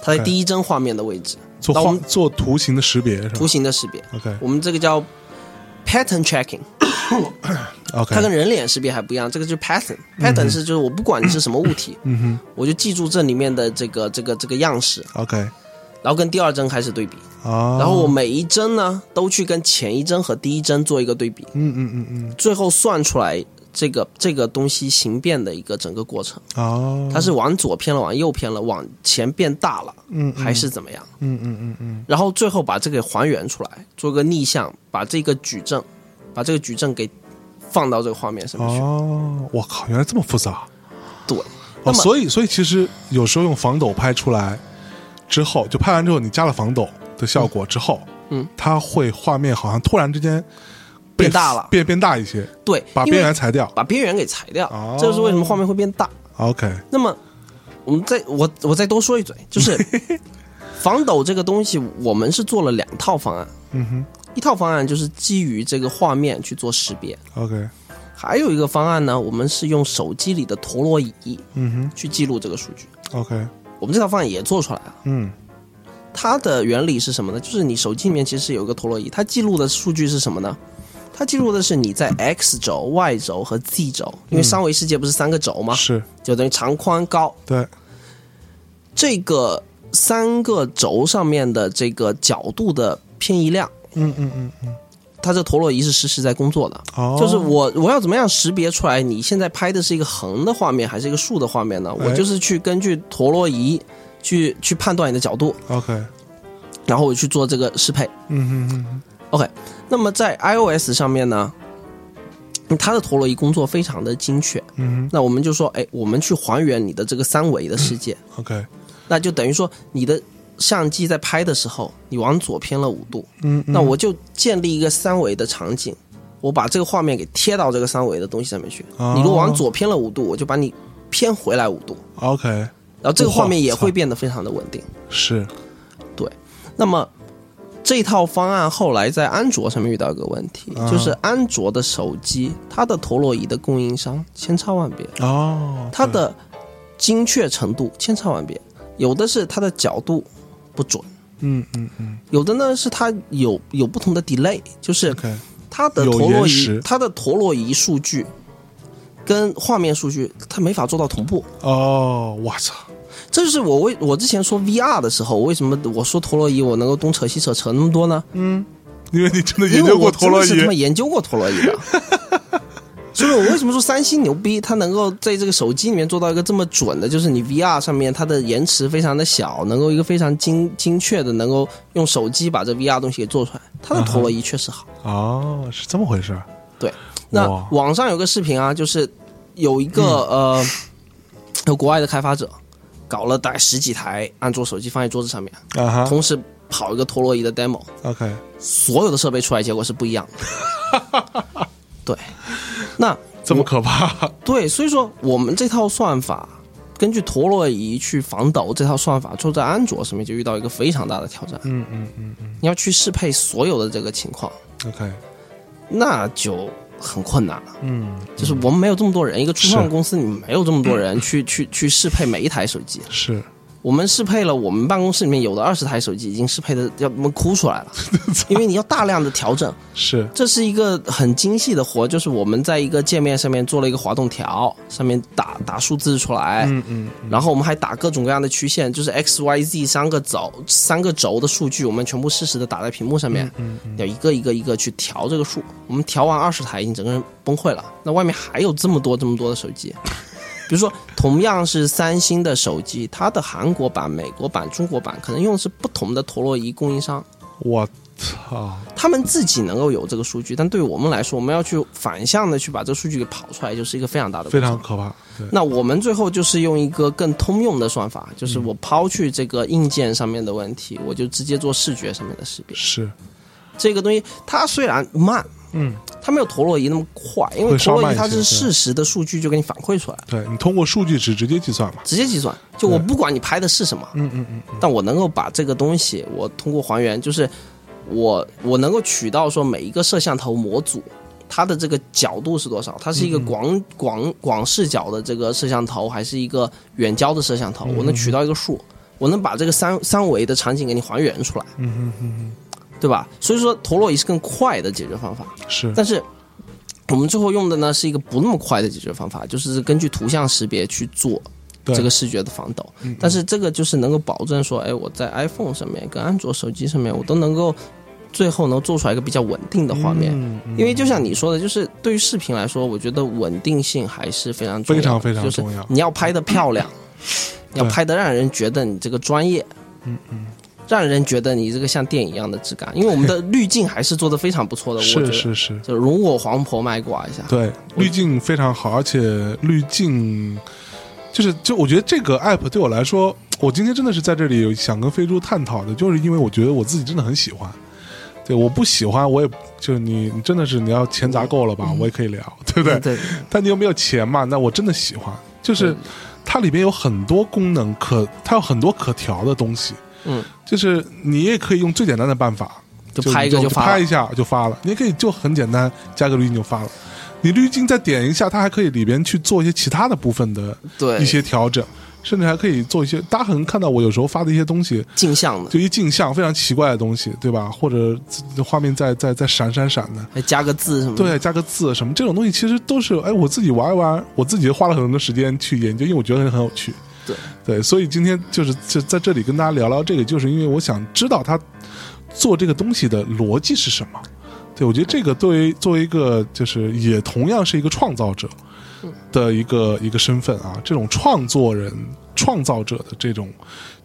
Speaker 2: 它在
Speaker 1: OK 嗯
Speaker 2: 第一帧画面的位置，
Speaker 1: 做
Speaker 2: 那我
Speaker 1: 画
Speaker 2: 们
Speaker 1: 做图形的识别是吧
Speaker 2: 图形的识别，
Speaker 1: ？OK
Speaker 2: 我们这个叫 pattern checking，
Speaker 1: OK，
Speaker 2: 它跟人脸识别还不一样，这个就是 pattern，pattern 是就是我不管你是什么物体，
Speaker 1: 嗯
Speaker 2: 我就记住这里面的这个这个这个样式，
Speaker 1: 哼，OK
Speaker 2: 然后跟第二帧开始对比，
Speaker 1: 啊，
Speaker 2: 然后我每一帧呢都去跟前一帧和第一帧做一个对比，
Speaker 1: 嗯嗯嗯嗯，
Speaker 2: 最后算出来。这个这个东西形变的一个整个过程，
Speaker 1: 哦，
Speaker 2: 它是往左偏了，往右偏了，往前变大了，
Speaker 1: 嗯
Speaker 2: 还是怎么样？
Speaker 1: 嗯嗯嗯嗯
Speaker 2: 然后最后把这个还原出来，做个逆向，把这个矩阵，把这个矩阵给放到这个画面上
Speaker 1: 嗯，
Speaker 2: 面去。
Speaker 1: 哦，我靠，原来这么复杂
Speaker 2: 对，
Speaker 1: 哦，
Speaker 2: 那么
Speaker 1: 所以所以其实有时候用防抖拍出来之后，就拍完之后你加了防抖的效果之后，
Speaker 2: 嗯，
Speaker 1: 它会画面好像突然之间被
Speaker 2: 变大了
Speaker 1: 变变大一些，
Speaker 2: 对，
Speaker 1: 把
Speaker 2: 因
Speaker 1: 边
Speaker 2: 为
Speaker 1: 缘裁掉。
Speaker 2: 把边缘给裁掉，
Speaker 1: 哦
Speaker 2: 这就是为什么画面会变大。
Speaker 1: OK，
Speaker 2: 那么，我们再我我再多说一嘴，就是 防抖这个东西，我们是做了两套方案，
Speaker 1: 嗯
Speaker 2: 一套方案就是基于这个画面去做识别，
Speaker 1: 哼，OK，
Speaker 2: 还有一个方案呢，我们是用手机里的陀螺仪
Speaker 1: 嗯
Speaker 2: 去记录这个数据。
Speaker 1: 哼，OK，
Speaker 2: 我们这套方案也做出来了。
Speaker 1: 嗯，
Speaker 2: 它的原理是什么呢？就是你手机里面其实有一个陀螺仪，它记录的数据是什么呢？它记录的是你在 x 轴、y 轴和 z 轴，因为三维世界不是三个轴吗？
Speaker 1: 嗯是
Speaker 2: 就等于长、宽、高
Speaker 1: 对，
Speaker 2: 这个三个轴上面的这个角度的偏移量，
Speaker 1: 嗯嗯嗯嗯，
Speaker 2: 它这陀螺仪是实时在工作的。
Speaker 1: 哦，
Speaker 2: 就是我我要怎么样识别出来你现在拍的是一个横的画面还是一个竖的画面呢？
Speaker 1: 哎
Speaker 2: 我就是去根据陀螺仪去去判断你的角度，
Speaker 1: OK，
Speaker 2: 然后我去做这个适配。
Speaker 1: 嗯哼嗯哼，
Speaker 2: OK，那么在 iOS 上面呢，它的陀螺仪工作非常的精确。
Speaker 1: 嗯
Speaker 2: 那我们就说，哎，我们去还原你的这个三维的世界，
Speaker 1: 哼，OK，
Speaker 2: 那就等于说你的相机在拍的时候，你往左偏了五度，
Speaker 1: 嗯，嗯
Speaker 2: 那我就建立一个三维的场景，我把这个画面给贴到这个三维的东西上面去。
Speaker 1: 哦
Speaker 2: 你如果往左偏了五度，我就把你偏回来五度，
Speaker 1: OK
Speaker 2: 然后这个画面也
Speaker 1: 哇操
Speaker 2: 会变得非常的稳定。
Speaker 1: 哦是，
Speaker 2: 那么这套方案后来在安卓上面遇到一个问题，
Speaker 1: 啊
Speaker 2: 就是安卓的手机它的陀螺仪的供应商千差万别，
Speaker 1: 哦，
Speaker 2: 它的精确程度千差万别，有的是它的角度不准，
Speaker 1: 对嗯嗯嗯
Speaker 2: 有的呢是它有有不同的 delay，就是
Speaker 1: ，OK，
Speaker 2: 它的
Speaker 1: 有
Speaker 2: 陀螺
Speaker 1: 延
Speaker 2: 仪
Speaker 1: 时
Speaker 2: 它的陀螺仪数据。跟画面数据，它没法做到同步，
Speaker 1: 哦，我操，
Speaker 2: 这就是我为我之前说 VR 的时候，为什么我说陀螺仪我能够东扯西扯扯那么多呢？
Speaker 1: 因为你真的
Speaker 2: 因
Speaker 1: 研
Speaker 2: 为
Speaker 1: 究过
Speaker 2: 我
Speaker 1: 陀
Speaker 2: 真
Speaker 1: 螺
Speaker 2: 的是他妈
Speaker 1: 仪，
Speaker 2: 研究过陀螺仪 的。所以，我为什么说三星牛逼？它能够在这个手机里面做到一个这么准的，就是你 VR 上面它的延迟非常的小，能够一个非常精精确的，能够用手机把这 VR 东西给做出来。它的
Speaker 1: 嗯
Speaker 2: 陀螺仪确实好。
Speaker 1: 哦，是这么回事儿，
Speaker 2: 对，那
Speaker 1: 哇
Speaker 2: 网上有个视频啊，就是有一个、
Speaker 1: 嗯
Speaker 2: 呃，有国外的开发者搞了大概十几台安卓手机放在桌子上面，
Speaker 1: 啊哈
Speaker 2: 同时跑一个陀螺仪的 demo，
Speaker 1: ，OK，
Speaker 2: 所有的设备出来结果是不一样的。 对，那
Speaker 1: 这么可怕，
Speaker 2: 对，所以说我们这套算法根据陀螺仪去防抖这套算法，就在安卓上面就遇到一个非常大的挑战。
Speaker 1: 嗯嗯嗯嗯
Speaker 2: 你要去适配所有的这个情况，
Speaker 1: ，OK，
Speaker 2: 那就很困难了。
Speaker 1: 嗯，
Speaker 2: 就是我们没有这么多人，一个初创
Speaker 1: 是
Speaker 2: 公司你没有这么多人 去去去适配每一台手机。
Speaker 1: 是，
Speaker 2: 我们适配了我们办公室里面有的二十台手机，已经适配的要我们哭出来 了，因为你要大量的调整。
Speaker 1: 是，
Speaker 2: 这是一个很精细的活，就是我们在一个界面上面做了一个滑动条，上面打打数字出来，
Speaker 1: 嗯嗯
Speaker 2: 然后我们还打各种各样的曲线，就是 x、y、z 三个轴三个轴的数据，我们全部适时的打在屏幕上面，
Speaker 1: 嗯
Speaker 2: 要一个一个一个去调这个数。我们调完二十台，已经整个人崩溃了。那外面还有这么多这么多的手 机，比如说同样是三星的手机，它的韩国版、美国版、中国版可能用的是不同的陀螺仪供应商。
Speaker 1: 我操，
Speaker 2: 他们自己能够有这个数据，但对于我们来说，我们要去反向的去把这个数据给跑出来，就是一个非常大的
Speaker 1: 非
Speaker 2: 工
Speaker 1: 常可
Speaker 2: 程。
Speaker 1: 怕，对，
Speaker 2: 那我们最后就是用一个更通用的算法，就是
Speaker 1: 嗯
Speaker 2: 我抛去这个硬件上面的问题，我就直接做视觉上面的识别。
Speaker 1: 是，
Speaker 2: 这个东西它虽然慢，
Speaker 1: 嗯，
Speaker 2: 它没有陀螺仪那么快，因为
Speaker 1: 会稍
Speaker 2: 陀螺
Speaker 1: 慢
Speaker 2: 仪
Speaker 1: 一
Speaker 2: 它
Speaker 1: 些
Speaker 2: 是
Speaker 1: 对
Speaker 2: 适时的数据就给你反馈出来，
Speaker 1: 对你通过数据值直接计算嘛，
Speaker 2: 直接计算。就我不管你拍的是什么，
Speaker 1: 嗯嗯嗯嗯，
Speaker 2: 但我能够把这个东西，我通过还原，就是我我能够取到说每一个摄像头模组它的这个角度是多少，它是一个广广广视角的这个摄像头，还是一个远焦的摄像头，我能取到一个数，我能把这个三三维的场景给你还原出来，嗯嗯嗯，对吧？所以说陀螺仪是更快的解决方法，
Speaker 1: 是，
Speaker 2: 但是。我们最后用的呢是一个不那么快的解决方法，就是根据图像识别去做
Speaker 1: 对嗯
Speaker 2: 这个视觉的防抖。但是这个就是能够保证说，哎，我在 iPhone 上面跟安卓手机上面，我都能够最后能做出来一个比较稳定的画面。
Speaker 1: 嗯嗯
Speaker 2: 因为就像你说的，就是对于视频来说，我觉得稳定性还是非常重要的
Speaker 1: 非常非常
Speaker 2: 就是嗯
Speaker 1: 重要
Speaker 2: 你要拍的漂亮，你要
Speaker 1: 对
Speaker 2: 拍的让人觉得你这个专业，嗯嗯，让人觉得你这个像电影一样的质感。因为我们的滤镜还是做的非常不错的，我觉
Speaker 1: 是
Speaker 2: 得
Speaker 1: 是是，
Speaker 2: 就容我黄婆卖瓜一下。
Speaker 1: 对，滤镜非常好，而且滤镜就是就我觉得这个 app 对我来说，我今天真的是在这里有想跟飞猪探讨的，就是因为我觉得我自己真的很喜欢。对，我不喜欢，我也就是你，你真的是你要钱砸够了吧，我也可以聊，对不对？
Speaker 2: 嗯对
Speaker 1: 但你有没有钱嘛？那我真的喜欢，就是
Speaker 2: 嗯
Speaker 1: 它里边有很多功能可，它有很多可调的东西。
Speaker 2: 嗯，
Speaker 1: 就是你也可以用最简单的办法，
Speaker 2: 就拍一个
Speaker 1: 就
Speaker 2: 就发了
Speaker 1: 拍一下就发了。你也可以就很简单，加个滤镜就发了。你滤镜再点一下，它还可以里边去做一些其他的部分的
Speaker 2: 对
Speaker 1: 一些调整，甚至还可以做一些。大家可能看到我有时候发的一些东西，
Speaker 2: 镜像的，
Speaker 1: 就一镜像非常奇怪的东西，对吧？或者画面在在在闪闪闪的，
Speaker 2: 还哎加个字什么的。
Speaker 1: 对，加个字什么这种东西，其实都是哎，我自己玩一玩，我自己花了很多时间去研究，因为我觉得很有趣。
Speaker 2: 对
Speaker 1: 对，所以今天就是就在这里跟大家聊聊这个，就是因为我想知道他做这个东西的逻辑是什么。对，我觉得这个作为作为一个就是也同样是一个创造者的一个一个身份啊，这种创作人、创造者的这种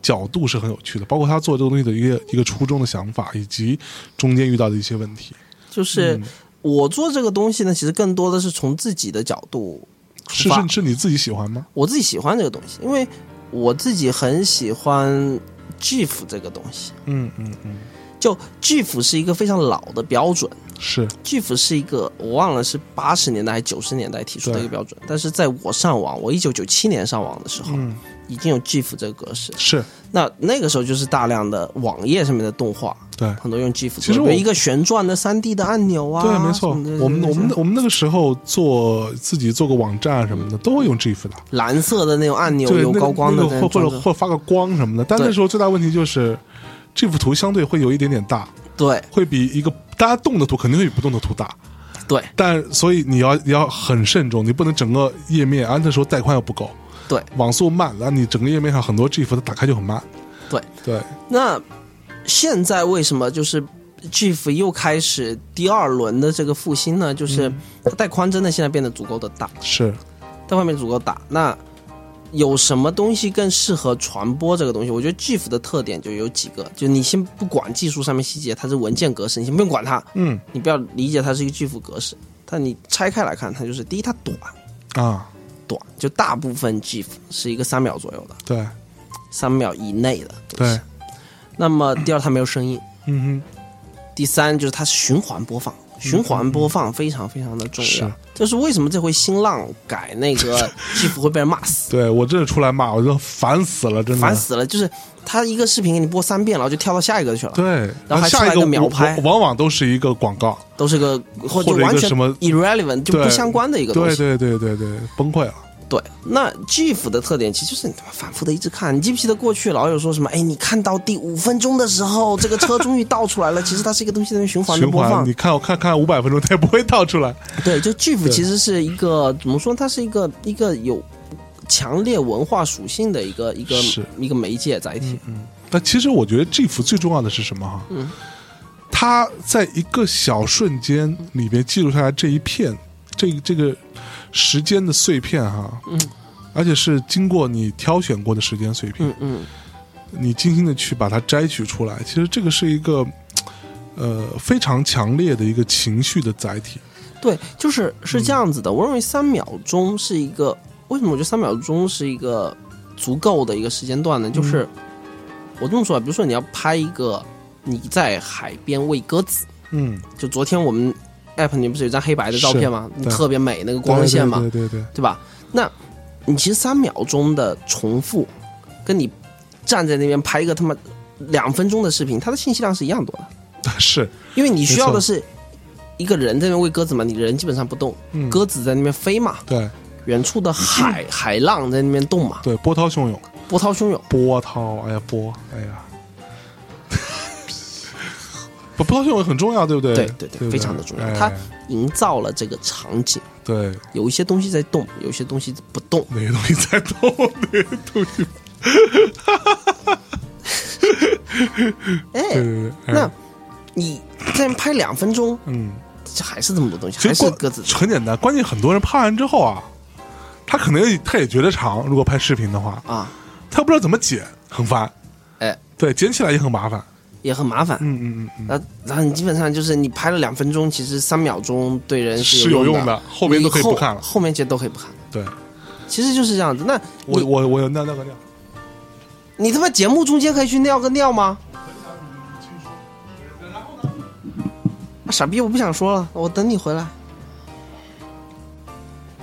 Speaker 1: 角度是很有趣的，包括他做这个东西的一个一个初衷的想法，以及中间遇到的一些问题。嗯
Speaker 2: 就是我做这个东西呢，其实更多的是从自己的角度出
Speaker 1: 是
Speaker 2: 发
Speaker 1: 是，是你自己喜欢吗？
Speaker 2: 我自己喜欢这个东西，因为我自己很喜欢 GIF 这个东西。
Speaker 1: 嗯嗯嗯，
Speaker 2: 就 GIF 是一个非常老的标准
Speaker 1: 是
Speaker 2: ，GIF 是一个我忘了是八十年代还是九十年代提出的一个标准，但是在我上网，我一九九七年上网的时候，
Speaker 1: 嗯
Speaker 2: 已经有 GIF 这个格式。
Speaker 1: 是，
Speaker 2: 那那个时候就是大量的网页上面的动画，
Speaker 1: 对。
Speaker 2: 很多用 GIF 做。
Speaker 1: 其实我
Speaker 2: 比如一个旋转的三 D 的按钮啊，
Speaker 1: 对，没错，
Speaker 2: 什么的
Speaker 1: 我们我们
Speaker 2: 这
Speaker 1: 我们那个时候做自己做个网站什么的，都会用 GIF 的，
Speaker 2: 蓝色的那种按钮
Speaker 1: 对，
Speaker 2: 有
Speaker 1: 那
Speaker 2: 高光的
Speaker 1: 那个
Speaker 2: 那
Speaker 1: 或
Speaker 2: 种
Speaker 1: 或
Speaker 2: 装
Speaker 1: 者
Speaker 2: 着，
Speaker 1: 或发个光什么的。但
Speaker 2: 对
Speaker 1: 那时候最大问题就是这幅图相对会有一点点大，
Speaker 2: 对
Speaker 1: 会比一个大家动的图肯定会比不动的图大。
Speaker 2: 对
Speaker 1: 但所以你要你要很慎重，你不能整个页面啊，那时候带宽又不够，
Speaker 2: 对。
Speaker 1: 网速慢，然后你整个页面上很多 GIF 它打开就很慢。
Speaker 2: 对
Speaker 1: 对，
Speaker 2: 那现在为什么就是 GIF 又开始第二轮的这个复兴呢？就是
Speaker 1: 嗯
Speaker 2: 它带宽真的现在变得足够的大，
Speaker 1: 是
Speaker 2: 带宽变得足够大。那有什么东西更适合传播这个东西？我觉得 GIF 的特点就有几个，就你先不管技术上面细节，它是文件格式，你先不用管它，
Speaker 1: 嗯
Speaker 2: 你不要理解它是一个 GIF 格式。但你拆开来看，它就是第一，它短
Speaker 1: 啊，
Speaker 2: 短，就大部分 GIF 是一个三秒左右的，
Speaker 1: 对，
Speaker 2: 三秒以内的。
Speaker 1: 对，
Speaker 2: 那么第二，它没有声音。
Speaker 1: 嗯
Speaker 2: 第三就是它是循环播放，循环播放非常非常的重要。
Speaker 1: 是
Speaker 2: 这是为什么这回新浪改 那个 GIF 会被人骂
Speaker 1: 哼，
Speaker 2: 死，
Speaker 1: 对我真的出来骂，我就烦死了，真的
Speaker 2: 烦。死了。就是它一个视频给你播三遍，然后就跳到下一个去了，
Speaker 1: 对，
Speaker 2: 然后还
Speaker 1: 下
Speaker 2: 出来
Speaker 1: 一
Speaker 2: 个
Speaker 1: 个
Speaker 2: 秒
Speaker 1: 我
Speaker 2: 拍
Speaker 1: 我往往都是一个广告，
Speaker 2: 都是个或
Speaker 1: 或者
Speaker 2: 者
Speaker 1: 一个
Speaker 2: 完全
Speaker 1: 什么
Speaker 2: irrelevant 就不
Speaker 1: 对
Speaker 2: 相关的一个东
Speaker 1: 对
Speaker 2: 西。
Speaker 1: 对对对对，崩溃了。
Speaker 2: 对那 GIF 的特点其实就是你他妈反复的一直看。你记不记得过去老有说什么？哎，你看到第五分钟的时候，这个车终于倒出来了。其实它是一个东西在那边循环的
Speaker 1: 循
Speaker 2: 播放
Speaker 1: 环，你。看我看看五百分钟，它也不会倒出来。
Speaker 2: 对，就 GIF
Speaker 1: 对
Speaker 2: 其实是一个怎么说呢？它是一个一个有强烈文化属性的一个一个
Speaker 1: 是
Speaker 2: 一个媒介载体。
Speaker 1: 但其实我觉得 GIF 最重要的是什么哈？
Speaker 2: 嗯，
Speaker 1: 它在一个小瞬间里边记录下来这一片，这这个时间的碎片哈，
Speaker 2: 嗯，
Speaker 1: 而且是经过你挑选过的时间碎片，
Speaker 2: 嗯嗯，
Speaker 1: 你精心的去把它摘取出来。其实这个是一个。呃，非常强烈的一个情绪的载体，
Speaker 2: 对，就是是这样子
Speaker 1: 嗯
Speaker 2: 的。我认为三秒钟是一个为什么？我觉得三秒钟是一个足够的一个时间段
Speaker 1: 嗯
Speaker 2: 呢？就是、我这么说啊，比如说你要拍一个你在海边喂鸽子，
Speaker 1: 嗯，
Speaker 2: 就昨天我们 app 里面不是有一张黑白的照
Speaker 1: 是
Speaker 2: 片吗？
Speaker 1: 对
Speaker 2: 特别美那个光线嘛，
Speaker 1: 对对对对，
Speaker 2: 对吧？那你其实三秒钟的重复，跟你站在那边拍一个他妈两分钟的视频，它的信息量是一样多的，
Speaker 1: 对 是，
Speaker 2: 因为你需要
Speaker 1: 没错
Speaker 2: 的是一个人在那边喂鸽子嘛，你人基本上不动，
Speaker 1: 嗯，
Speaker 2: 鸽子在那边飞嘛，
Speaker 1: 对
Speaker 2: 远处的 海海浪在那边动嘛，
Speaker 1: 对，波涛汹涌，
Speaker 2: 波涛汹涌。
Speaker 1: 波涛，哎呀波，哎呀，不波涛汹涌很重要，对不对？
Speaker 2: 对对对
Speaker 1: 不
Speaker 2: 非常地重要
Speaker 1: 哎
Speaker 2: 它营造了这个场景，
Speaker 1: 对
Speaker 2: 有一些东西在动，有一些东西不动。
Speaker 1: 哪些东西在动， 哪些东西，
Speaker 2: 哎，
Speaker 1: 对对对，
Speaker 2: 那
Speaker 1: 哎
Speaker 2: 你在那拍两分钟，
Speaker 1: 嗯，
Speaker 2: 这还是这么多东西，
Speaker 1: 其
Speaker 2: 还
Speaker 1: 实
Speaker 2: 是
Speaker 1: 关
Speaker 2: 鸽子。
Speaker 1: 很简单，关键很多人拍完之后啊，他可能也他也觉得长，如果拍视频的话，
Speaker 2: 啊，
Speaker 1: 他不知道怎么剪，很烦，
Speaker 2: 哎，
Speaker 1: 对，剪起来也很麻烦，
Speaker 2: 也很麻烦。
Speaker 1: 嗯嗯嗯嗯，
Speaker 2: 那然后你基本上就是你拍了两分钟，其实三秒钟对人
Speaker 1: 是
Speaker 2: 有
Speaker 1: 有用
Speaker 2: 的，
Speaker 1: 的，后面都可以
Speaker 2: 你后
Speaker 1: 不看了，
Speaker 2: 后面其实都可以不看，
Speaker 1: 对。
Speaker 2: 其实就是这样子。那
Speaker 1: 我
Speaker 2: 你
Speaker 1: 我我有尿尿个尿，
Speaker 2: 你他妈节目中间可以去尿个尿吗？啊傻逼，我不想说了，我等你回来。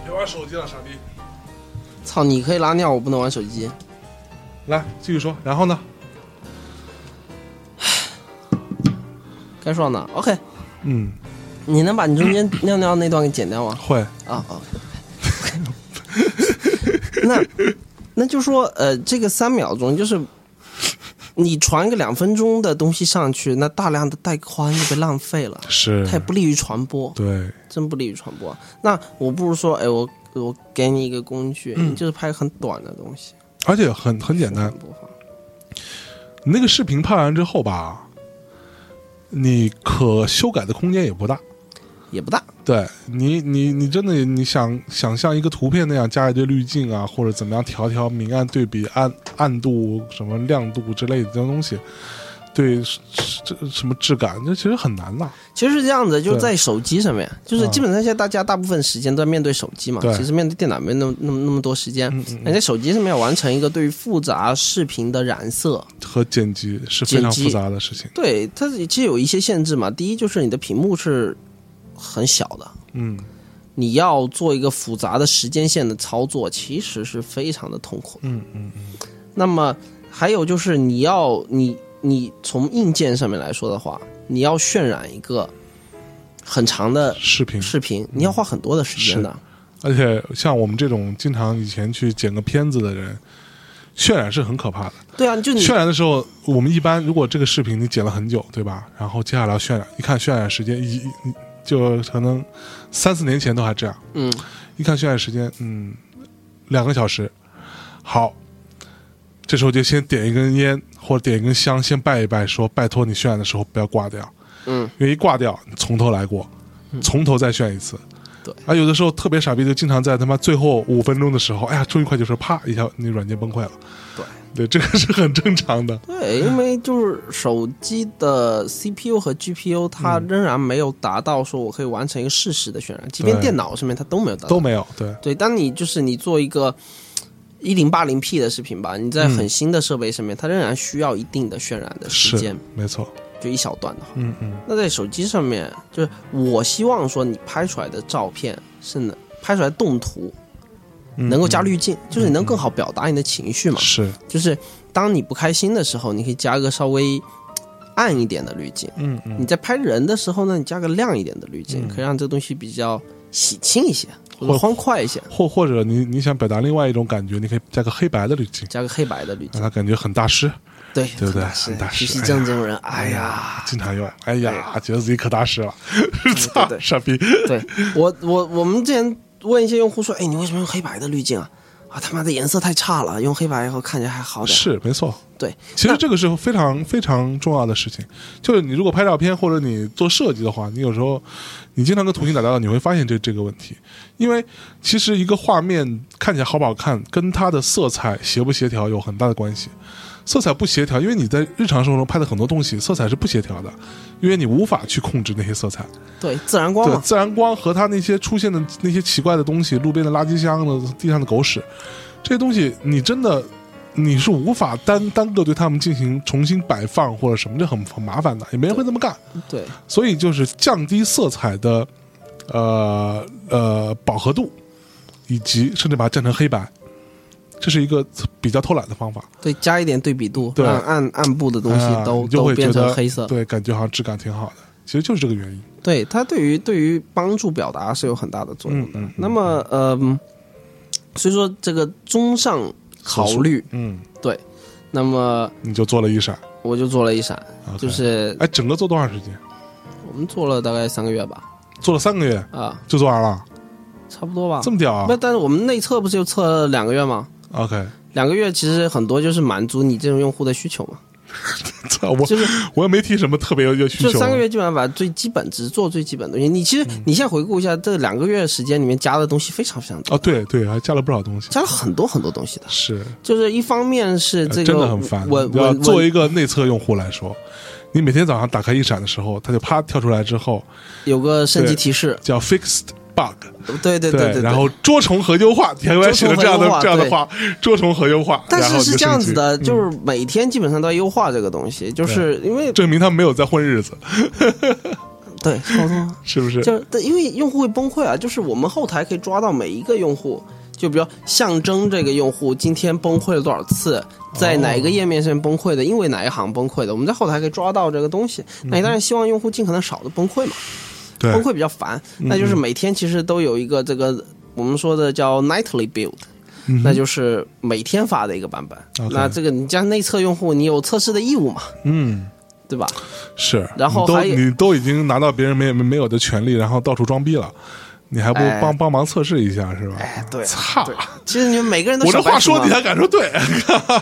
Speaker 1: 别玩手机了，傻逼！
Speaker 2: 操，你可以拉尿，我不能玩手机。
Speaker 1: 来继续说，然后呢？
Speaker 2: 该说到哪？OK，
Speaker 1: 嗯，
Speaker 2: 你能把你中间尿尿那段给剪掉吗？
Speaker 1: 会，
Speaker 2: 啊啊。 那那就说，呃，这个三秒钟就是你传个两分钟的东西上去，那大量的带宽就被浪费了，
Speaker 1: 是
Speaker 2: 它也不利于传播，
Speaker 1: 对，
Speaker 2: 真不利于传播。那我不如说，哎，我我给你一个工具，你就是拍很短的东西，
Speaker 1: 而且很嗯很简单
Speaker 2: 循环，播放
Speaker 1: 你那个视频拍完之后吧，你可修改的空间也不大。
Speaker 2: 也不大。
Speaker 1: 对你，你你真的你想想像一个图片那样加一堆滤镜啊，或者怎么样调调明暗对比、暗暗度、什么亮度之类的这种东西，对是是这什么质感，这其实很难呐。
Speaker 2: 其实是这样子，就是
Speaker 1: 对
Speaker 2: 在手机上面，就是
Speaker 1: 嗯
Speaker 2: 基本上现在大家大部分时间都在面对手机嘛
Speaker 1: 对，嗯
Speaker 2: 其实面对电脑没那么那么那么多时间。你在手机上面要完成一个对于复杂视频的染色，
Speaker 1: 和剪辑是非常
Speaker 2: 剪辑
Speaker 1: 复杂的事情。
Speaker 2: 对它其实有一些限制嘛。第一就是你的屏幕是很小的，
Speaker 1: 嗯
Speaker 2: 你要做一个复杂的时间线的操作，其实是非常的痛苦的。
Speaker 1: 嗯嗯嗯，
Speaker 2: 那么还有就是你要你你从硬件上面来说的话，你要渲染一个很长的
Speaker 1: 视频，
Speaker 2: 视频，你要花很多的时间的。
Speaker 1: 而且像我们这种经常以前去剪个片子的人，渲染是很可怕的。
Speaker 2: 对啊，就你
Speaker 1: 渲染的时候，我们一般如果这个视频你剪了很久，对吧？然后接下来要渲染，一看渲染时间一一就可能三四年前都还这样，
Speaker 2: 嗯，
Speaker 1: 一看渲染时间，嗯，两个小时，好，这时候就先点一根烟或者点一根香，先拜一拜，说拜托你渲染的时候不要挂掉，
Speaker 2: 嗯，
Speaker 1: 因为一挂掉从头来过，从头再渲一次。
Speaker 2: 对
Speaker 1: 啊，有的时候特别傻逼，就经常在他妈最后五分钟的时候，哎呀，终于快就是啪一下，那软件崩溃了。
Speaker 2: 对，
Speaker 1: 对，这个是很正常的。
Speaker 2: 对，因为就是手机的 CPU 和
Speaker 1: 嗯
Speaker 2: GPU，它仍然没有达到说我可以完成一个适时的渲染，即便
Speaker 1: 对
Speaker 2: 电脑上面它都没有达到
Speaker 1: 都。没有，对，
Speaker 2: 对，当你就是你做一个一零八零 P 的视频吧，你在
Speaker 1: 嗯
Speaker 2: 很新的设备上面，它仍然需要一定的渲染的时
Speaker 1: 是
Speaker 2: 间，
Speaker 1: 没错，
Speaker 2: 就一小段的话。
Speaker 1: 嗯嗯，
Speaker 2: 那在手机上面，就是我希望说你拍出来的照片是能拍出来动图，
Speaker 1: 嗯
Speaker 2: 能够加滤镜，就是你能更好表达你的情绪嘛。
Speaker 1: 是，
Speaker 2: 就是当你不开心的时候，你可以加个稍微暗一点的滤镜；
Speaker 1: 嗯嗯，
Speaker 2: 你在拍人的时候呢，你加个亮一点的滤镜，
Speaker 1: 嗯
Speaker 2: 可以让这东西比较喜庆一些，或
Speaker 1: 或
Speaker 2: 者欢快一些。
Speaker 1: 或或者你你想表达另外一种感觉，你可以加个黑白的滤镜，
Speaker 2: 加个黑白的滤
Speaker 1: 让
Speaker 2: 镜，
Speaker 1: 他感觉很大师，
Speaker 2: 对
Speaker 1: 嗯对不对
Speaker 2: 是
Speaker 1: 很大
Speaker 2: 徐
Speaker 1: 师
Speaker 2: 熙
Speaker 1: 哎
Speaker 2: 正
Speaker 1: 呀
Speaker 2: 这种人，哎呀，
Speaker 1: 经常用，哎呀，觉得自己可大师了，
Speaker 2: 对
Speaker 1: 操，
Speaker 2: 对
Speaker 1: 傻逼，
Speaker 2: 对我我我们之前问一些用户说，哎，你为什么用黑白的滤镜啊？啊，他妈的颜色太差了，用黑白以后看起来还好点。
Speaker 1: 是没错。
Speaker 2: 对，
Speaker 1: 其实
Speaker 2: 那
Speaker 1: 这个是非常非常重要的事情，就是你如果拍照片或者你做设计的话，你有时候你经常跟图形打交道，你会发现这这个问题，因为其实一个画面看起来好不好看，跟它的色彩协不协调有很大的关系。色彩不协调，因为你在日常生活中拍的很多东西，色彩是不协调的，因为你无法去控制那些色彩。
Speaker 2: 对，自然光
Speaker 1: 对，
Speaker 2: 嘛，
Speaker 1: 自然光和它那些出现的那些奇怪的东西，路边的垃圾箱的、地上的狗屎，这些东西你真的你是无法单单个对它们进行重新摆放或者什么，这很很麻烦的，也没人会这么干。
Speaker 2: 对
Speaker 1: 所以就是降低色彩的呃呃饱和度，以及甚至把它降成黑白，这是一个比较偷懒的方法。
Speaker 2: 对，加一点对比度，
Speaker 1: 对
Speaker 2: 让暗暗部的东
Speaker 1: 哎呀
Speaker 2: 西都
Speaker 1: 你就
Speaker 2: 都
Speaker 1: 会觉
Speaker 2: 变
Speaker 1: 得
Speaker 2: 成黑色。
Speaker 1: 对，感觉好像质感挺好的。其实就是这个原因。
Speaker 2: 对它对于对于帮助表达是有很大的作用的。
Speaker 1: 嗯嗯
Speaker 2: 那么呃，嗯所以说这个综上考虑，
Speaker 1: 嗯，
Speaker 2: 对，那么
Speaker 1: 你就做了一闪，
Speaker 2: 我就做了一闪，
Speaker 1: OK
Speaker 2: 就是
Speaker 1: 哎，整个做多长时间？
Speaker 2: 我们做了大概三个月吧，
Speaker 1: 做了三个月。
Speaker 2: 啊，
Speaker 1: 就做完了，
Speaker 2: 差不多吧
Speaker 1: 这。么屌啊
Speaker 2: 那但是我们内测不是又测了两个月吗？
Speaker 1: ！OK，
Speaker 2: 两个月其实很多就是满足你这种用户的需求嘛，
Speaker 1: 操我
Speaker 2: 就是
Speaker 1: 我也没提什么特别有有需
Speaker 2: 就
Speaker 1: 求，啊
Speaker 2: 三个月基本上把最基本只做最基本的东西。你其实你现在回顾一下，这两个月时间里面加的东西非常非常多，
Speaker 1: 哦，对对，还加了不少东西，
Speaker 2: 加了很多很多东西的。
Speaker 1: 是、
Speaker 2: 就是一方面是
Speaker 1: 呃
Speaker 2: 这个
Speaker 1: 真的很烦。
Speaker 2: 稳
Speaker 1: 要
Speaker 2: 稳
Speaker 1: 作为
Speaker 2: 稳
Speaker 1: 一个内测用户来说，你每天早上打开一闪的时候，它就啪跳出来之后
Speaker 2: 有个升级提示，
Speaker 1: 叫 fixed bug，
Speaker 2: 对对对对。
Speaker 1: 然后捉虫和优化，你还来写了这样的
Speaker 2: 捉虫和优化
Speaker 1: 这样的
Speaker 2: 对
Speaker 1: 话，捉虫和优化，
Speaker 2: 但
Speaker 1: 然后
Speaker 2: 是
Speaker 1: 你就是
Speaker 2: 这样子的，
Speaker 1: 升级嗯
Speaker 2: 就是每天基本上都在优化这个东西，就是因为
Speaker 1: 证明他们没有在混日子，
Speaker 2: 对，差不多
Speaker 1: 是 不是？
Speaker 2: 就是对因为用户会崩溃啊，就是我们后台可以抓到每一个用户，就比如象征这个用户今天崩溃了多少次，在哪一个页面上崩溃的，因为哪一行崩溃的，我们在后台可以抓到这个东西。那你当然希望用户尽可能少的崩溃嘛，
Speaker 1: 对嗯
Speaker 2: 崩溃比较烦，那就是每天其实都有一个这个我们说的叫 nightly build。
Speaker 1: 嗯哼
Speaker 2: 那就是每天发的一个版本。
Speaker 1: OK
Speaker 2: 那这个你加内测用户，你有测试的义务嘛，
Speaker 1: 嗯。
Speaker 2: 对吧？
Speaker 1: 是，
Speaker 2: 然后
Speaker 1: 你都
Speaker 2: 还有
Speaker 1: 你都已经拿到别人没没没有的权利，然后到处装逼了，你还不
Speaker 2: 哎
Speaker 1: 帮帮忙测试一下是吧？
Speaker 2: 哎，对啊，
Speaker 1: 操！
Speaker 2: 对啊，其实你们每个人都
Speaker 1: 我
Speaker 2: 小
Speaker 1: 这
Speaker 2: 白
Speaker 1: 话
Speaker 2: 鼠
Speaker 1: 说
Speaker 2: 嘛
Speaker 1: 你还敢说对？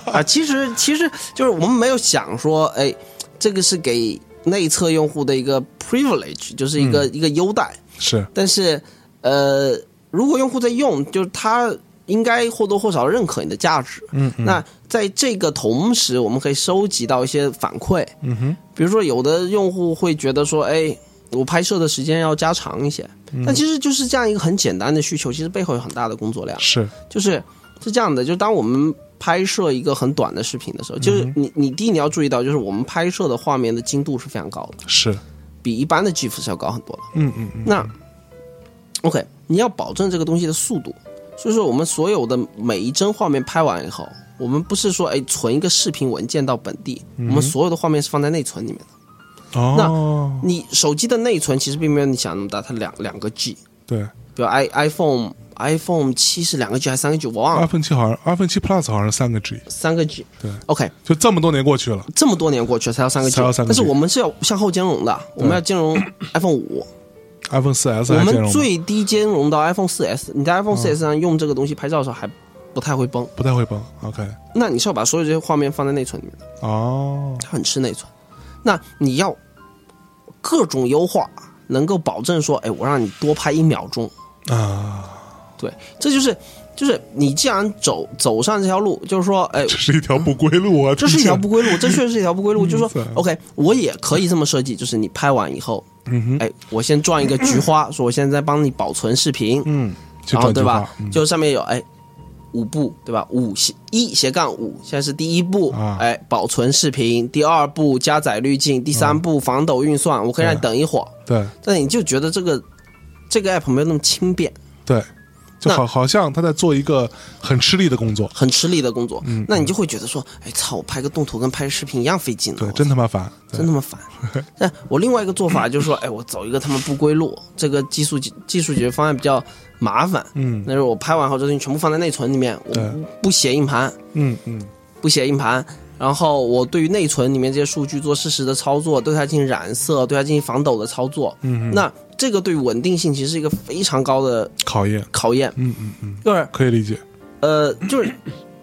Speaker 2: 啊，其实其实就是我们没有想说，哎，这个是给内测用户的一个 privilege，就是
Speaker 1: 嗯
Speaker 2: 一个、一个优待。
Speaker 1: 是
Speaker 2: 但是，呃，如果用户在用，就是他应该或多或少认可你的价值。
Speaker 1: 嗯嗯
Speaker 2: 那在这个同时，我们可以收集到一些反馈，
Speaker 1: 嗯哼，
Speaker 2: 比如说有的用户会觉得说，哎，我拍摄的时间要加长一些，
Speaker 1: 嗯
Speaker 2: 但其实就是这样一个很简单的需求，其实背后有很大的工作量。
Speaker 1: 是，
Speaker 2: 就是是这样的，就当我们拍摄一个很短的视频的时候，就是
Speaker 1: 嗯
Speaker 2: 你你第一你要注意到，就是我们拍摄的画面的精度是非常高的，
Speaker 1: 是，
Speaker 2: 比一般的 GIF 是要高很多的。
Speaker 1: 嗯嗯嗯，
Speaker 2: 那 OK，你要保证这个东西的速度，所以说我们所有的每一帧画面拍完以后，我们不是说哎存一个视频文件到本地，
Speaker 1: 嗯
Speaker 2: 我们所有的画面是放在内存里面的。
Speaker 1: 哦，
Speaker 2: 你手机的内存其实并没有你想那么大，它两两个 G，
Speaker 1: 对
Speaker 2: 比如 i iPhone iPhone 七是两个 G 还是三个 G，我忘了，
Speaker 1: ，iPhone 七好像，iPhone 七 Plus 好像是三个 G，
Speaker 2: 三个 G。
Speaker 1: 啊对
Speaker 2: ，OK，
Speaker 1: 就这么多年过去了，
Speaker 2: 这么多年过去了才要三个 G，
Speaker 1: 才要三个 G
Speaker 2: 但是我们是要向后兼容的，我们要兼 容 iPhone 五，
Speaker 1: ，iPhone 四 S
Speaker 2: 我
Speaker 1: 还兼
Speaker 2: 们
Speaker 1: 容吗嗯
Speaker 2: 最低兼容到 iPhone 四 S，你在 iPhone 四 S 上用这个东西拍照的时候还不太会崩，
Speaker 1: 不太会崩，OK，
Speaker 2: 那你是要把所有这些画面放在内存里面的，
Speaker 1: 哦，
Speaker 2: 它很吃内存。那你要各种优化，能够保证说，哎，我让你多拍一秒钟，
Speaker 1: 啊，
Speaker 2: 对，这就是就是你既然走走上这条路，就是说，哎
Speaker 1: 这，是一条不归路啊，
Speaker 2: 这是一条
Speaker 1: 听起
Speaker 2: 不归路，这确实是一条不归路。就是
Speaker 1: 对
Speaker 2: 说，OK，我也可以这么设计，就是你拍完以后，
Speaker 1: 嗯
Speaker 2: 哎，我先转一个菊花，说我现在帮你保存视频，
Speaker 1: 来嗯，去
Speaker 2: 然
Speaker 1: 转
Speaker 2: 后啊对
Speaker 1: 句
Speaker 2: 吧
Speaker 1: 话，？嗯
Speaker 2: 就上面有哎五步对吧？五斜一斜杠五，现在是第一步，
Speaker 1: 啊
Speaker 2: 哎保存视频，第二步加载滤镜，第三步防抖运算，我可以让你
Speaker 1: 嗯对
Speaker 2: 等一会儿，
Speaker 1: 对
Speaker 2: 但你就觉得这个这个 app 没有那么轻便，
Speaker 1: 对，就
Speaker 2: 那
Speaker 1: 好好像他在做一个很吃力的工作，
Speaker 2: 很吃力的工作，
Speaker 1: 嗯
Speaker 2: 那你就会觉得说，哎操，我拍个动图跟拍视频一样费劲呢，
Speaker 1: 对
Speaker 2: 我，
Speaker 1: 真他妈烦，对
Speaker 2: 真他妈烦。 但我另外一个做法就是说，哎，我走一个他们不归路，这个技术解技术解决方案比较麻烦。
Speaker 1: 嗯
Speaker 2: 那是我拍完后，这东西全部放在内存里面，我
Speaker 1: 对
Speaker 2: 不写硬盘，
Speaker 1: 嗯嗯，
Speaker 2: 不写硬盘，然后我对于内存里面这些数据做适时的操作，对它进行染色，对它进行防抖的操作。
Speaker 1: 嗯，
Speaker 2: 那这个对稳定性其实是一个非常高的
Speaker 1: 考验，
Speaker 2: 考验，
Speaker 1: 嗯嗯嗯，
Speaker 2: 就是
Speaker 1: 可以理解，
Speaker 2: 呃，就是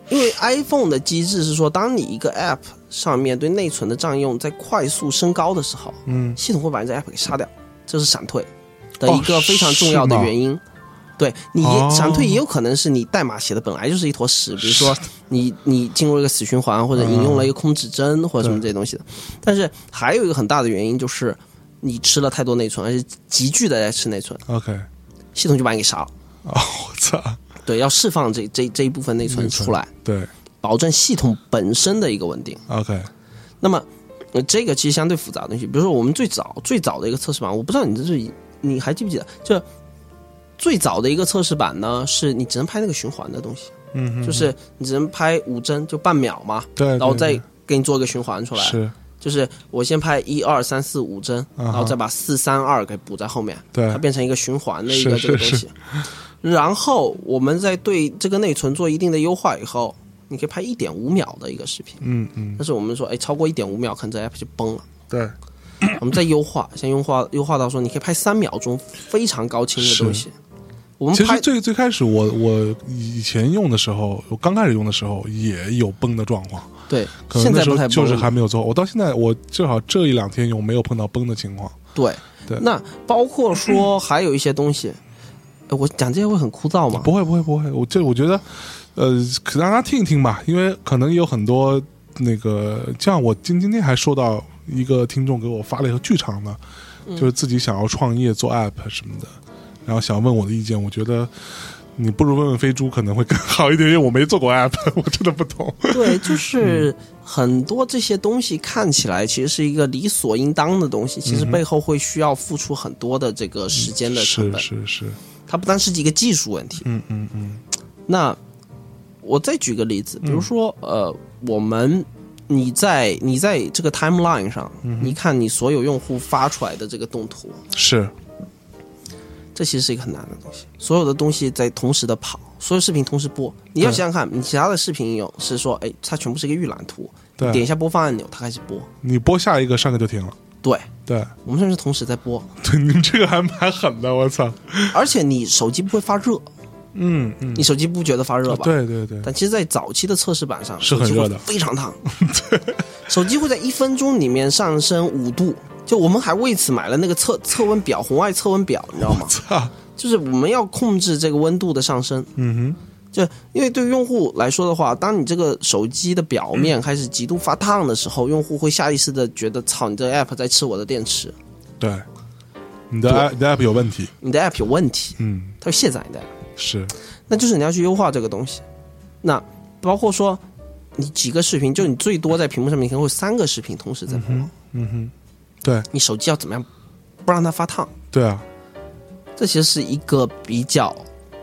Speaker 2: 因为 iPhone 的机制是说，当你一个 App 上面对内存的占用在快速升高的时候，
Speaker 1: 嗯，
Speaker 2: 系统会把你这 App 给杀掉，这是闪退的
Speaker 1: 哦
Speaker 2: 一个非常重要的
Speaker 1: 是吗
Speaker 2: 原因。对你
Speaker 1: 哦
Speaker 2: 也闪退也有可能是你代码写的本来就是一坨屎，比如说你你进入一个死循环，或者引用了一个空指针或者什么这些东西的。但是还有一个很大的原因就是你吃了太多内存，而且急剧的在吃内存，
Speaker 1: OK，
Speaker 2: 系统就把你给杀了。
Speaker 1: 哦，我操，
Speaker 2: 对，要释放这这这一部分内存
Speaker 1: 内存
Speaker 2: 出来，
Speaker 1: 对
Speaker 2: 保证系统本身的一个稳定。
Speaker 1: ，OK，
Speaker 2: 那么、呃这个其实相对复杂的东西，比如说我们最早最早的一个测试版，我不知道你这是你还记不记得？就最早的一个测试版呢，是你只能拍那个循环的东西，
Speaker 1: 嗯哼，
Speaker 2: 就是你只能拍五帧，就半秒嘛，
Speaker 1: 嗯对，
Speaker 2: 然后
Speaker 1: 对
Speaker 2: 再
Speaker 1: 对
Speaker 2: 给你做一个循环出来。
Speaker 1: 是，
Speaker 2: 就是我先拍一二三四五帧，
Speaker 1: 啊哈
Speaker 2: 然后再把四三二给补在后面，
Speaker 1: 对
Speaker 2: 它变成一个循环的一个
Speaker 1: 是
Speaker 2: 这个东
Speaker 1: 是
Speaker 2: 西。然后我们再对这个内存做一定的优化以后，你可以拍一点五秒的一个视频。
Speaker 1: 嗯嗯，
Speaker 2: 但是我们说，哎，超过一点五秒，可能这 app 就崩了。
Speaker 1: 对，
Speaker 2: 我们再优化，先优化优化到说，你可以拍三秒钟非常高清的东西。我们
Speaker 1: 其
Speaker 2: 拍
Speaker 1: 实最最开始我我以前用的时候，我刚开始用的时候也有崩的状况，
Speaker 2: 对，
Speaker 1: 可能
Speaker 2: 现
Speaker 1: 那
Speaker 2: 在
Speaker 1: 时
Speaker 2: 不
Speaker 1: 候
Speaker 2: 太
Speaker 1: 就
Speaker 2: 崩
Speaker 1: 是
Speaker 2: 了。
Speaker 1: 还没有做，我到现在我至少这一两天有没有碰到崩的情况，
Speaker 2: 对，
Speaker 1: 对
Speaker 2: 那包括说还有一些东西，哎我讲这些会很枯燥吗？
Speaker 1: 不会不会不会，我这我觉得，呃，可让大家听一听吧，因为可能有很多那个，像我今今天还收到一个听众给我发了一个剧场的，
Speaker 2: 嗯
Speaker 1: 就是自己想要创业做 app 什么的，然后想问我的意见，我觉得。你不如问问飞猪可能会更好一点，因为我没做过 app，我 真的不懂。
Speaker 2: 对，就是
Speaker 1: 嗯
Speaker 2: 很多这些东西看起来其实是一个理所应当的东西，其
Speaker 1: 嗯
Speaker 2: 实背后会需要付出很多的这个时间的成
Speaker 1: 是
Speaker 2: 本。
Speaker 1: 是是，
Speaker 2: 它不单是一个技术问题。
Speaker 1: 嗯嗯嗯，
Speaker 2: 那我再举个例子，比如说，
Speaker 1: 嗯
Speaker 2: 呃，我们你在你在这个 timeline 上，
Speaker 1: 嗯
Speaker 2: 你看你所有用户发出来的这个动图，
Speaker 1: 是
Speaker 2: 这其实是一个很难的东西。所有的东西在同时的跑，所有视频同时播。你要
Speaker 1: 对
Speaker 2: 想想看，你其他的视频应用是说，哎，它全部是一个预览图，
Speaker 1: 对
Speaker 2: 你点一下播放按钮，它开始播。
Speaker 1: 你播下一个，上个就停了。
Speaker 2: 对，
Speaker 1: 对
Speaker 2: 我们甚至同时 在播，
Speaker 1: 对，你们这个还蛮狠的，我操！
Speaker 2: 而且你手机不会发热，
Speaker 1: 嗯嗯，
Speaker 2: 你手机不觉得发热吧？。
Speaker 1: 对对对，
Speaker 2: 但其实，在早期的测试版上，
Speaker 1: 是很
Speaker 2: 手机会
Speaker 1: 热的
Speaker 2: 非 常烫。手机会在一分钟里面上升五度，就我们还为此买了那个测测温表，红外测温表，你知道吗？
Speaker 1: 操，
Speaker 2: 就是我们要控制这个温度的上升。
Speaker 1: 嗯哼，
Speaker 2: 就因为对用户来说的话，当你这个手机的表面开始极度发烫的时候，用户会下意识的觉得，操，你这个 app 在吃我的电池，
Speaker 1: 对，你的 app, 你的 app 有问题，
Speaker 2: 你的 app 有问题，
Speaker 1: 嗯，
Speaker 2: 它会卸载你的 app。
Speaker 1: 是，
Speaker 2: 那就是你要去优化这个东西。那包括说，你几个视频，就你最多在屏幕上面可能会有三个视频同时在播，
Speaker 1: 嗯哼，对
Speaker 2: 你手机要怎么样不让它发烫？
Speaker 1: 对啊，
Speaker 2: 这其实是一个比较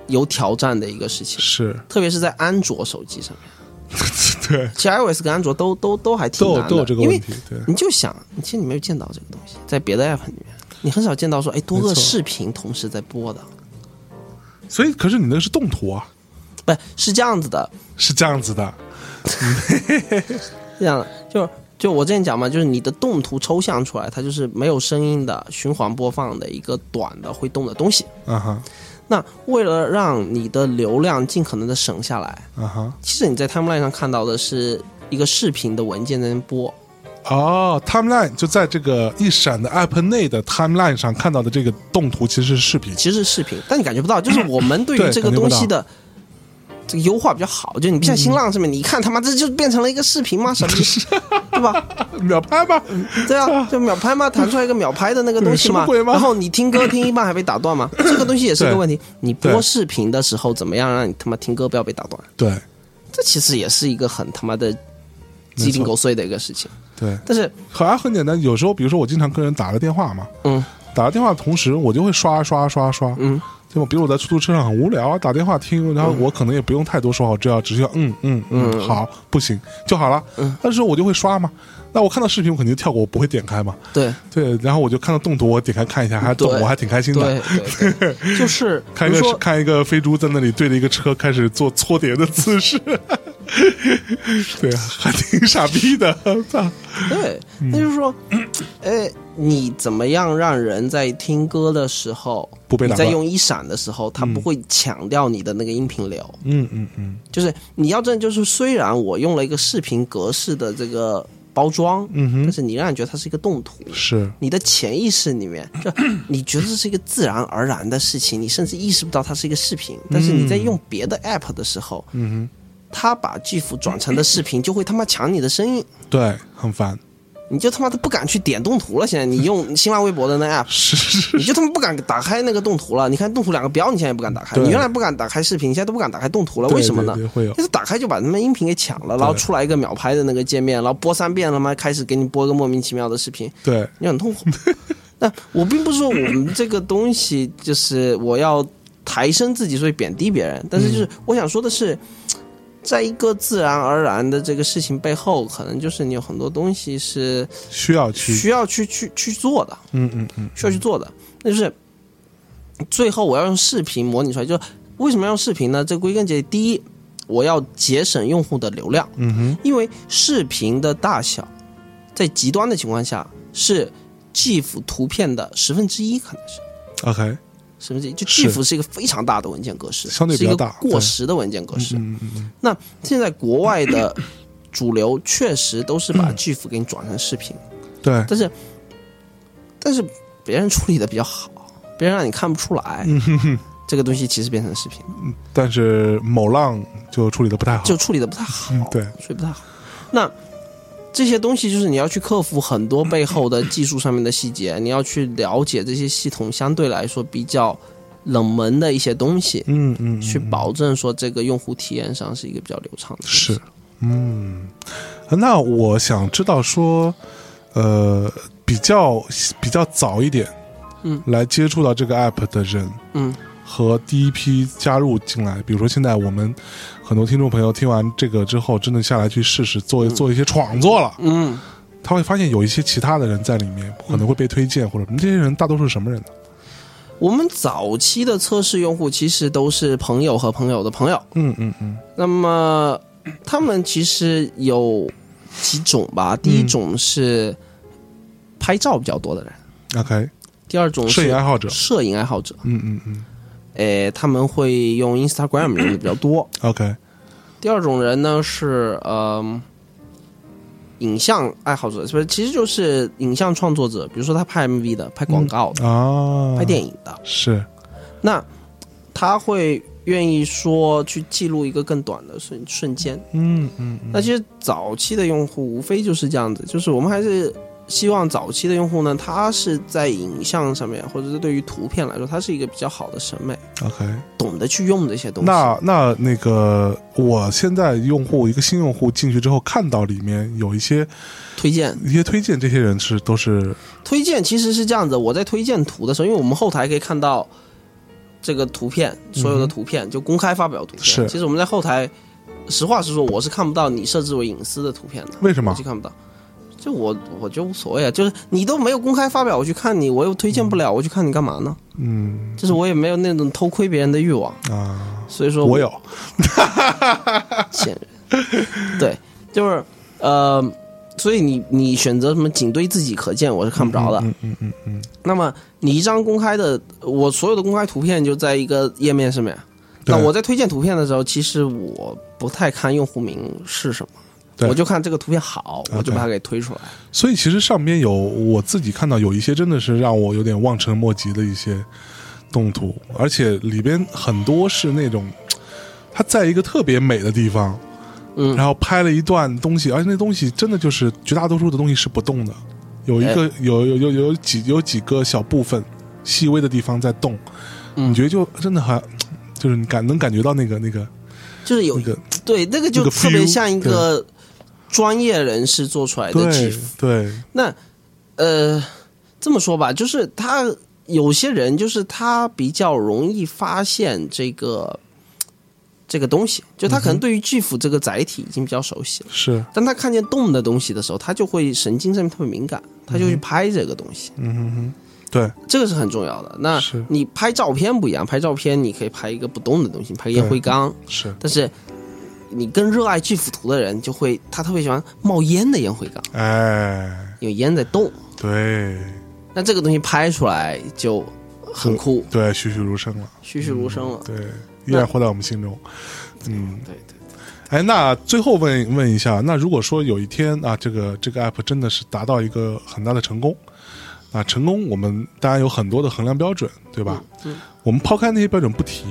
Speaker 2: 有挑战的一个事情，
Speaker 1: 是，
Speaker 2: 特别是在安卓手机上面。
Speaker 1: 对，
Speaker 2: 其实 iOS 跟安卓都都都还 挺
Speaker 1: 都
Speaker 2: 难
Speaker 1: 有
Speaker 2: 的，
Speaker 1: 都有这个
Speaker 2: 因
Speaker 1: 问
Speaker 2: 为
Speaker 1: 题，对，
Speaker 2: 你就想，你其实你没有见到这个东西，在别的 app 里面，你很少见到说，哎，多
Speaker 1: 没
Speaker 2: 个
Speaker 1: 错
Speaker 2: 视频同时在播的，
Speaker 1: 所以可是你那个是动图啊，
Speaker 2: 不是是这样子的，
Speaker 1: 是这样子的，
Speaker 2: 这样的，就就我之前讲嘛，就是你的动图抽象出来，它就是没有声音的循环播放的一个短的会动的东西。
Speaker 1: 啊哈，
Speaker 2: 那为了让你的流量尽可能的省下来，
Speaker 1: 啊哈，
Speaker 2: 其实你在 timeline 上看到的是一个视频的文件在那边播，
Speaker 1: 哦，timeline 就在这个一闪的 app 内的 timeline 上看到的这个动图其实是视频，
Speaker 2: 其实是视频，但你感觉不到，就是我们对
Speaker 1: 对
Speaker 2: 于这个东西的。这个优化比较好，就
Speaker 1: 嗯
Speaker 2: 你不像新浪上面，你一看他妈这就变成了一个视频吗？傻逼，对吧？
Speaker 1: 秒拍吧，
Speaker 2: 对啊，就秒拍嘛，弹出来一个秒拍的那个东西
Speaker 1: 什么
Speaker 2: 嘛
Speaker 1: 鬼，吗
Speaker 2: 然后你听歌听一半还被打断嘛，这个东西也是个
Speaker 1: 对
Speaker 2: 问题。你
Speaker 1: 对
Speaker 2: 播视频的时候怎么样让你他妈听歌不要被打断？
Speaker 1: 对
Speaker 2: 这其实也是一个很他妈的鸡零狗碎的一个事情。
Speaker 1: 对，
Speaker 2: 但是，
Speaker 1: 好像很简单，有时候比如说我经常跟人打个电话嘛，
Speaker 2: 嗯
Speaker 1: 打个电话的同时，我就会刷刷刷刷，
Speaker 2: 嗯，
Speaker 1: 对吧？比如我在出租车上很无聊啊，打电话听，然后我可能也不用太多说话，我只要只需要嗯嗯嗯，好，不行就好了。嗯，那时候我就会刷嘛。那我看到视频，我肯定就跳过，我不会点开嘛。
Speaker 2: 对
Speaker 1: 对，然后我就看到动图，我点开看一下，还动，
Speaker 2: 对
Speaker 1: 我还挺开心
Speaker 2: 对
Speaker 1: 的。
Speaker 2: 对对， 就是比
Speaker 1: 看一
Speaker 2: 如
Speaker 1: 个
Speaker 2: 说，
Speaker 1: 看一个飞猪在那里对着一个车开始做搓碟的姿势， 对啊，还挺傻逼的。操
Speaker 2: 对，
Speaker 1: 嗯
Speaker 2: 那就是说， 哎，你怎么样让人在听歌的时候
Speaker 1: 不被
Speaker 2: 你
Speaker 1: 打
Speaker 2: 在
Speaker 1: 断
Speaker 2: 用一闪的时候，它不会抢掉你的那个音频流。
Speaker 1: 嗯嗯嗯
Speaker 2: 就是你要真就是，虽然我用了一个视频格式的这个包装，
Speaker 1: 嗯哼
Speaker 2: 但是你让人觉得它是一个动图，
Speaker 1: 是
Speaker 2: 你的潜意识 里面，就你觉得这是一个自然而然的事情，你甚至意识不到它是一个视频。但是你在用别的 app 的时候，
Speaker 1: 嗯
Speaker 2: 它把 GIF 转成的视频，就会他妈抢你的声音，
Speaker 1: 哼，对，很烦，
Speaker 2: 你就他妈的不敢去点动图了。现在你用新浪微博的那 app。
Speaker 1: 是是是
Speaker 2: 你就他妈不敢打开那个动图了。你看动图两个标，你现在也不敢打开。
Speaker 1: 对
Speaker 2: 你原来不敢打开视频，你现在都不敢打开动图了，为什么呢？
Speaker 1: 对对对会有
Speaker 2: 就是打开就把他们音频给抢了，然后出来一个秒拍的那个界面，然后播三遍，他妈开始给你播一个莫名其妙的视频，
Speaker 1: 对，
Speaker 2: 你很 痛苦。那我并不是说我们这个东西就是我要抬升自己，所以贬低别人，但是
Speaker 1: 嗯
Speaker 2: 就是我想说的是。在一个自然而然的这个事情背后，可能就是你有很多东西是
Speaker 1: 需要去，
Speaker 2: 需要去去去做的，
Speaker 1: 嗯嗯嗯，
Speaker 2: 需要去做的，那就是最后我要用视频模拟出来。就是为什么要用视频呢？这归根结底，第一，我要节省用户的流量，
Speaker 1: 嗯哼，
Speaker 2: 因为视频的大小在极端的情况下是 GIF 图片的十分之一，可能是
Speaker 1: OK，
Speaker 2: 十分之一。就是 GIF 是一个非常大的文件格式，
Speaker 1: 相对比较大
Speaker 2: 是一个过时的文件格式。
Speaker 1: 嗯嗯嗯，
Speaker 2: 那现在国外的主流确实都是把 GIF 给你转成视频。
Speaker 1: 对，
Speaker 2: 但是，但是别人处理的比较好，别人让你看不出来，
Speaker 1: 嗯
Speaker 2: 这个东西其实变成视频了，
Speaker 1: 但是某浪就处理的不太好，
Speaker 2: 就处理的不太好，
Speaker 1: 嗯对
Speaker 2: 处理不太好。那这些东西就是你要去克服很多背后的技术上面的细节，你要去了解这些系统相对来说比较冷门的一些东西，
Speaker 1: 嗯嗯，嗯
Speaker 2: 去保证说这个用户体验上是一个比较流畅的。
Speaker 1: 是，嗯，那我想知道说，呃，比较比较早一点，
Speaker 2: 嗯，
Speaker 1: 来接触到这个 app 的人
Speaker 2: 嗯
Speaker 1: 和第一批加入进来，比如说现在我们很多听众朋友听完这个之后，真的下来去试试做做一些创作了，
Speaker 2: 嗯，
Speaker 1: 他会发现有一些其他的人在里面可能会被推
Speaker 2: 嗯
Speaker 1: 荐，或者嗯这些人大多数是什么人呢？
Speaker 2: 我们早期的测试用户其实都是朋友和朋友的朋友。
Speaker 1: 嗯嗯嗯，
Speaker 2: 那么他们其实有几种吧，
Speaker 1: 嗯
Speaker 2: 第一种是拍照比较多的人，
Speaker 1: OK，
Speaker 2: 第二种
Speaker 1: 摄影
Speaker 2: 是
Speaker 1: 爱好者，
Speaker 2: 摄影爱好者，
Speaker 1: 嗯嗯嗯
Speaker 2: 诶，他们会用 Instagram 用的比较 多。
Speaker 1: ，OK，
Speaker 2: 第二种人呢是呃影像爱好者，是不是？其实就是影像创作者，比如说他拍
Speaker 1: 嗯
Speaker 2: MV 的、拍广告的、
Speaker 1: 啊，
Speaker 2: 拍电影的，
Speaker 1: 是，
Speaker 2: 那他会愿意说去记录一个更短的瞬瞬间。
Speaker 1: 嗯嗯嗯
Speaker 2: 那其实早期的用户无非就是这样子，就是我们还是希望早期的用户呢，他是在影像上面，或者是对于图片来说，他是一个比较好的审美，
Speaker 1: ，OK。
Speaker 2: 懂得去用这些东西。
Speaker 1: 那那那个，我现在用户一个新用户进去之后，看到里面有一些
Speaker 2: 推荐
Speaker 1: 一些推荐，这些人是都是
Speaker 2: 推荐其实是这样子，我在推荐图的时候，因为我们后台可以看到这个图片，所有的图片、就公开发表图片。
Speaker 1: 嗯是
Speaker 2: 其实我们在后台，实话实说，我是看不到你设置为隐私的图片的。
Speaker 1: 为什么
Speaker 2: 我就看不到。这我我觉得无所谓啊，就是你都没有公开发表，我去看你，我又推荐不了，我去看你干嘛呢？
Speaker 1: 嗯
Speaker 2: 就是我也没有那种偷窥别人的欲望，
Speaker 1: 啊，
Speaker 2: 所以说
Speaker 1: 我有
Speaker 2: 贱人。 对，就是呃，所以你你选择什么仅对自己可见，我是看不着的。
Speaker 1: 嗯嗯嗯嗯，
Speaker 2: 那么你一张公开的，我所有的公开图片就在一个页面上面。
Speaker 1: 对
Speaker 2: 那我在推荐图片的时候，其实我不太看用户名是什么，
Speaker 1: 对啊
Speaker 2: 我就看这个图片好，我
Speaker 1: OK
Speaker 2: 就把它给推出来。
Speaker 1: 所以其实上边有我自己看到有一些真的是让我有点望尘莫及的一些动图，而且里边很多是那种它在一个特别美的地方，
Speaker 2: 嗯
Speaker 1: 然后拍了一段东西，而且那东西真的就是绝大多数的东西是不动的，有一个、有有有有几有几个小部分细微的地方在动，
Speaker 2: 嗯
Speaker 1: 你觉得就真的还就是你感能感觉到那个那个
Speaker 2: 就是有
Speaker 1: 那个
Speaker 2: 对那个
Speaker 1: 那
Speaker 2: 就
Speaker 1: 个
Speaker 2: 特别
Speaker 1: feel，
Speaker 2: 像一个专业人士做出来的
Speaker 1: 对
Speaker 2: 起伏。
Speaker 1: 对
Speaker 2: 那呃，这么说吧，就是他有些人就是他比较容易发现这个这个东西，就
Speaker 1: 嗯
Speaker 2: 他可能对于 GIF 这个载体已经比较熟悉了。
Speaker 1: 是
Speaker 2: 当他看见动的东西的时候，他就会神经上面特别敏感，他就去拍这个东西，
Speaker 1: 嗯哼哼对
Speaker 2: 这个是很重要的。那
Speaker 1: 是
Speaker 2: 你拍照片不一样，拍照片你可以拍一个不动的东西，拍烟灰缸，
Speaker 1: 是
Speaker 2: 但是你更热爱 GIF 图的人，就会他特别喜欢冒烟的烟灰缸，
Speaker 1: 哎
Speaker 2: 有烟在动，
Speaker 1: 对。
Speaker 2: 那这个东西拍出来就很酷，
Speaker 1: 对，栩栩如生了，
Speaker 2: 栩栩如生了。
Speaker 1: 对，依然活在我们心中。嗯，
Speaker 2: 啊对对，
Speaker 1: 哎，那最后问问一下，那如果说有一天啊，这个这个 app 真的是达到一个很大的成功，啊，成功我们当然有很多的衡量标准，对吧？
Speaker 2: 嗯嗯
Speaker 1: 我们抛开那些标准不提，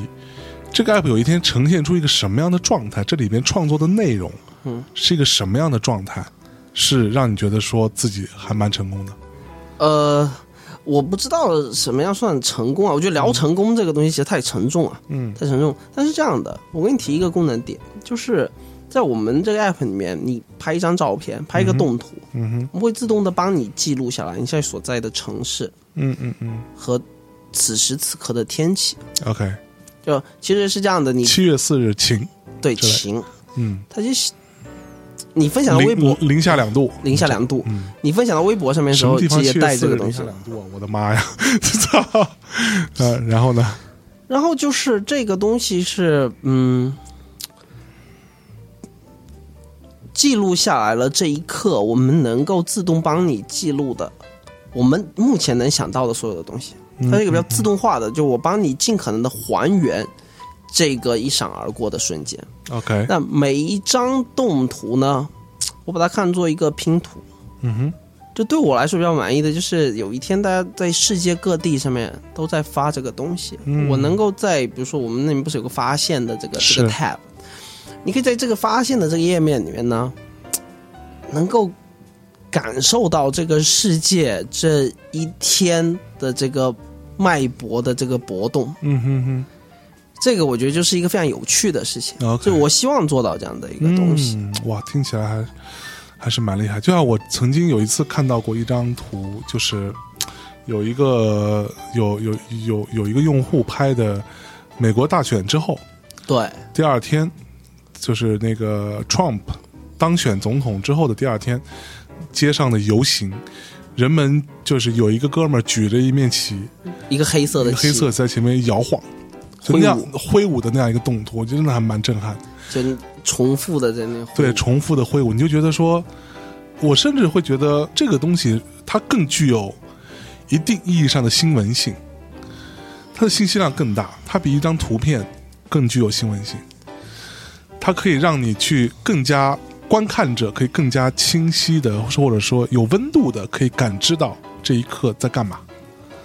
Speaker 1: 这个 app 有一天呈现出一个什么样的状态？这里边创作的内容，
Speaker 2: 嗯，
Speaker 1: 是一个什么样的状态？是让你觉得说自己还蛮成功的？
Speaker 2: 呃，我不知道什么样算成功啊。我觉得聊成功这个东西其实太沉重了，
Speaker 1: 嗯
Speaker 2: 太沉重。但是这样的，我给你提一个功能点，就是在我们这个 app 里面，你拍一张照片，拍一个动图，
Speaker 1: 嗯哼，
Speaker 2: 我们会自动的帮你记录下来你现在所在的城市
Speaker 1: 嗯嗯嗯
Speaker 2: 和此时此刻的天气。
Speaker 1: ，OK，
Speaker 2: 就其实是这样的，你
Speaker 1: 七月四日晴，
Speaker 2: 对
Speaker 1: 之类的
Speaker 2: 晴，
Speaker 1: 嗯，
Speaker 2: 它就是你分享到微博
Speaker 1: 零零下两度，
Speaker 2: 零下两度，
Speaker 1: 嗯，
Speaker 2: 你分享到微博上面的时
Speaker 1: 什么
Speaker 2: 候，
Speaker 1: 地方
Speaker 2: 记
Speaker 1: 去
Speaker 2: 得带这个东西。
Speaker 1: 两度啊！我的妈呀！ 操！呃，然后呢？
Speaker 2: 然后就是这个东西是嗯，记录下来了这一刻，我们能够自动帮你记录的，我们目前能想到的所有的东西，
Speaker 1: 嗯
Speaker 2: 它是一个比较自动化的，就我帮你尽可能的还原这个一闪而过的瞬间。
Speaker 1: OK，
Speaker 2: 那每一张动图呢，我把它看作一个拼图。
Speaker 1: 嗯哼，
Speaker 2: 就对我来说比较满意的，就是有一天大家在世界各地上面都在发这个东西，
Speaker 1: 嗯
Speaker 2: 我能够在比如说我们那边不是有个发现的这个
Speaker 1: 是
Speaker 2: 这个 tab，你可以在这个发现的这个页面里面呢，能够感受到这个世界这一天的这个脉搏的这个搏动，
Speaker 1: 嗯哼哼
Speaker 2: 这个我觉得就是一个非常有趣的事情，
Speaker 1: ，OK，
Speaker 2: 就我希望做到这样的一个东西。
Speaker 1: 嗯，哇，听起来还还是蛮厉害。就像我曾经有一次看到过一张图，就是有一个有有有有一个用户拍的美国大选之后，
Speaker 2: 对，
Speaker 1: 第二天，就是那个 Trump 当选总统之后的第二天，街上的游行，人们就是有一个哥们儿举着一面旗，
Speaker 2: 一个黑色的
Speaker 1: 黑
Speaker 2: 漆
Speaker 1: 色在前面摇晃，就那样挥舞的那样一个动图，我觉得那还蛮震撼。
Speaker 2: 就重复的在那挥
Speaker 1: 对，重复的挥舞，你就觉得说，我甚至会觉得这个东西它更具有一定意义上的新闻性，它的信息量更大，它比一张图片更具有新闻性，它可以让你去更加观看者可以更加清晰的，或者说有温度的，可以感知到这一刻在干嘛。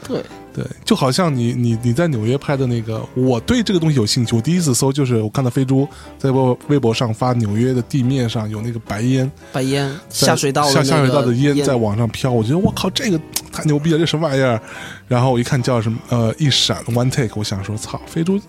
Speaker 2: 对，
Speaker 1: 对，就好像你你你在纽约拍的那个，我对这个东西有兴趣。我第一次搜就是我看到飞猪在微微博上发纽约的地面上有那个白烟，
Speaker 2: 白烟
Speaker 1: 在
Speaker 2: 下水道的
Speaker 1: 下
Speaker 2: 那
Speaker 1: 下水道的
Speaker 2: 个
Speaker 1: 烟在往上飘，我觉得我靠这个太牛逼了，这什么玩意儿？然后我一看叫什么呃一闪 one take，我想说操飞猪，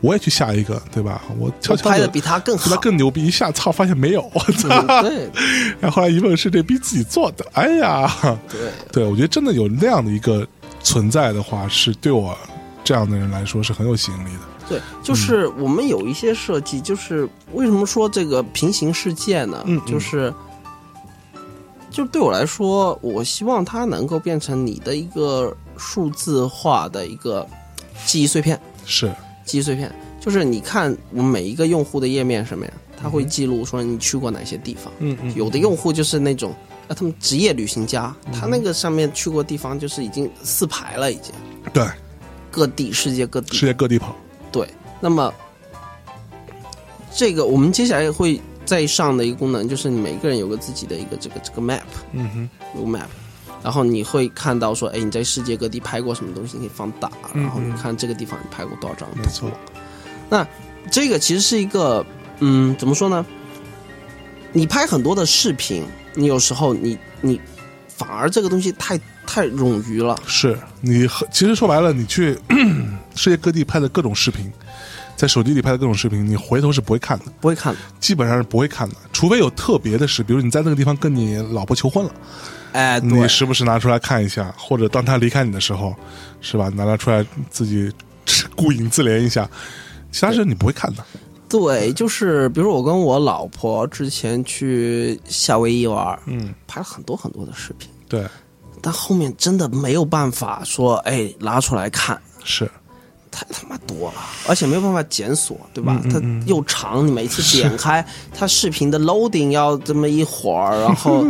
Speaker 1: 我也去下一个对吧？我悄
Speaker 2: 我
Speaker 1: 悄
Speaker 2: 拍
Speaker 1: 的
Speaker 2: 的比他更
Speaker 1: 比他
Speaker 2: 好，
Speaker 1: 更牛逼，一下操发现没有，我操！
Speaker 2: 嗯 对
Speaker 1: 然后后来一问是这逼自己做的，哎呀，
Speaker 2: 对，
Speaker 1: 对我觉得真的有那样的一个存在的话，是对我这样的人来说是很有吸引力的。
Speaker 2: 对，就是我们有一些设计，就是为什么说这个平行世界呢？
Speaker 1: 嗯嗯
Speaker 2: 就是就对我来说，我希望它能够变成你的一个数字化的一个记忆碎片，
Speaker 1: 是，
Speaker 2: 记忆碎片。就是你看我们每一个用户的页面什么呀，它会记录说你去过哪些地方。
Speaker 1: 嗯嗯
Speaker 2: 有的用户就是那种啊，他们职业旅行家，他那个上面去过地方就是已经四排了，已经
Speaker 1: 对，
Speaker 2: 各地世界各地
Speaker 1: 世界各地跑，
Speaker 2: 对，那么这个我们接下来会再上的一个功能，就是你每个人有个自己的一个这个这个 map，
Speaker 1: 嗯哼，
Speaker 2: 有个 map，然后你会看到说，哎，你在世界各地拍过什么东西，你可以放大，
Speaker 1: 嗯
Speaker 2: 然后你看这个地方你拍过多少张
Speaker 1: 没
Speaker 2: 图。
Speaker 1: 错，
Speaker 2: 这个其实是一个，嗯，怎么说呢？你拍很多的视频，你有时候你你反而这个东西太太冗余了。
Speaker 1: 是你和其实说白了，你去 世界各地拍的各种视频，在手机里拍的各种视频，你回头是不会看的，
Speaker 2: 不会看的，
Speaker 1: 基本上是不会看的，除非有特别的事，比如你在那个地方跟你老婆求婚了，
Speaker 2: 哎，对
Speaker 1: 你，时不时拿出来看一下，或者当他离开你的时候，是吧？拿它出来自己 顾影自怜一下，其他事你不会看的。
Speaker 2: 对，就是比如说我跟我老婆之前去夏威夷玩，
Speaker 1: 嗯，
Speaker 2: 拍了很多很多的视频，
Speaker 1: 对，
Speaker 2: 但后面真的没有办法说，哎，拿出来看，
Speaker 1: 是
Speaker 2: 太他妈多了，而且没有办法检索，对吧？
Speaker 1: 嗯
Speaker 2: 它又长，你每次点开它视频的 loading 要这么一会儿，然 后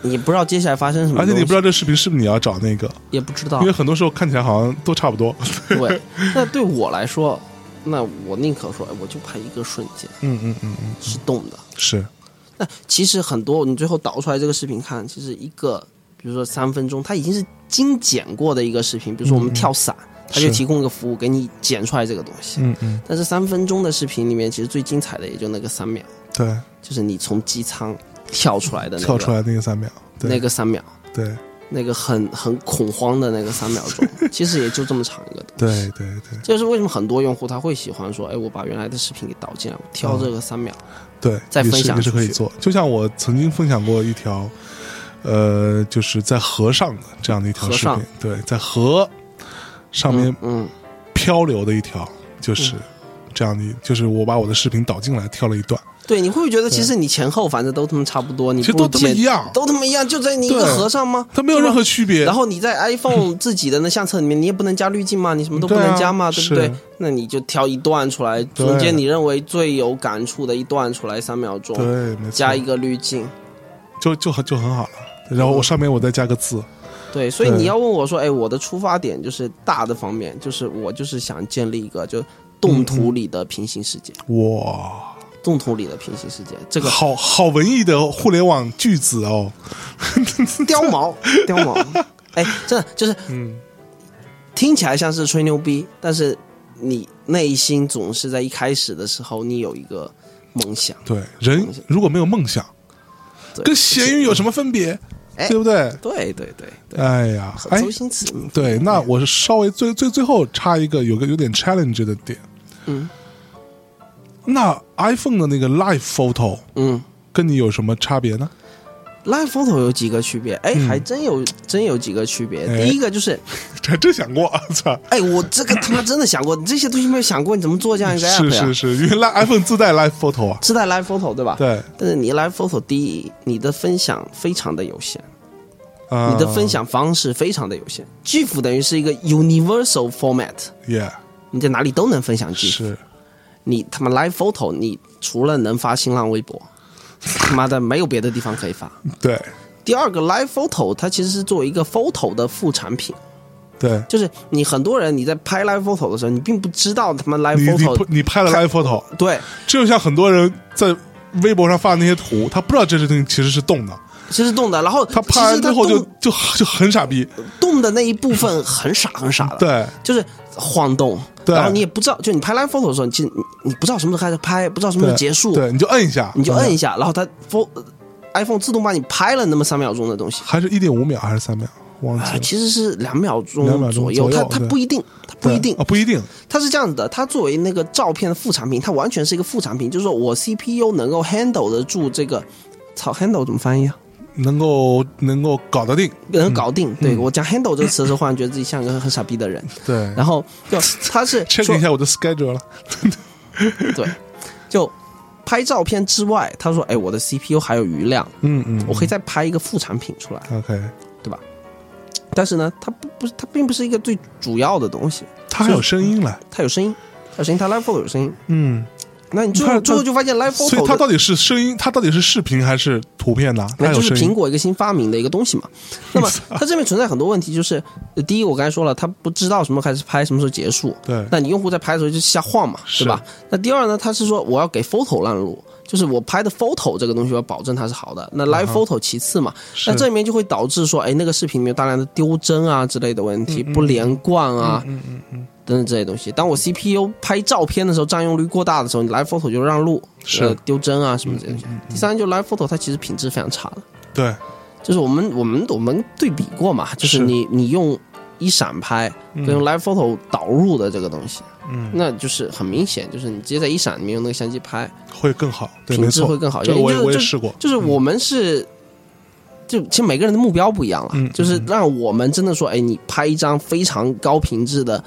Speaker 2: 你不知道接下来发生什么
Speaker 1: 而
Speaker 2: 东西，
Speaker 1: 且你不知道这视频是不是你要找那个，
Speaker 2: 也不知 道
Speaker 1: 因为，很多时候看起来好像都差不多。
Speaker 2: 对。那对我来说，那我宁可说，哎我就拍一个瞬间
Speaker 1: 嗯嗯嗯嗯，
Speaker 2: 是动的。
Speaker 1: 是
Speaker 2: 那其实很多你最后导出来这个视频看，其实一个比如说三分钟，它已经是精简过的一个视频。比如
Speaker 1: 嗯
Speaker 2: 说我们跳伞，它就是提供一个服务给你剪出来这个东西。
Speaker 1: 嗯嗯，
Speaker 2: 但是三分钟的视频里面，其实最精彩的也就那个三秒，
Speaker 1: 对，
Speaker 2: 就是你从机舱跳出来的那个
Speaker 1: 跳出来那个三秒，对、
Speaker 2: 那个三秒，
Speaker 1: 对
Speaker 2: 那个很很恐慌的那个三秒 钟，其实也就这么长一个东西。
Speaker 1: 对对对
Speaker 2: 这就是为什么很多用户他会喜欢说，哎，我把原来的视频给导进来，我挑这个三秒，
Speaker 1: 对，
Speaker 2: 再
Speaker 1: 也
Speaker 2: 分
Speaker 1: 是
Speaker 2: 享
Speaker 1: 也是
Speaker 2: 出
Speaker 1: 可以
Speaker 2: 去
Speaker 1: 做。就像我曾经分享过一条，呃，就是在河上的这样的一条
Speaker 2: 河
Speaker 1: 视
Speaker 2: 上
Speaker 1: 频，对，在河上面
Speaker 2: 嗯嗯，
Speaker 1: 漂流的一条，就是这样的，就是我把我的视频导进来跳了一段，
Speaker 2: 对，你会不会觉得其实你前后反正都他妈差不多，你
Speaker 1: 其实
Speaker 2: 不
Speaker 1: 都他妈
Speaker 2: 剪
Speaker 1: 一样，
Speaker 2: 都他妈一样，就在你一个
Speaker 1: 对
Speaker 2: 和尚吗？
Speaker 1: 它没有任何区别。
Speaker 2: 然后你在 iPhone 自己的那相册里面，你也不能加滤镜嘛，你什么都不能加嘛，
Speaker 1: 对
Speaker 2: 对
Speaker 1: 啊
Speaker 2: 不对
Speaker 1: 是？
Speaker 2: 那你就挑一段出来，
Speaker 1: 对
Speaker 2: 中间你认为最有感触的一段出来，三秒钟，
Speaker 1: 对，没错，
Speaker 2: 加一个滤镜。
Speaker 1: 就就很就很好了。然后我上面我再加个字，
Speaker 2: 对，所以
Speaker 1: 对
Speaker 2: 你要问我说，哎，我的出发点就是大的方面，就是我就是想建立一个就
Speaker 1: 嗯
Speaker 2: 动图里的平行世界，
Speaker 1: 哇，
Speaker 2: 动图里的平行世界，这个
Speaker 1: 好好文艺的互联网句子哦。
Speaker 2: 貂毛，貂毛，哎，真的就是
Speaker 1: 嗯，
Speaker 2: 听起来像是吹牛逼，但是你内心总是在一开始的时候，你有一个梦想。
Speaker 1: 对，人如果没有梦想，
Speaker 2: 对
Speaker 1: 跟咸鱼有什么分别？
Speaker 2: 哎
Speaker 1: 对不对？
Speaker 2: 对对对对，
Speaker 1: 哎呀，哎
Speaker 2: 周，星驰，嗯
Speaker 1: 对，那我是稍微最最最后插一个有个有点 challenge 的点，
Speaker 2: 嗯
Speaker 1: 那 iPhone 的那个 Live Photo
Speaker 2: 嗯
Speaker 1: 跟你有什么差别呢？
Speaker 2: ，Live Photo 有几个区别？哎，
Speaker 1: 嗯
Speaker 2: 还真有真有几个区别。
Speaker 1: 哎
Speaker 2: 第一个就是，
Speaker 1: 这真想过， 操！
Speaker 2: 哎，我这个他妈真的想过，你这些东西没有想过，你怎么做这样一个 app
Speaker 1: 是
Speaker 2: 呀？
Speaker 1: 是是，因为 Live iPhone 自带 Live Photo 啊，
Speaker 2: 自带 Live Photo 对吧？。
Speaker 1: 对，
Speaker 2: 但是你 Live Photo 第一，你的分享非常的有限，
Speaker 1: 啊，
Speaker 2: 你的分享方式非常的有限。GIF 等于是一个 universal format，
Speaker 1: 也
Speaker 2: 你在哪里都能分享 GIF。
Speaker 1: 是
Speaker 2: 你他妈 Live Photo，你除了能发新浪微博，他妈的没有别的地方可以发。
Speaker 1: 对
Speaker 2: 第二个 live photo，它其实是作为一个 photo 的副产品，
Speaker 1: 对，
Speaker 2: 就是你很多人你在拍 live photo 的时候，你并不知道他们 live
Speaker 1: 你你
Speaker 2: photo
Speaker 1: 不你拍了 Live Photo，
Speaker 2: 对
Speaker 1: 这就像很多人在微博上发的那些图，他不知道这些东西其实是动的，
Speaker 2: 其实动的，然后
Speaker 1: 他
Speaker 2: 其
Speaker 1: 拍完
Speaker 2: 实
Speaker 1: 之
Speaker 2: 他
Speaker 1: 后就
Speaker 2: 动
Speaker 1: 就就很傻逼，
Speaker 2: 动的那一部分很傻很傻的，
Speaker 1: 对
Speaker 2: 就是晃动，
Speaker 1: 对
Speaker 2: 然后你也不知道，就你拍 live photo 的时候，你其实你你不知道什么时候开始拍，不知道什么时
Speaker 1: 对
Speaker 2: 候结束，
Speaker 1: 对，你就摁一下，
Speaker 2: 你就摁一
Speaker 1: 下，
Speaker 2: 下，然后它 pho- iPhone 自动帮你拍了那么三秒钟的东西，
Speaker 1: 还是一点五秒还是三秒，忘记
Speaker 2: 啊，
Speaker 1: 了，
Speaker 2: 其实是两秒
Speaker 1: 两秒钟
Speaker 2: 钟左
Speaker 1: 左右
Speaker 2: 它它
Speaker 1: 对
Speaker 2: 不一定，它不
Speaker 1: 对
Speaker 2: 一定
Speaker 1: 啊，，不一定，
Speaker 2: 它是这样子的，它作为那个照片的副产品，它完全是一个副产品，就是说我 CPU 能够 handle 得住这个，操 handle 怎么翻译啊？
Speaker 1: 能够能够搞得定，
Speaker 2: 能搞定，对
Speaker 1: 嗯
Speaker 2: 我讲 handle 这个词的时候，忽然觉得自己像个很傻逼的人。
Speaker 1: 对，
Speaker 2: 然后就 它是
Speaker 1: check
Speaker 2: 说
Speaker 1: 一下我的 schedule 了，
Speaker 2: 对，就拍照片之外，他说：“哎，我的 CPU 还有余量，
Speaker 1: 嗯嗯，
Speaker 2: 我可以再拍一个副产品出来，
Speaker 1: OK，
Speaker 2: 对吧？”但是呢，它不不是它并不是一个最主要的东西，
Speaker 1: 它还有声音了，
Speaker 2: 它有声音，它有声音，它 live photo 有声音。
Speaker 1: 嗯，
Speaker 2: 那你最
Speaker 1: 它
Speaker 2: 后最后就发现 live
Speaker 1: 所以它
Speaker 2: photo 的
Speaker 1: 到底是声音，它到底是视频还是图片呢？它
Speaker 2: 那
Speaker 1: 有
Speaker 2: 就是
Speaker 1: 声
Speaker 2: 苹
Speaker 1: 音，
Speaker 2: 果一个新发明的一个东西 嘛。那么它这边存在很多问题，就是呃第一，我刚才说了，它不知道什么时候开始拍，什么时候结束。
Speaker 1: 对，
Speaker 2: 那你用户在拍的时候就瞎晃嘛，
Speaker 1: 是
Speaker 2: 对吧？那第二呢，它是说我要给 photo 让路，就是我拍的 photo 这个东西我要保证它是好的。那
Speaker 1: 嗯
Speaker 2: live photo 其次嘛，
Speaker 1: 是
Speaker 2: 那这里面就会导致说，哎，那个视频里面有大量的丢帧啊之类的问题，
Speaker 1: 嗯
Speaker 2: 不连贯啊，嗯嗯嗯等等这些东西。当我 CPU 拍照片的时候占用率过大的时候，你 live photo 就让路，
Speaker 1: 是嗯
Speaker 2: 呃丢帧啊什么这些东西。第三就 live photo 它其实品质非常差的。
Speaker 1: 对，
Speaker 2: 就是我们我们我们对比过嘛，就
Speaker 1: 是
Speaker 2: 是你你用一闪拍跟用 Live Photo 导入的这个东西，
Speaker 1: 嗯，
Speaker 2: 那就是很明显，就是你直接在一闪里面用那个相机拍，
Speaker 1: 会更好，对，
Speaker 2: 品
Speaker 1: 没
Speaker 2: 质
Speaker 1: 错
Speaker 2: 会，更好一
Speaker 1: 这个
Speaker 2: 点。
Speaker 1: 我也
Speaker 2: 就
Speaker 1: 我也
Speaker 2: 就
Speaker 1: 试过，
Speaker 2: 就是我们是。就其实每个人的目标不一样了，
Speaker 1: 嗯
Speaker 2: 就是让我们真的说，哎，你拍一张非常高品质的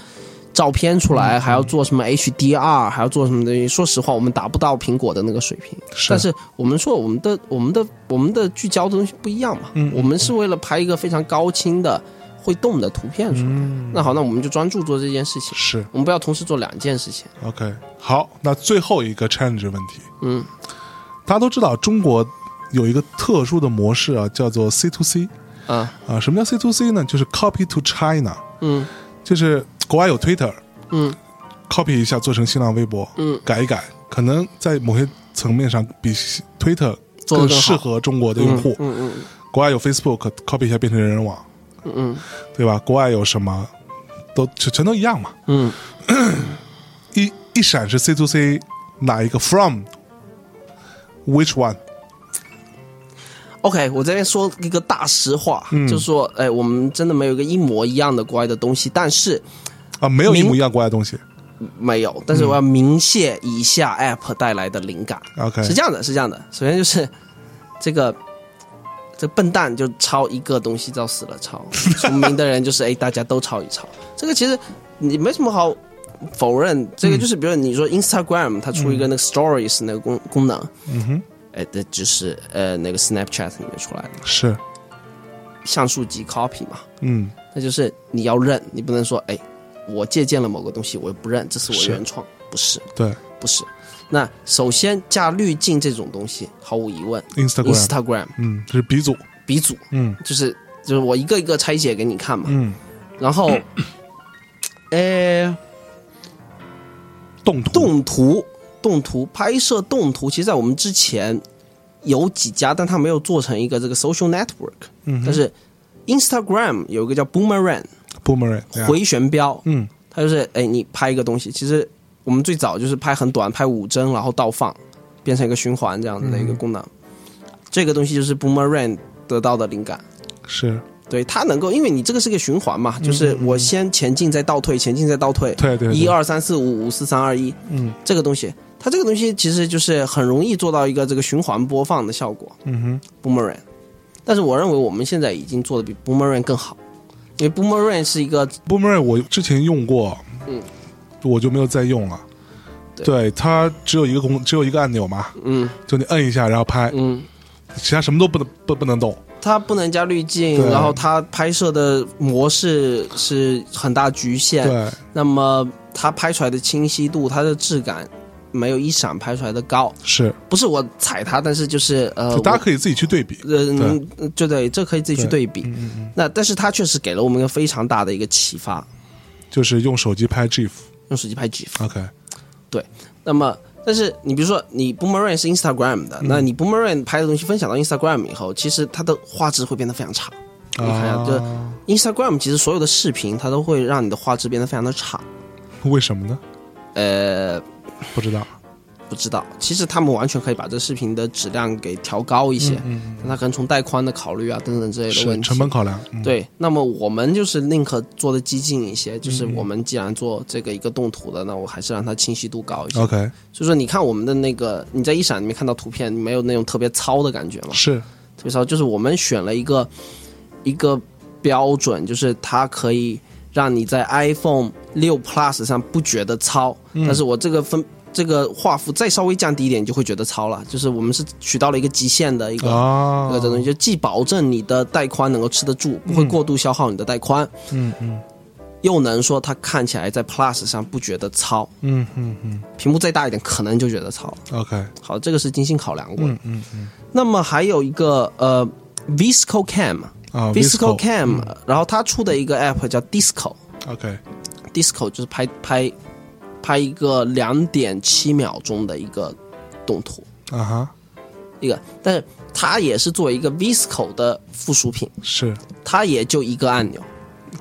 Speaker 2: 照片出
Speaker 1: 嗯
Speaker 2: 来，还要做什么 HDR，还要做什么东西？说实话，我们达不到苹果的那个水平。但是我们说我们的我们的我们的聚焦的东西不一样嘛，
Speaker 1: 嗯
Speaker 2: 我们是为了拍一个非常高清的会动的图片出来。
Speaker 1: 嗯
Speaker 2: 那好，那我们就专注做这件事情，
Speaker 1: 是
Speaker 2: 我们不要同时做两件事情。
Speaker 1: OK，好，那最后一个 challenge 问题，
Speaker 2: 嗯，
Speaker 1: 大家都知道中国有一个特殊的模式啊，叫做 C to C
Speaker 2: 啊，
Speaker 1: 啊。什么叫 C to C 呢？就是 copy to China，
Speaker 2: 嗯
Speaker 1: 就是国外有 Twitter，copy
Speaker 2: 嗯
Speaker 1: 一下做成新浪微博，
Speaker 2: 嗯，
Speaker 1: 改一改，可能在某些层面上比 Twitter
Speaker 2: 做得更好
Speaker 1: 适合中国的用户。
Speaker 2: 嗯嗯
Speaker 1: 国外有 Facebook，copy 一下变成人人网，
Speaker 2: 嗯嗯
Speaker 1: 对吧？国外有什么都全全都一样嘛。
Speaker 2: 嗯，
Speaker 1: 一一闪是 C to C 哪一个 from which one？
Speaker 2: OK，我这边说一个大实话，
Speaker 1: 嗯
Speaker 2: 就是说，哎，我们真的没有一个一模一样的国外的东西，但是
Speaker 1: 啊，没有一
Speaker 2: 明
Speaker 1: 模一样国外的东西。
Speaker 2: 没有，
Speaker 1: 嗯
Speaker 2: 但是我要鸣谢以下 App 带来的灵感。
Speaker 1: OK，
Speaker 2: 是这样的，是这样的。首先就是这个这笨蛋就抄一个东西照死了 抄，聪明的人就是哎大家都抄一抄。这个其实你没什么好否认，这
Speaker 1: 嗯
Speaker 2: 个就是比如你说 Instagram 它出一个那个 Stories 那个功功能，
Speaker 1: 嗯哼，
Speaker 2: 哎，这就是呃那个 Snapchat 里面出来的
Speaker 1: 是，
Speaker 2: 像素级 copy 嘛，
Speaker 1: 嗯，
Speaker 2: 那就是你要认，你不能说哎我借鉴了某个东西我又不认，这是我
Speaker 1: 是
Speaker 2: 原创，不是
Speaker 1: 对
Speaker 2: 不是。那首先加滤镜这种东西，毫无疑问
Speaker 1: ，Instagram，
Speaker 2: ，Instagram
Speaker 1: 嗯，是鼻祖，
Speaker 2: 鼻祖，
Speaker 1: 嗯
Speaker 2: 就是就是我一个一个拆解给你看嘛。
Speaker 1: 嗯，
Speaker 2: 然后，呃，
Speaker 1: 动图，
Speaker 2: 动图动图拍摄动图，其实在我们之前有几家，但它没有做成一个这个 social network，、
Speaker 1: 嗯哼
Speaker 2: 但是 Instagram 有一个叫 Boomerang
Speaker 1: ，Boomerang，对啊
Speaker 2: 回旋镖，
Speaker 1: 嗯
Speaker 2: 它就是哎你拍一个东西，其实我们最早就是拍很短，拍五帧然后倒放，变成一个循环这样子的一个功能。
Speaker 1: 嗯
Speaker 2: 这个东西就是 Boomerang 得到的灵感。
Speaker 1: 是，
Speaker 2: 对它能够，因为你这个是个循环嘛，就是我先前进再倒退，前进再倒退，
Speaker 1: 嗯对对，对
Speaker 2: 一，二三四五五四三二一，
Speaker 1: 嗯
Speaker 2: 这个东西，它这个东西其实就是很容易做到一个这个循环播放的效果
Speaker 1: 嗯哼，
Speaker 2: ，Boomerang。但是我认为我们现在已经做的比 Boomerang 更好，因为 Boomerang 是一个
Speaker 1: Boomerang 我之前用过，
Speaker 2: 嗯，
Speaker 1: 我就没有再用了。
Speaker 2: 对
Speaker 1: 对它只有一个功，只有一个按钮嘛，
Speaker 2: 嗯
Speaker 1: 就你摁一下，然后拍，
Speaker 2: 嗯，
Speaker 1: 其他什么都不能不不能动。
Speaker 2: 它不能加滤镜，
Speaker 1: 对
Speaker 2: 然后它拍摄的模式是很大局限，
Speaker 1: 对，
Speaker 2: 那么它拍出来的清晰度、它的质感没有一闪拍出来的高。
Speaker 1: 是，
Speaker 2: 不是我踩它，但是就是呃，
Speaker 1: 大家可以自己去对比。
Speaker 2: 我呃，嗯就对，这可以自己去对比。
Speaker 1: 嗯嗯嗯，
Speaker 2: 那但是它确实给了我们一个非常大的一个启发，
Speaker 1: 就是用手机拍 GIF。
Speaker 2: 用手机拍 GIF。
Speaker 1: OK，
Speaker 2: 那么但是你比如说你 Boomerang 是 Instagram
Speaker 1: 嗯
Speaker 2: 的，那你 Boomerang 拍的东西分享到 Instagram 以后，其实它的画质会变得非常差。你看一下，就
Speaker 1: 啊，
Speaker 2: Instagram 其实所有的视频它都会让你的画质变得非常的差。
Speaker 1: 为什么呢？
Speaker 2: 呃，
Speaker 1: 不知道。
Speaker 2: 不知道，其实他们完全可以把这视频的质量给调高一些，
Speaker 1: 嗯，
Speaker 2: 那可能从带宽的考虑啊等等之类的
Speaker 1: 是
Speaker 2: 问题。
Speaker 1: 成本考量。嗯，
Speaker 2: 对，那么我们就是宁可做的激进一些，就是我们既然做这个一个动图的，那我还是让它清晰度高一些。
Speaker 1: OK，
Speaker 2: 所以说，你看我们的那个，你在一闪里面看到图片，没有那种特别糙的感觉嘛？
Speaker 1: 是
Speaker 2: 特别糙，就是我们选了一个一个标准，就是它可以让你在 iPhone 六 Plus 上不觉得糙，
Speaker 1: 嗯
Speaker 2: 但是我这个分这个画幅再稍微降低一点，你就会觉得糙了。就是我们是取到了一个极限的一个。
Speaker 1: 啊
Speaker 2: 一个，这东西就既保证你的带宽能够吃得住，不会过度消耗你的带宽，
Speaker 1: 嗯嗯
Speaker 2: 又能说它看起来在 Plus 上不觉得糙，
Speaker 1: 嗯嗯嗯
Speaker 2: 屏幕再大一点可能就觉得糙了。
Speaker 1: ，OK，
Speaker 2: 好，这个是精心考量过的。
Speaker 1: 嗯嗯嗯
Speaker 2: 那么还有一个呃，Visco Cam，
Speaker 1: 啊，Visco
Speaker 2: Visco
Speaker 1: 嗯
Speaker 2: Cam，、然后它出的一个 app 叫 Disco，Disco
Speaker 1: OK，
Speaker 2: 就是拍拍拍一个两点七秒钟的一个动图，
Speaker 1: 啊哈，
Speaker 2: 一个，但是它也是作为一个 Visco 的附属品，
Speaker 1: 是
Speaker 2: 它也就一个按钮，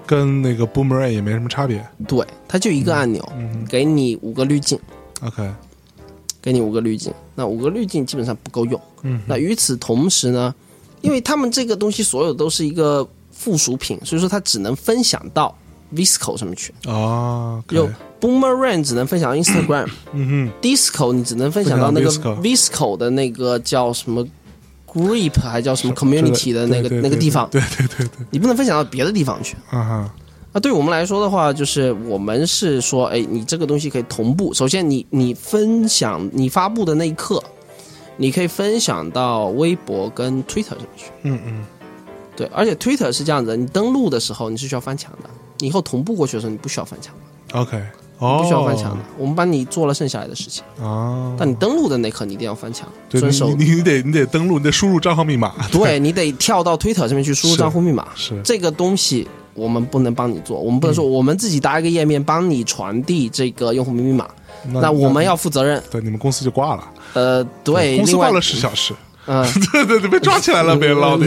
Speaker 1: 跟那个 Boomerang 也没什么差别。
Speaker 2: 对，它就一个按钮，
Speaker 1: 嗯
Speaker 2: 给你五个滤镜，
Speaker 1: ，OK，
Speaker 2: 给你五个滤镜，那五个滤镜基本上不够用。
Speaker 1: 嗯，
Speaker 2: 那与此同时呢，因为他们这个东西所有都是一个附属品，所以说它只能分享到 Visco 上面去。
Speaker 1: 哦，
Speaker 2: 有 Boomerang 只能分享到 Instagram，Disco
Speaker 1: 嗯哼，
Speaker 2: 你只能分享到那个
Speaker 1: 分享
Speaker 2: Visco 的那个叫什么 Group 还叫什么 Community 的那
Speaker 1: 对
Speaker 2: 个
Speaker 1: 对
Speaker 2: 那个
Speaker 1: 对
Speaker 2: 地方，
Speaker 1: 对对对对，
Speaker 2: 你不能分享到别的地方去。
Speaker 1: 啊哈，
Speaker 2: 那对我们来说的话，就是我们是说，哎，你这个东西可以同步。首先你，你分享你发布的那一刻，你可以分享到微博跟 Twitter 上面去。
Speaker 1: 嗯嗯，
Speaker 2: 对，而且 Twitter 是这样子，你登录的时候你是需要翻墙的，你以后同步过去的时候你不需要翻墙，
Speaker 1: OK，哦，
Speaker 2: 不需要翻墙的。我们帮你做了剩下来的事情，
Speaker 1: 啊。
Speaker 2: 但你登录的那一刻你一定要翻墙，
Speaker 1: 对
Speaker 2: 遵守。
Speaker 1: 你你你得你得登录，你得输入账号密码。
Speaker 2: 对你得跳到 Twitter 上面去输入
Speaker 1: 是
Speaker 2: 账户密码。
Speaker 1: 是
Speaker 2: 这个东西我们不能帮你做，我们不能说我们自己搭一个页面帮你传递这个用户密码，
Speaker 1: 那
Speaker 2: 那我们要负责任。
Speaker 1: 对你们公司就挂了，
Speaker 2: 呃，对，
Speaker 1: 公司
Speaker 2: 另外
Speaker 1: 挂了，十小时，
Speaker 2: 嗯，
Speaker 1: 对对对，被抓起来 了，被人捞的。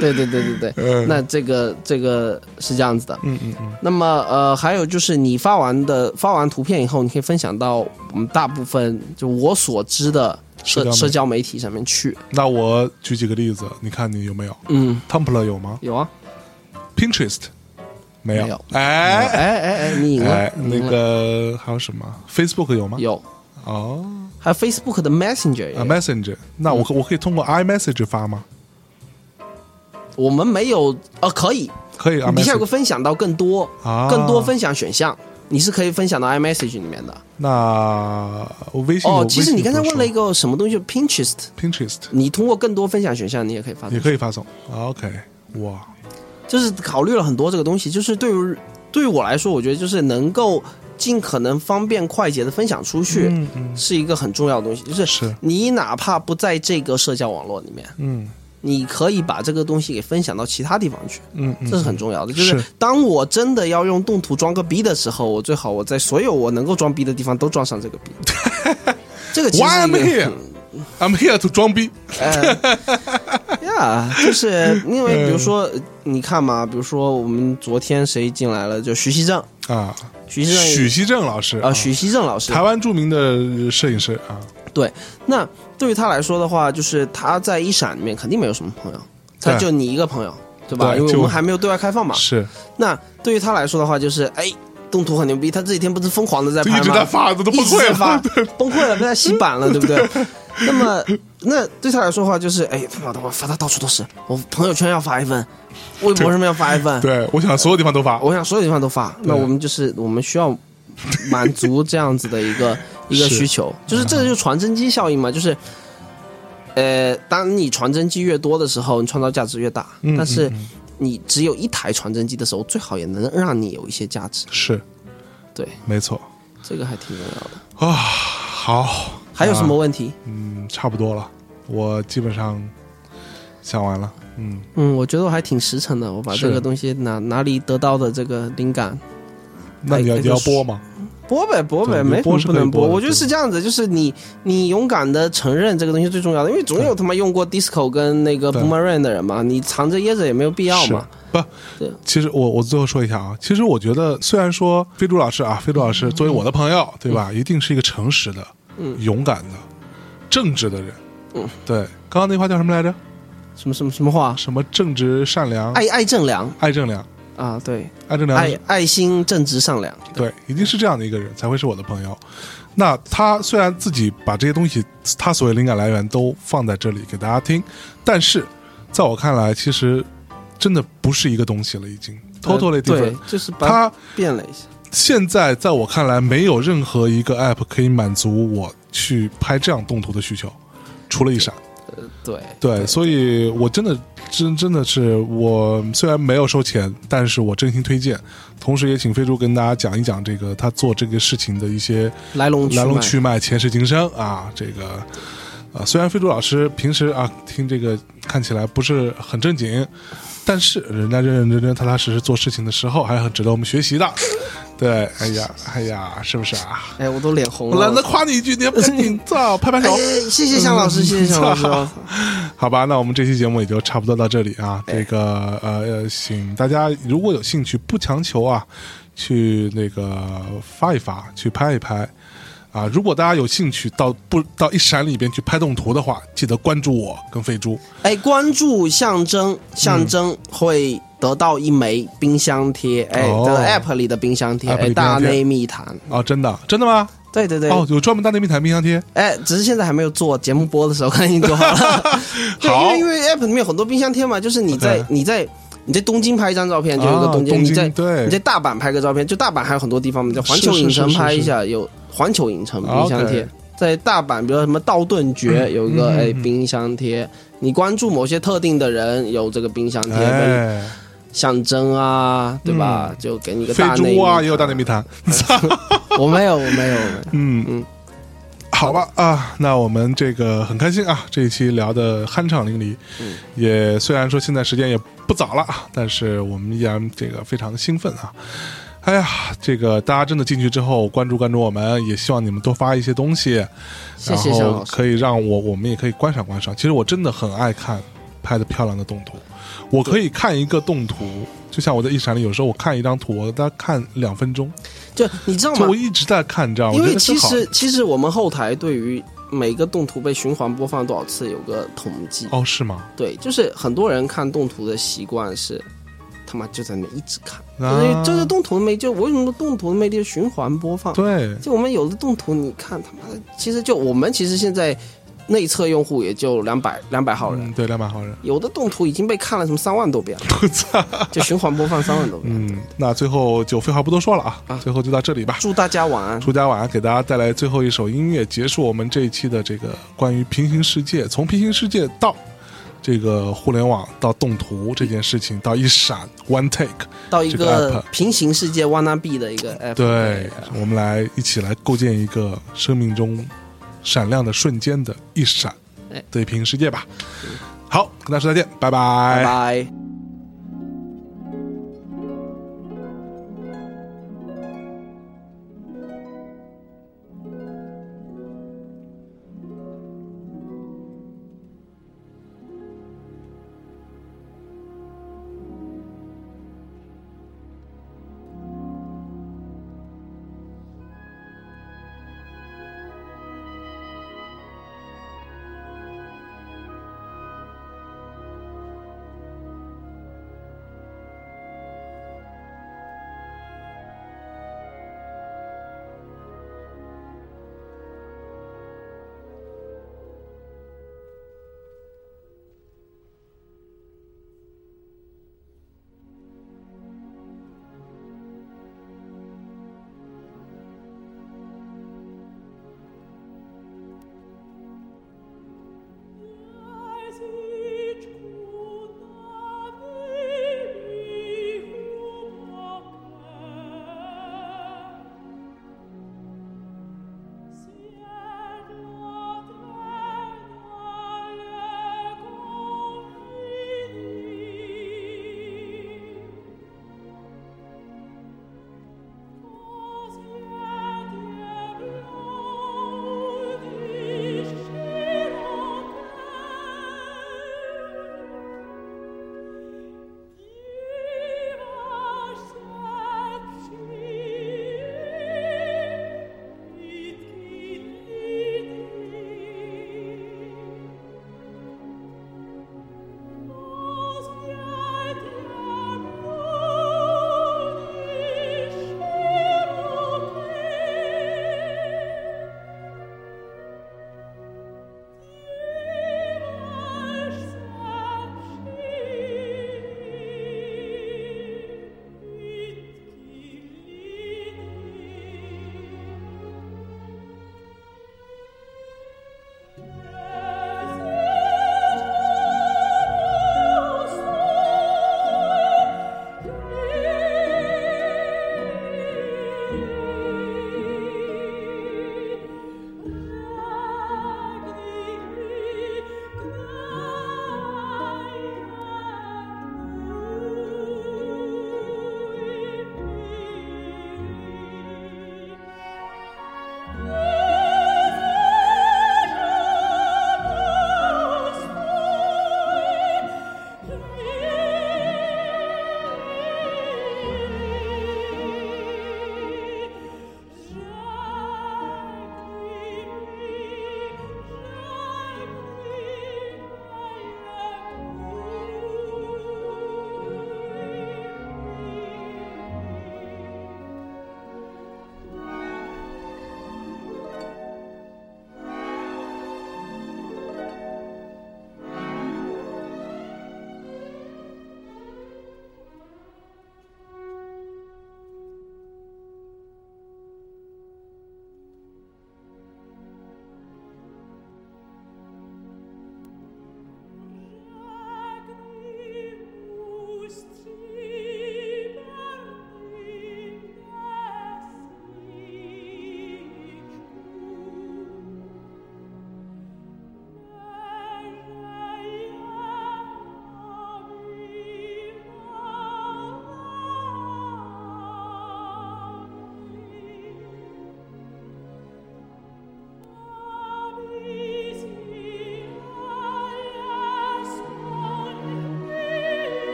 Speaker 2: 对对对对对，那这个这个是这样子的。
Speaker 1: 嗯嗯嗯，
Speaker 2: 那么呃，还有就是你发完的发完图片以后，你可以分享到我们大部分就我所知的
Speaker 1: 社交
Speaker 2: 社
Speaker 1: 媒体
Speaker 2: 社交媒体上面去。
Speaker 1: 那我举几个例子，你看你有没有
Speaker 2: 嗯，
Speaker 1: ？Tumblr 有吗
Speaker 2: 有啊，
Speaker 1: ？Pinterest 没
Speaker 2: 没
Speaker 1: 有
Speaker 2: 有？哎
Speaker 1: 哎
Speaker 2: 哎哎，你赢了
Speaker 1: 哎，，
Speaker 2: 你
Speaker 1: 那
Speaker 2: 赢了
Speaker 1: 个还有什么？Facebook 有吗？
Speaker 2: 有，
Speaker 1: 哦
Speaker 2: 还有 Facebook 的 Messenger 也
Speaker 1: 啊
Speaker 2: 有。
Speaker 1: ，Messenger，那我可
Speaker 2: 嗯
Speaker 1: 我可以通过 iMessage 发吗？
Speaker 2: 我们没有，呃，可以，
Speaker 1: 可以啊，
Speaker 2: 底下有个分享到更多，
Speaker 1: 啊
Speaker 2: 更多分享选项，你是可以分享到 iMessage 里面的。
Speaker 1: 那我微信有
Speaker 2: 哦，其实你刚才问了一
Speaker 1: 个
Speaker 2: 个什么东西，Pinterest，
Speaker 1: Pinterest，
Speaker 2: 你通过更多分享选项，你也可以发
Speaker 1: 也
Speaker 2: 送。
Speaker 1: 可以发送。啊 OK，哇，
Speaker 2: 就是考虑了很多这个东西，就是对于对于我来说，我觉得就是能够尽可能方便快捷的分享出去，
Speaker 1: 嗯嗯
Speaker 2: 是一个很重要的东西。就是
Speaker 1: 是
Speaker 2: 你哪怕不在这个社交网络里面，
Speaker 1: 嗯
Speaker 2: 你可以把这个东西给分享到其他地方去。
Speaker 1: 嗯嗯，
Speaker 2: 这是很重要的。就是
Speaker 1: 是
Speaker 2: 当我真的要用动图装个逼的时候，我最好我在所有我能够装逼的地方都装上这个 逼。这个其实
Speaker 1: Why am I
Speaker 2: 是一个
Speaker 1: here？I'm here to 装逼。
Speaker 2: 呀就是因为比如说，
Speaker 1: 嗯
Speaker 2: 你看嘛，比如说我们昨天谁进来了，就徐熙正，
Speaker 1: 啊，
Speaker 2: 徐熙正
Speaker 1: 许熙正老师
Speaker 2: 啊、许熙正老师，
Speaker 1: 台湾著名的摄影师啊，
Speaker 2: 对，那对于他来说的话，就是他在一闪里面肯定没有什么朋友，他
Speaker 1: 对
Speaker 2: 就你一个朋友，对吧？
Speaker 1: 对
Speaker 2: 因为
Speaker 1: 就
Speaker 2: 我们还没有对外开放嘛。
Speaker 1: 是
Speaker 2: 那对于他来说的话，就是哎，动图很牛逼，他这几天不是疯狂的在
Speaker 1: 就
Speaker 2: 拍吗？
Speaker 1: 一直在发，都都崩
Speaker 2: 一直
Speaker 1: 溃
Speaker 2: 在发
Speaker 1: 了。对，
Speaker 2: 崩溃了，被他洗版了，对不对？ 那么，那对他来说的话，就是哎，他妈的，我发的到处都是，我朋友圈要发一份，微博上面要发一份，
Speaker 1: 对，我想所有地方都发。
Speaker 2: 我想所有地方都发。那我们就是我们需要满足这样子的一 个一个
Speaker 1: 是
Speaker 2: 需求，就是这就是传真机效应嘛，就是。呃，当你传真机越多的时候，你创造价值越大。
Speaker 1: 嗯
Speaker 2: 但是
Speaker 1: 嗯嗯
Speaker 2: 你只有一台传真机的时候，最好也能让你有一些价值。
Speaker 1: 是
Speaker 2: 对，
Speaker 1: 没错
Speaker 2: 这个还挺重要的。
Speaker 1: 啊。好，
Speaker 2: 还有什么问题？
Speaker 1: 嗯，差不多了，我基本上想完了。嗯，
Speaker 2: 嗯，我觉得我还挺实诚的，我把
Speaker 1: 是
Speaker 2: 这个东西哪哪里得到的这个灵感，
Speaker 1: 那你要
Speaker 2: 哎
Speaker 1: 你要播吗？
Speaker 2: 播呗，播
Speaker 1: 对
Speaker 2: 呗，没什
Speaker 1: 播
Speaker 2: 么
Speaker 1: 是
Speaker 2: 不
Speaker 1: 可以
Speaker 2: 能播。
Speaker 1: 播的
Speaker 2: 我觉得
Speaker 1: 对
Speaker 2: 是这样子，就是你你勇敢的承认这个东西是最重要的，因为总有他妈用过 disco 跟那个
Speaker 1: 对
Speaker 2: boomerang 的人嘛，你藏着掖着也没有必要
Speaker 1: 是
Speaker 2: 嘛。
Speaker 1: 不
Speaker 2: 对，
Speaker 1: 其实我我最后说一下啊，其实我觉得虽然说飞猪老师啊，飞猪老师作为我的朋友，对吧，一定是一个诚实的、
Speaker 2: 嗯
Speaker 1: 勇敢的、正直的人。
Speaker 2: 嗯，
Speaker 1: 对，刚刚那话叫什么来着？
Speaker 2: 什么什么什么话？
Speaker 1: 什么正直、善良、
Speaker 2: 爱爱正良
Speaker 1: 爱正良、
Speaker 2: 啊，对，
Speaker 1: 爱正良是
Speaker 2: 爱爱心正直善 良。
Speaker 1: 对，一定是这样的一个人才会是我的朋友。那他虽然自己把这些东西，他所谓灵感来源都放在这里给大家听，但是在我看来，其实真的不是一个东西了，已经 totally
Speaker 2: 呃
Speaker 1: different
Speaker 2: 对。，就是把它
Speaker 1: 他
Speaker 2: 变了一下。
Speaker 1: 现在在我看来，没有任何一个 app 可以满足我去拍这样动图的需求，除了一闪。
Speaker 2: 呃对
Speaker 1: 对，所以我真的真真的是我虽然没有收钱，但是我真心推荐。同时也请飞猪跟大家讲一讲这个他做这个事情的一些
Speaker 2: 来龙去
Speaker 1: 来龙
Speaker 2: 脉，
Speaker 1: 去脉、前世今生啊，这个。啊，虽然飞猪老师平时啊听这个看起来不是很正经，但是人家认认真真、踏踏实实做事情的时候，还是很值得我们学习的。对，哎呀，哎呀，是不是啊？
Speaker 2: 哎，我都脸红
Speaker 1: 我懒得
Speaker 2: 了。
Speaker 1: 夸你一句，你还不赶紧造拍拍
Speaker 2: 哎
Speaker 1: 手？，
Speaker 2: 谢谢向老师，谢谢向老师 哦。
Speaker 1: 好吧，那我们这期节目也就差不多到这里啊。
Speaker 2: 哎
Speaker 1: 这个呃，呃请大家如果有兴趣，不强求啊，去那个发一发，去拍一拍啊。如果大家有兴趣到不到一闪里边去拍动图的话，记得关注我跟飞猪。
Speaker 2: 哎，关注象征，象征会得到一枚冰箱贴，哎，
Speaker 1: 哦
Speaker 2: 这个 app 里的冰箱贴，
Speaker 1: app 里
Speaker 2: 哎，
Speaker 1: 冰箱
Speaker 2: 大
Speaker 1: 贴
Speaker 2: 内密谈，
Speaker 1: 啊，真的，真的吗？
Speaker 2: 对对对，
Speaker 1: 哦，有专门大内密谈冰箱贴，
Speaker 2: 哎，只是现在还没有做，节目播的时候可能已经做 好了。对，
Speaker 1: 好
Speaker 2: 因为因为 app 里面有很多冰箱贴嘛，就是你在
Speaker 1: OK
Speaker 2: 你在你在东京拍一张照片，就有一个
Speaker 1: 啊
Speaker 2: 东京；
Speaker 1: 东京
Speaker 2: 你在
Speaker 1: 对
Speaker 2: 你在大阪拍个照片，就大阪还有很多地方，你在环球
Speaker 1: 哎是是
Speaker 2: 影
Speaker 1: 是
Speaker 2: 城
Speaker 1: 是
Speaker 2: 拍一
Speaker 1: 是
Speaker 2: 下有环球影城冰箱
Speaker 1: OK
Speaker 2: 贴。在大阪，比如说什么道顿崛有一个
Speaker 1: 嗯嗯
Speaker 2: 哎
Speaker 1: 嗯
Speaker 2: 冰箱贴，你关注某些特定的人有这个冰箱贴跟
Speaker 1: 哎，
Speaker 2: 象征啊，对吧？就给你一个
Speaker 1: 飞
Speaker 2: 大内
Speaker 1: 猪啊，
Speaker 2: 密
Speaker 1: 也有大内
Speaker 2: 谈
Speaker 1: 密谈。
Speaker 2: 我没有，我没有，我没有。
Speaker 1: 嗯嗯
Speaker 2: 嗯，
Speaker 1: 好吧啊，那我们这个很开心啊，这一期聊的酣畅淋漓，
Speaker 2: 嗯
Speaker 1: 也虽然说现在时间也不早了，啊，但是我们依然这个非常的兴奋啊。哎呀，这个大家真的进去之后关注关注我们，也希望你们多发一些东西，
Speaker 2: 谢谢向
Speaker 1: 然后
Speaker 2: 老师。
Speaker 1: 可以让我我们也可以观赏观赏。其实我真的很爱看拍的漂亮的动图，我可以看一个动图，就像我在一闪里，有时候我看一张图，我大概看两分钟，
Speaker 2: 就你知道
Speaker 1: 就
Speaker 2: 吗
Speaker 1: 我？一直在看，你知道吗？
Speaker 2: 因
Speaker 1: 我觉
Speaker 2: 为
Speaker 1: 得是
Speaker 2: 其
Speaker 1: 好
Speaker 2: 实其实我们后台对于每个动图被循环播放多少次有个统计，
Speaker 1: 哦，是吗？
Speaker 2: 对，就是很多人看动图的习惯是。他妈就在那一直看，
Speaker 1: 啊
Speaker 2: 所以这个动图的魅力，就我为什么说动图的魅力是循环播放？
Speaker 1: 对，
Speaker 2: 就我们有的动图，你看他妈的，其实就我们其实现在内测用户也就两百两百号人，
Speaker 1: 嗯，对，两百好人。
Speaker 2: 有的动图已经被看了什么三万多遍了，
Speaker 1: 我操！
Speaker 2: 就循环播放三万多遍。
Speaker 1: 嗯，那最后就废话不多说了啊，
Speaker 2: 啊
Speaker 1: 最后就到这里吧。
Speaker 2: 祝大家晚安，
Speaker 1: 出家晚安给大家带来最后一首音乐，结束我们这一期的这个关于平行世界，从平行世界到这个互联网到动图这件事情，到一闪 one take，
Speaker 2: 到一
Speaker 1: 这个
Speaker 2: 个
Speaker 1: app
Speaker 2: 平行世界 wanna be 的一个 app。
Speaker 1: 对，我们来一起来构建一个生命中闪亮的瞬间的一闪
Speaker 2: 哎
Speaker 1: 对平行世界吧。好，跟大家说再见，拜
Speaker 2: 嗯拜拜。
Speaker 3: Thank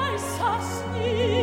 Speaker 3: 你。